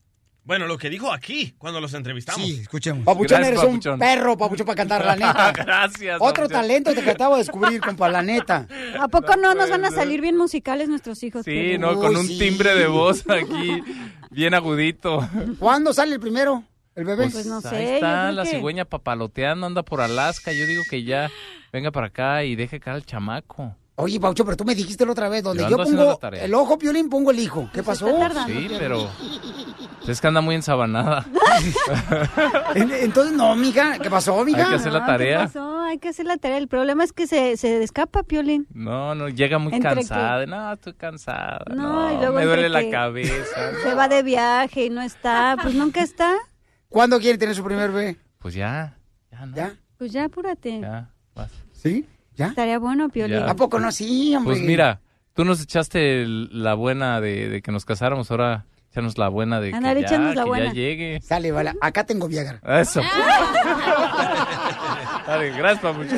Bueno, lo que dijo aquí cuando los entrevistamos. Sí,
escuchemos. Papuchón, eres un perro, Papuchón, para cantar, la neta.
Gracias.
Otro
Papuchón.
talento te que acabo de descubrir, compa, la neta.
¿A poco no nos van a salir bien musicales nuestros hijos?
Sí,
Piolín?
¿no? Con un timbre de voz aquí bien agudito.
¿Cuándo sale el primero? ¿El bebé?
Pues no
Ahí
sé. yo
está
creo
la
que-
cigüeña papaloteando, anda por Alaska. Yo digo que ya venga para acá y deje acá al chamaco.
Oye, Paucho, pero tú me dijiste la otra vez, donde
Yo
yo,
ando haciendo la
pongo
tarea.
el ojo, Piolín, pongo el hijo. ¿Qué
Pues
pasó?
Sí, pero pues es que anda muy ensabanada.
En- Entonces, no, mija. ¿Qué pasó, mija?
Hay que hacer la
No, ¿Qué
tarea.
pasó? Hay que hacer la tarea. El problema es que se, se escapa, Piolín.
No, no, llega muy
Entre que-
cansada. No, estoy cansada.
No,
No,
y luego
me duele
entre
la
que-
cabeza.
Se va de viaje y no está. Pues nunca está.
¿Cuándo quiere tener su primer bebé?
Pues ya.
¿Ya?
Pues ya apúrate.
¿Sí? ¿Ya?
Estaría bueno, Piolín.
Ya. ¿A
poco no? Sí,
Pues mira, tú nos echaste el- la buena de, de que nos casáramos, ahora echanos la buena de que,
Ándale,
ya,
échanos la
que ya
buena.
llegue.
Sale, vale. Acá tengo Viagra.
Eso. Dale, gracias, papucho.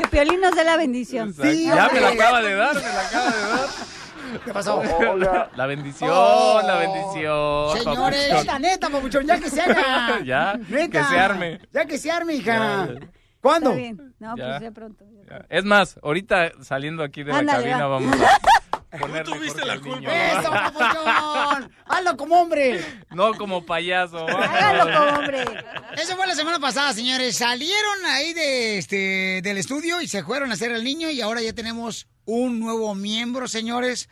Que Piolín nos dé la bendición.
Sí, Ya me la acaba de dar, me la acaba de dar.
¿Qué pasó?
La bendición,
Oh,
la bendición.
Señores,
papuchón.
la neta, papuchón, ya que se haga.
Ya,
Neta,
que se arme.
Ya que se arme, hija.
Ya,
¿Cuándo?
Está bien. No,
Ya.
pues ya pronto.
Es más, ahorita saliendo aquí de
Ándale,
la cabina
va.
vamos a
ponerle tuviste la culpa.
¡Eso, papuchón! ¡Hazlo como hombre!
No como payaso. vamos.
hombre.
Eso fue la semana pasada, señores. Salieron ahí de este del estudio y se fueron a hacer el niño y ahora ya tenemos un nuevo miembro, señores,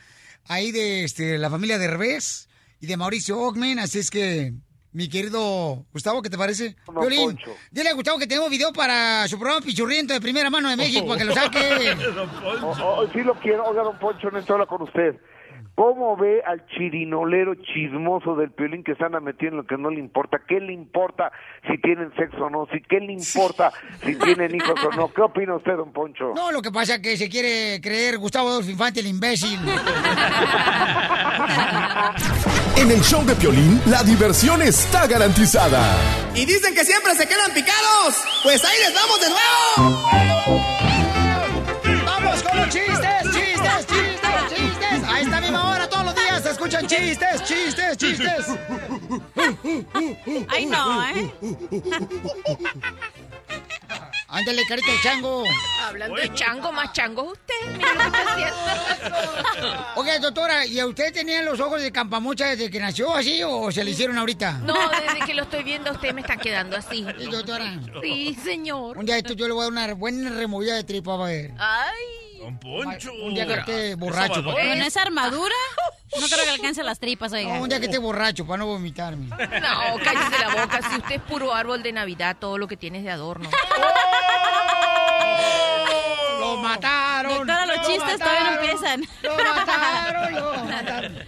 ahí de este la familia de Revés y de Mauricio Ogmen, así es que mi querido Gustavo, ¿qué te parece?
No,
Piolín,
Poncho.
dile a Gustavo que tenemos video para su programa Pichurriento de primera mano de México para que lo saque.
Poncho.
Oh, oh, sí lo quiero. Oiga, don Poncho, necesito hablar con usted. ¿Cómo ve al chirinolero chismoso del piolín que se anda metiendo en lo que no le importa? ¿Qué le importa si tienen sexo o no? ¿Si ¿Qué le importa si tienen hijos o no? ¿Qué opina usted, don Poncho?
No, lo que pasa es que se quiere creer Gustavo Adolfo Infante el imbécil.
En el show de Piolín, la diversión está garantizada.
Y dicen que siempre se quedan picados. Pues ahí les vamos de nuevo.
¡Vamos con los chistes! ¡Chistes, chistes, chistes! A esta misma hora, todos los días, se escuchan chistes, chistes, chistes.
Ay, no, ¿eh?
Ándale, carita de chango.
Hablando de chango, más chango usted. Mira lo que está haciendo.
Oiga, doctora, ¿y a usted tenía los ojos de campamucha desde que nació así o se le hicieron ahorita?
No, desde que lo estoy viendo, usted me está quedando así.
doctora?
Sí, señor.
Un día de esto yo le voy a dar una buena removida de tripa, a ver.
Ay.
Don Poncho.
Un día que esté borracho.
Salvador.
pa-
Con esa armadura, no creo que alcance las tripas, oiga.
No, un día que esté borracho para no vomitarme.
No, cállese la boca. Si usted es puro árbol de Navidad, todo lo que tiene es de adorno.
¡Oh! ¡Lo mataron!
Doctora, los
¡Lo
chistes todavía no
mataron!
empiezan.
¡Lo mataron! ¡Lo mataron!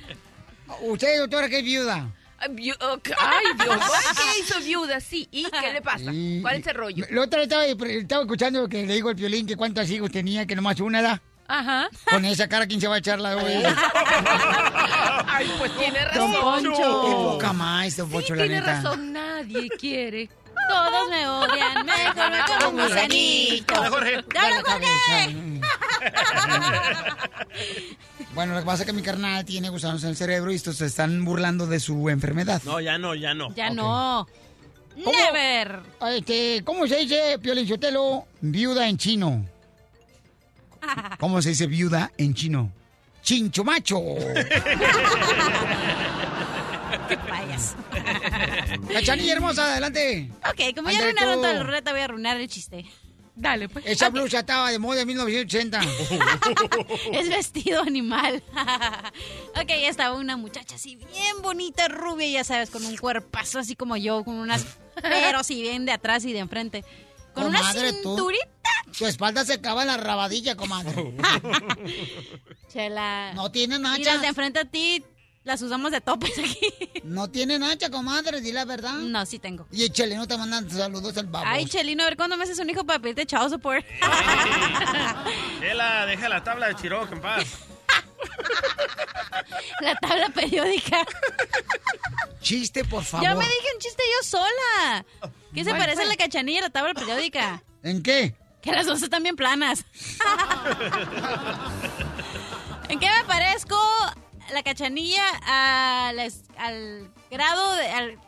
Usted, doctora, que es viuda.
Ay, viu- ok, Ay, Dios. ¿Qué hizo viuda? Sí. ¿Y qué le pasa? ¿Cuál es el rollo?
La otra vez estaba, estaba escuchando que le digo al violín que cuántas hijos tenía, que nomás una edad.
Ajá.
Con esa cara, ¿quién se va a echar la hoy?
Ay, pues tiene razón.
Qué poca más, don Poncho, la
Tiene
neta.
razón, nadie quiere.
Todos me odian, mejor me como un gusanito.
Dale, Jorge.
¡Dale, Jorge!
Bueno, lo que pasa es que mi carnal tiene gusanos en el cerebro y estos se están burlando de su enfermedad.
No, ya no, ya no.
Ya no. Never.
eh,
Este, ¿Cómo se dice, Piolinchotelo, viuda en chino? ¿Cómo se dice viuda en chino? Chincho macho.
Qué payas.
Cachanilla hermosa, adelante.
Ok, como ya
Ándale
arruinaron
tú.
toda la ruleta, voy a arruinar el chiste. Dale, pues.
Esa blusa estaba de moda en 1980.
es vestido animal. ok, ya estaba una muchacha así bien bonita, rubia, ya sabes, con un cuerpazo así como yo, con unas peros y bien de atrás y de enfrente. Con una
Comadre, tú.
cinturita.
Su espalda se acaba en la rabadilla, comadre.
Chela.
No tiene
Y
nachas.
las de enfrente a ti las usamos de topes aquí.
No tiene nacha, comadre, di la verdad.
No, sí tengo.
Y el chile no te mandan saludos al babo.
Ay, Chelino, a ver cuándo me haces un hijo para pedirte chao support.
Chela, deja la tabla de Chiroc en paz.
La tabla periódica.
Chiste, por favor.
Ya me dije un chiste yo sola. ¿Qué se
Ay,
parece
pues.
la cachanilla y la tabla periódica?
¿En qué?
Que las dos están bien planas. ¿En qué me parezco la cachanilla a la es- al grado de... al-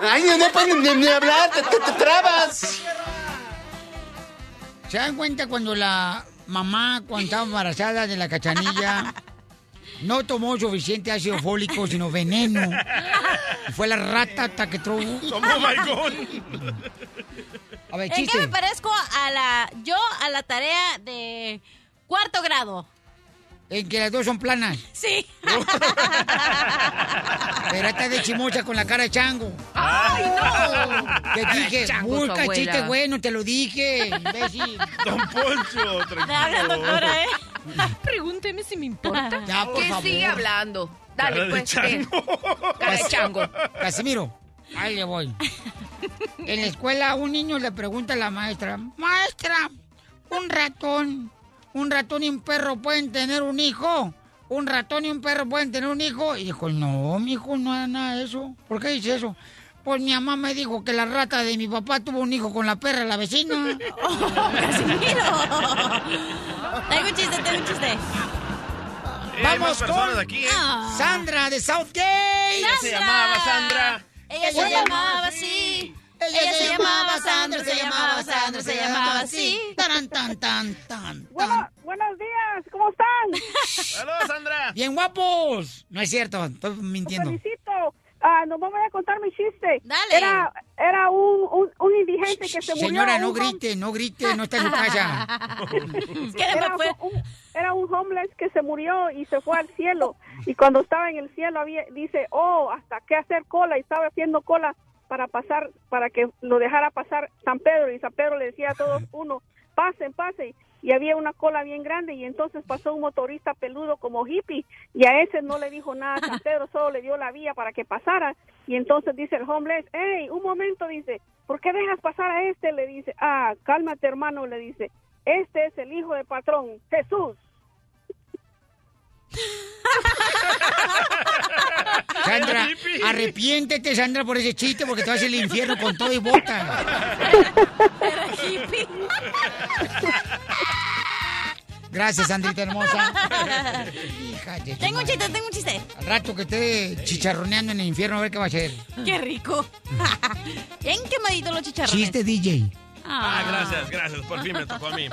Ay, no pueden ni, ni hablar, te, te- te trabas.
¿Se dan cuenta cuando la mamá, cuando estaba embarazada de la cachanilla, no tomó suficiente ácido fólico, sino veneno? Y fue la rata hasta que trobó.
Tomó Maicón.
A ver,
¿En qué
chiste.
me parezco a la... yo a la tarea de cuarto grado?
En que las dos son planas.
Sí.
Pero está de chimocha con la cara de chango.
¡Ay, no!
Te dije,
Chango, tu
busca
abuela.
chiste bueno, te lo dije, imbécil.
Don Poncho, tranquilo.
Me hablan, doctora,
¿eh?
Pregúnteme si me importa.
Ya, por
¿Qué
favor.
sigue hablando? Dale,
Cara de
pues.
chango.
ven. Cara de chango.
Casimiro, ahí le voy. En la escuela un niño le pregunta a la maestra, maestra, un ratón, un ratón y un perro pueden tener un hijo. Un ratón y un perro pueden tener un hijo. Y dijo, no, mi hijo, no es nada de eso. ¿Por qué dice eso? Pues mi mamá me dijo que la rata de mi papá tuvo un hijo con la perra, la vecina.
Tengo un chiste, tengo un chiste.
Eh, hay
Vamos
más personas
con
aquí, ¿eh?
Ah.
Sandra de Southgate.
Ella se llamaba Sandra.
Ella se llamaba así. Ella se llamaba Sandra, se llamaba Sandra, se llamaba así.
Taran, tan, tan, tan.
Ah.
buenos días, ¿cómo están?
Saludos, Sandra.
Bien guapos. No es cierto, estoy mintiendo.
Felicito. Ah, no me voy a contar mi chiste.
Dale.
Era, era un, un, un indigente que se murió.
Señora, no
un hom-
grite, no grite, no está en su casa.
Era, un, era un homeless que se murió y se fue al cielo. Y cuando estaba en el cielo, había, dice, oh, hasta qué hacer cola. Y estaba haciendo cola para pasar, para que lo dejara pasar San Pedro. Y San Pedro le decía a todos, uno, pasen, pasen. Y había una cola bien grande y entonces pasó un motorista peludo como hippie y a ese no le dijo nada San Pedro, solo le dio la vía para que pasara. Y entonces dice el homeless, hey, un momento, dice, ¿por qué dejas pasar a este? Le dice, ah, cálmate hermano, le dice, este es el hijo del patrón, Jesús.
Sandra, arrepiéntete, Sandra, por ese chiste, porque te vas al infierno con todo y bota. Gracias, Sandrita hermosa. Hija de su
Tengo un
madre.
chiste, tengo un chiste.
Al rato que esté chicharroneando en el infierno, a ver qué va a hacer.
Qué rico. Bien quemaditos los chicharrones.
Chiste, DJ.
Ah, gracias, gracias. Por fin me tocó a mí.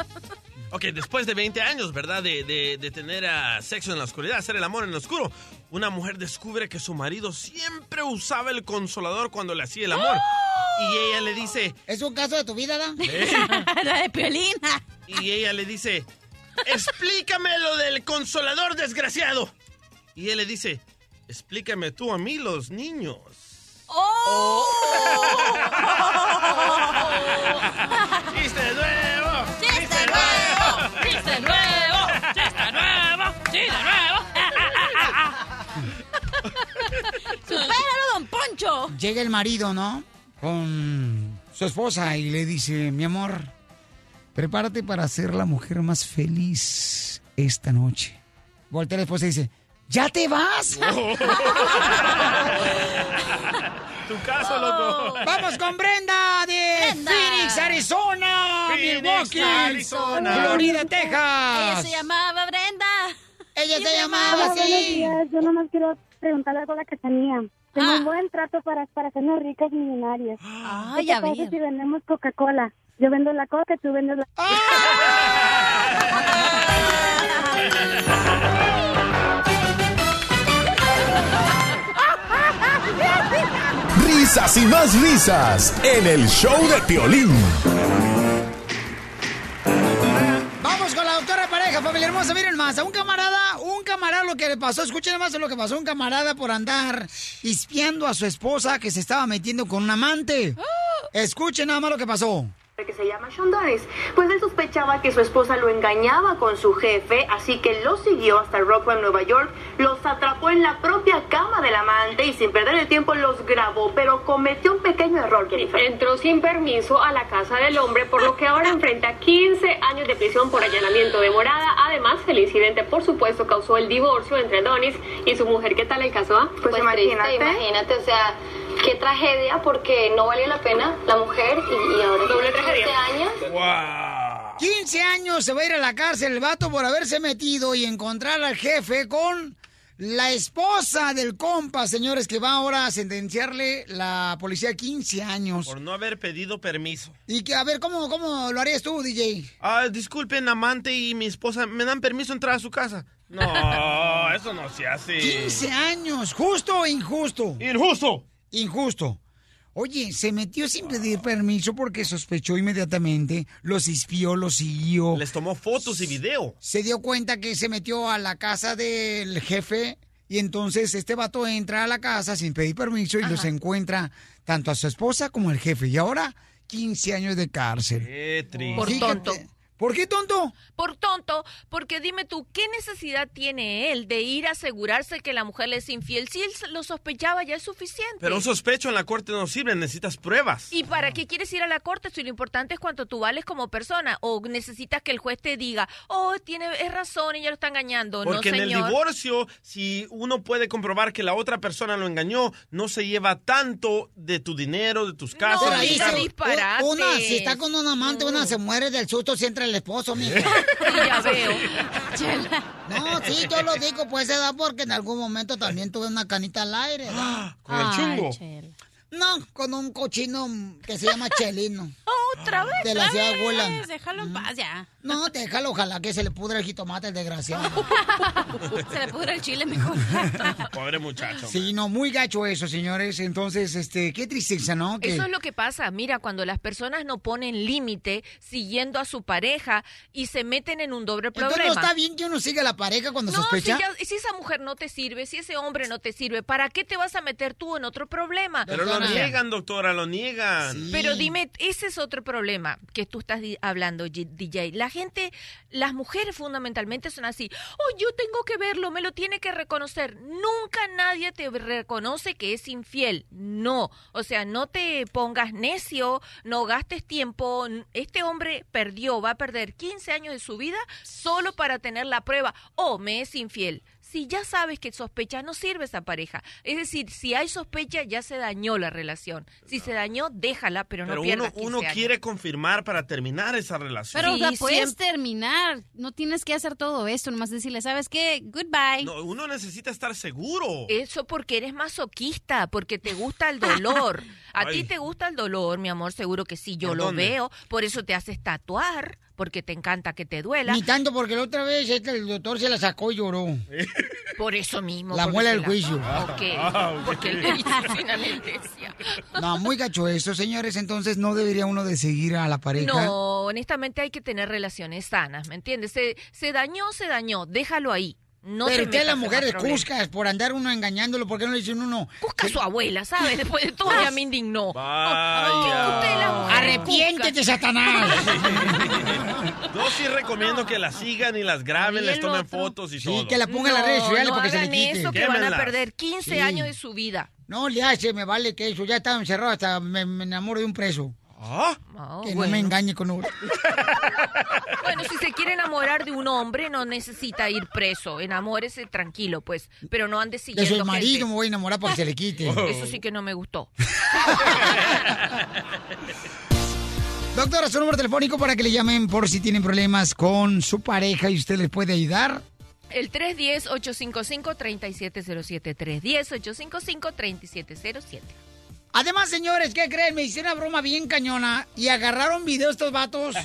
Ok, después de 20 años, ¿verdad? De, de- de tener ah, sexo en la oscuridad, hacer el amor en el oscuro, una mujer descubre que su marido siempre usaba el consolador cuando le hacía el amor. Y ella le dice...
¿Es un caso de tu vida, Dan?
La de Piolina.
Y ella le dice, explícame lo del consolador desgraciado. Y él le dice, explícame tú a mí los niños.
Oh.
¡Chiste nuevo!
¡Chiste nuevo! ¡Chiste nuevo! ¡Chiste nuevo! ¡Chiste nuevo! ¡Supéralo, don Poncho!
Llega el marido, ¿no? Con su esposa y le dice, mi amor, prepárate para ser la mujer más feliz esta noche. Voltea la esposa y dice, ¿ya te vas?
tu caso, loco.
Vamos con Brenda de Phoenix, Arizona,
Phoenix,
Milwaukee,
Arizona.
Florida,
Ella
Texas.
se llamaba Brenda.
Ella
Y
se llamaba
llamaba
Hola, buenos
así.
días. Yo nomás quiero preguntarle algo a la cachanía. Tengo un buen trato para, para hacernos ricas millonarias.
Ah,
¿Qué te
ya
parece
veo.
si vendemos Coca-Cola? Yo vendo la coca, tú vendes la...
Risas y más risas en el show de Piolín.
Vamos con la doctora de pareja, familia hermosa. Miren más, a un camarada, un camarada lo que le pasó, escuchen más lo que pasó a un camarada por andar espiando a su esposa que se estaba metiendo con un amante. Escuchen nada más lo que pasó.
que se llama Sean Doris. Pues él sospechaba que su esposa lo engañaba con su jefe, así que lo siguió hasta Rockwell, Nueva York, los atrapó en la propia cama del amante y sin perder el tiempo los grabó, pero cometió un pequeño error, Jennifer. Entró sin permiso a la casa del hombre, por lo que ahora enfrenta 15 años de prisión por allanamiento de morada. Además, el incidente, por supuesto, causó el divorcio entre Donis y su mujer. ¿Qué tal el caso? ah?
Pues, imagínate. imagínate, o sea, qué tragedia porque no vale la pena la mujer y, y ahora
Doble
tiene 15
tragedia.
años.
15 años se va a ir a la cárcel el vato por haberse metido y encontrar al jefe con La esposa del compa, señores, que va ahora a sentenciarle la policía a 15 años.
Por no haber pedido permiso.
Y que, a ver, ¿cómo, cómo lo harías tú, DJ?
Ah, disculpen, amante y mi esposa, ¿me dan permiso entrar a su casa? No, eso no se hace.
15 años, justo o injusto.
Injusto.
Injusto. Oye, se metió sin pedir permiso porque sospechó inmediatamente, los espió, los siguió.
Les tomó fotos y video.
Se dio cuenta que se metió a la casa del jefe y entonces este vato entra a la casa sin pedir permiso y los encuentra tanto a su esposa como al jefe. Y ahora 15 años de cárcel.
Qué triste.
Por tonto.
¿Por qué tonto?
Por tonto, porque dime tú, ¿qué necesidad tiene él de ir a asegurarse que la mujer le es infiel? Si él lo sospechaba ya es suficiente.
Pero un sospecho en la corte no sirve, necesitas pruebas.
¿Y para qué quieres ir a la corte si lo importante es cuánto tú vales como persona? ¿O necesitas que el juez te diga, oh, tiene, es razón, ella lo está engañando?
Porque
no,
en
señor.
el divorcio, si uno puede comprobar que la otra persona lo engañó, no se lleva tanto de tu dinero, de tus casas.
Pero ahí
de-
se- Una, si está con un amante, una se muere del susto si entra el esposo,
Eh.
mija.
ya veo.
No, sí, yo lo digo, pues se da porque en algún momento también tuve una canita al aire. ¿verdad?
Ah, ¿Con el chungo?
No, con un cochino que se llama Chelino.
Otra vez.
De la
otra
ciudad
vez.
Gulan.
Déjalo en paz ya.
No, déjalo, ojalá que se le pudra el jitomate el desgraciado.
Ah,
Se le pudre el chile mejor.
Pobre muchacho.
Sí, no, muy gacho eso, señores. Entonces, este, qué tristeza, ¿no? Que-
Eso es lo que pasa. Mira, cuando las personas no ponen límite siguiendo a su pareja y se meten en un doble problema.
Entonces no está bien que uno siga a la pareja cuando
No, si,
sospecha.
ya- si esa mujer no te sirve, si ese hombre no te sirve, ¿para qué te vas a meter tú en otro problema?
Pero lo niegan, doctora, lo niegan.
Pero dime, ese es otro problema que tú estás di- hablando, G- DJ. La gente, las mujeres fundamentalmente son así. Oh, yo tengo que verlo, me lo tiene que reconocer. Nunca nadie te reconoce que es infiel. No. O sea, no te pongas necio, no gastes tiempo. N- Este hombre perdió, va a perder 15 años de su vida solo para tener la prueba. Oh, me es infiel. Si ya sabes que sospecha, no sirve esa pareja. Es decir, si hay sospecha, ya se dañó la relación. Si se dañó, déjala, pero no
Pero uno,
pierdas
uno
15 años.
quiere confirmar para terminar esa relación.
Pero la
pues,
puedes terminar. No tienes que hacer todo esto. Nomás decirle, ¿sabes qué? Goodbye.
No, uno necesita estar seguro.
Eso porque eres masoquista, pues. porque te gusta el dolor. A ti
Ay.
te gusta el dolor, mi amor, seguro que sí, yo
¿Por
lo
dónde?
veo. Por eso te haces tatuar, porque te encanta que te duela.
Ni tanto porque la otra vez este, el doctor se la sacó y lloró.
Por eso mismo.
La
porque
muela
se
del juicio.
Ok,
Ah, ok.
porque le hizo sin anestesia.
No, muy gacho eso, señores. Entonces no debería uno de seguir a la pareja.
No, honestamente hay que tener relaciones sanas, ¿me entiendes? Se, se dañó, se dañó, déjalo ahí. No te
Pero ustedes
metas
las
en más
mujeres
problemas.
cuscas por andar uno engañándolo, ¿por qué no le dicen uno?
Cusca a su abuela, ¿sabes? Después de todo ya me indignó.
Ah.
Arrepiéntete, Satanás.
Yo sí recomiendo que las sigan y las graben, les tomen fotos y todo.
que la pongan en las redes sociales
no
para que se le
hagan
quite.
eso que van a perder 15
Sí.
años de su vida.
No le hace, me vale que eso. Ya estaba encerrado, hasta me, me enamoro de un preso.
Ah,
que no
bueno.
me engañe con uno.
Bueno, si se quiere enamorar de un hombre, no necesita ir preso. Enamórese tranquilo, pues. Pero no ande
De
siguiendo
su
gente.
marido me voy a enamorar para que se le quite.
Eso sí que no me gustó.
Doctora, su número telefónico para que le llamen por si tienen problemas con su pareja y usted les puede ayudar.
El 310-855-3707. 310-855-3707.
Además, señores, ¿qué creen? Me hicieron una broma bien cañona y agarraron video estos vatos.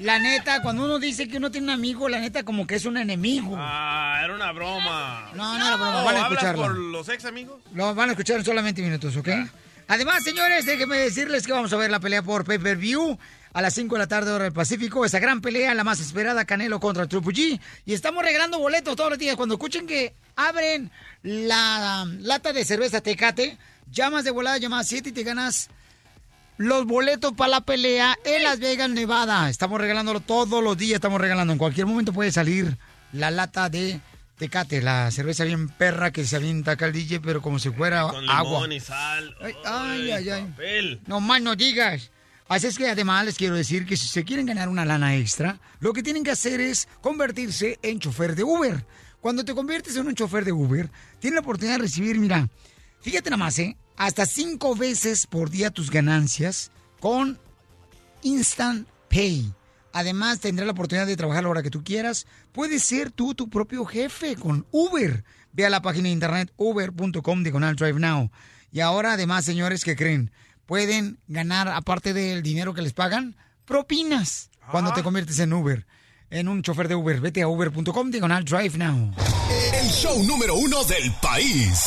La neta, cuando uno dice que uno tiene un amigo, la neta como que es un enemigo.
Ah, era una broma.
No, no era broma,
Oh,
van a
¿hablas
escucharlo.
por los ex amigos?
Lo van a escuchar en solamente minutos, ¿ok? Además, señores, déjenme decirles que vamos a ver la pelea por pay-per-view a las 5 de la tarde hora del Pacífico. Esa gran pelea, la más esperada, Canelo contra Triple G. Y estamos regalando boletos todos los días. Cuando escuchen que abren la um, lata de cerveza Tecate, llamas de volada, llamas 7 y te ganas los boletos para la pelea en Las Vegas, Nevada. Estamos regalándolo todos los días, estamos regalando. En cualquier momento puede salir la lata de Tecate, la cerveza bien perra que se avienta acá el DJ, pero como si fuera
Con limón
agua.
y sal.
Ay, ay, ay, ay.
papel.
No más no digas. Así es que además les quiero decir que si se quieren ganar una lana extra, lo que tienen que hacer es convertirse en chofer de Uber. Cuando te conviertes en un chofer de Uber, tienes la oportunidad de recibir, mira, fíjate nada más, ¿eh? hasta cinco veces por día tus ganancias con Instant Pay. Además, tendrás la oportunidad de trabajar a la hora que tú quieras. Puedes ser tú tu propio jefe con Uber. Ve a la página de internet uber.com diagonal drive now. Y ahora, además, señores, que creen? Pueden ganar, aparte del dinero que les pagan, propinas cuando te conviertes en Uber, en un chofer de Uber. Vete a uber.com diagonal drive now.
El show número uno del país.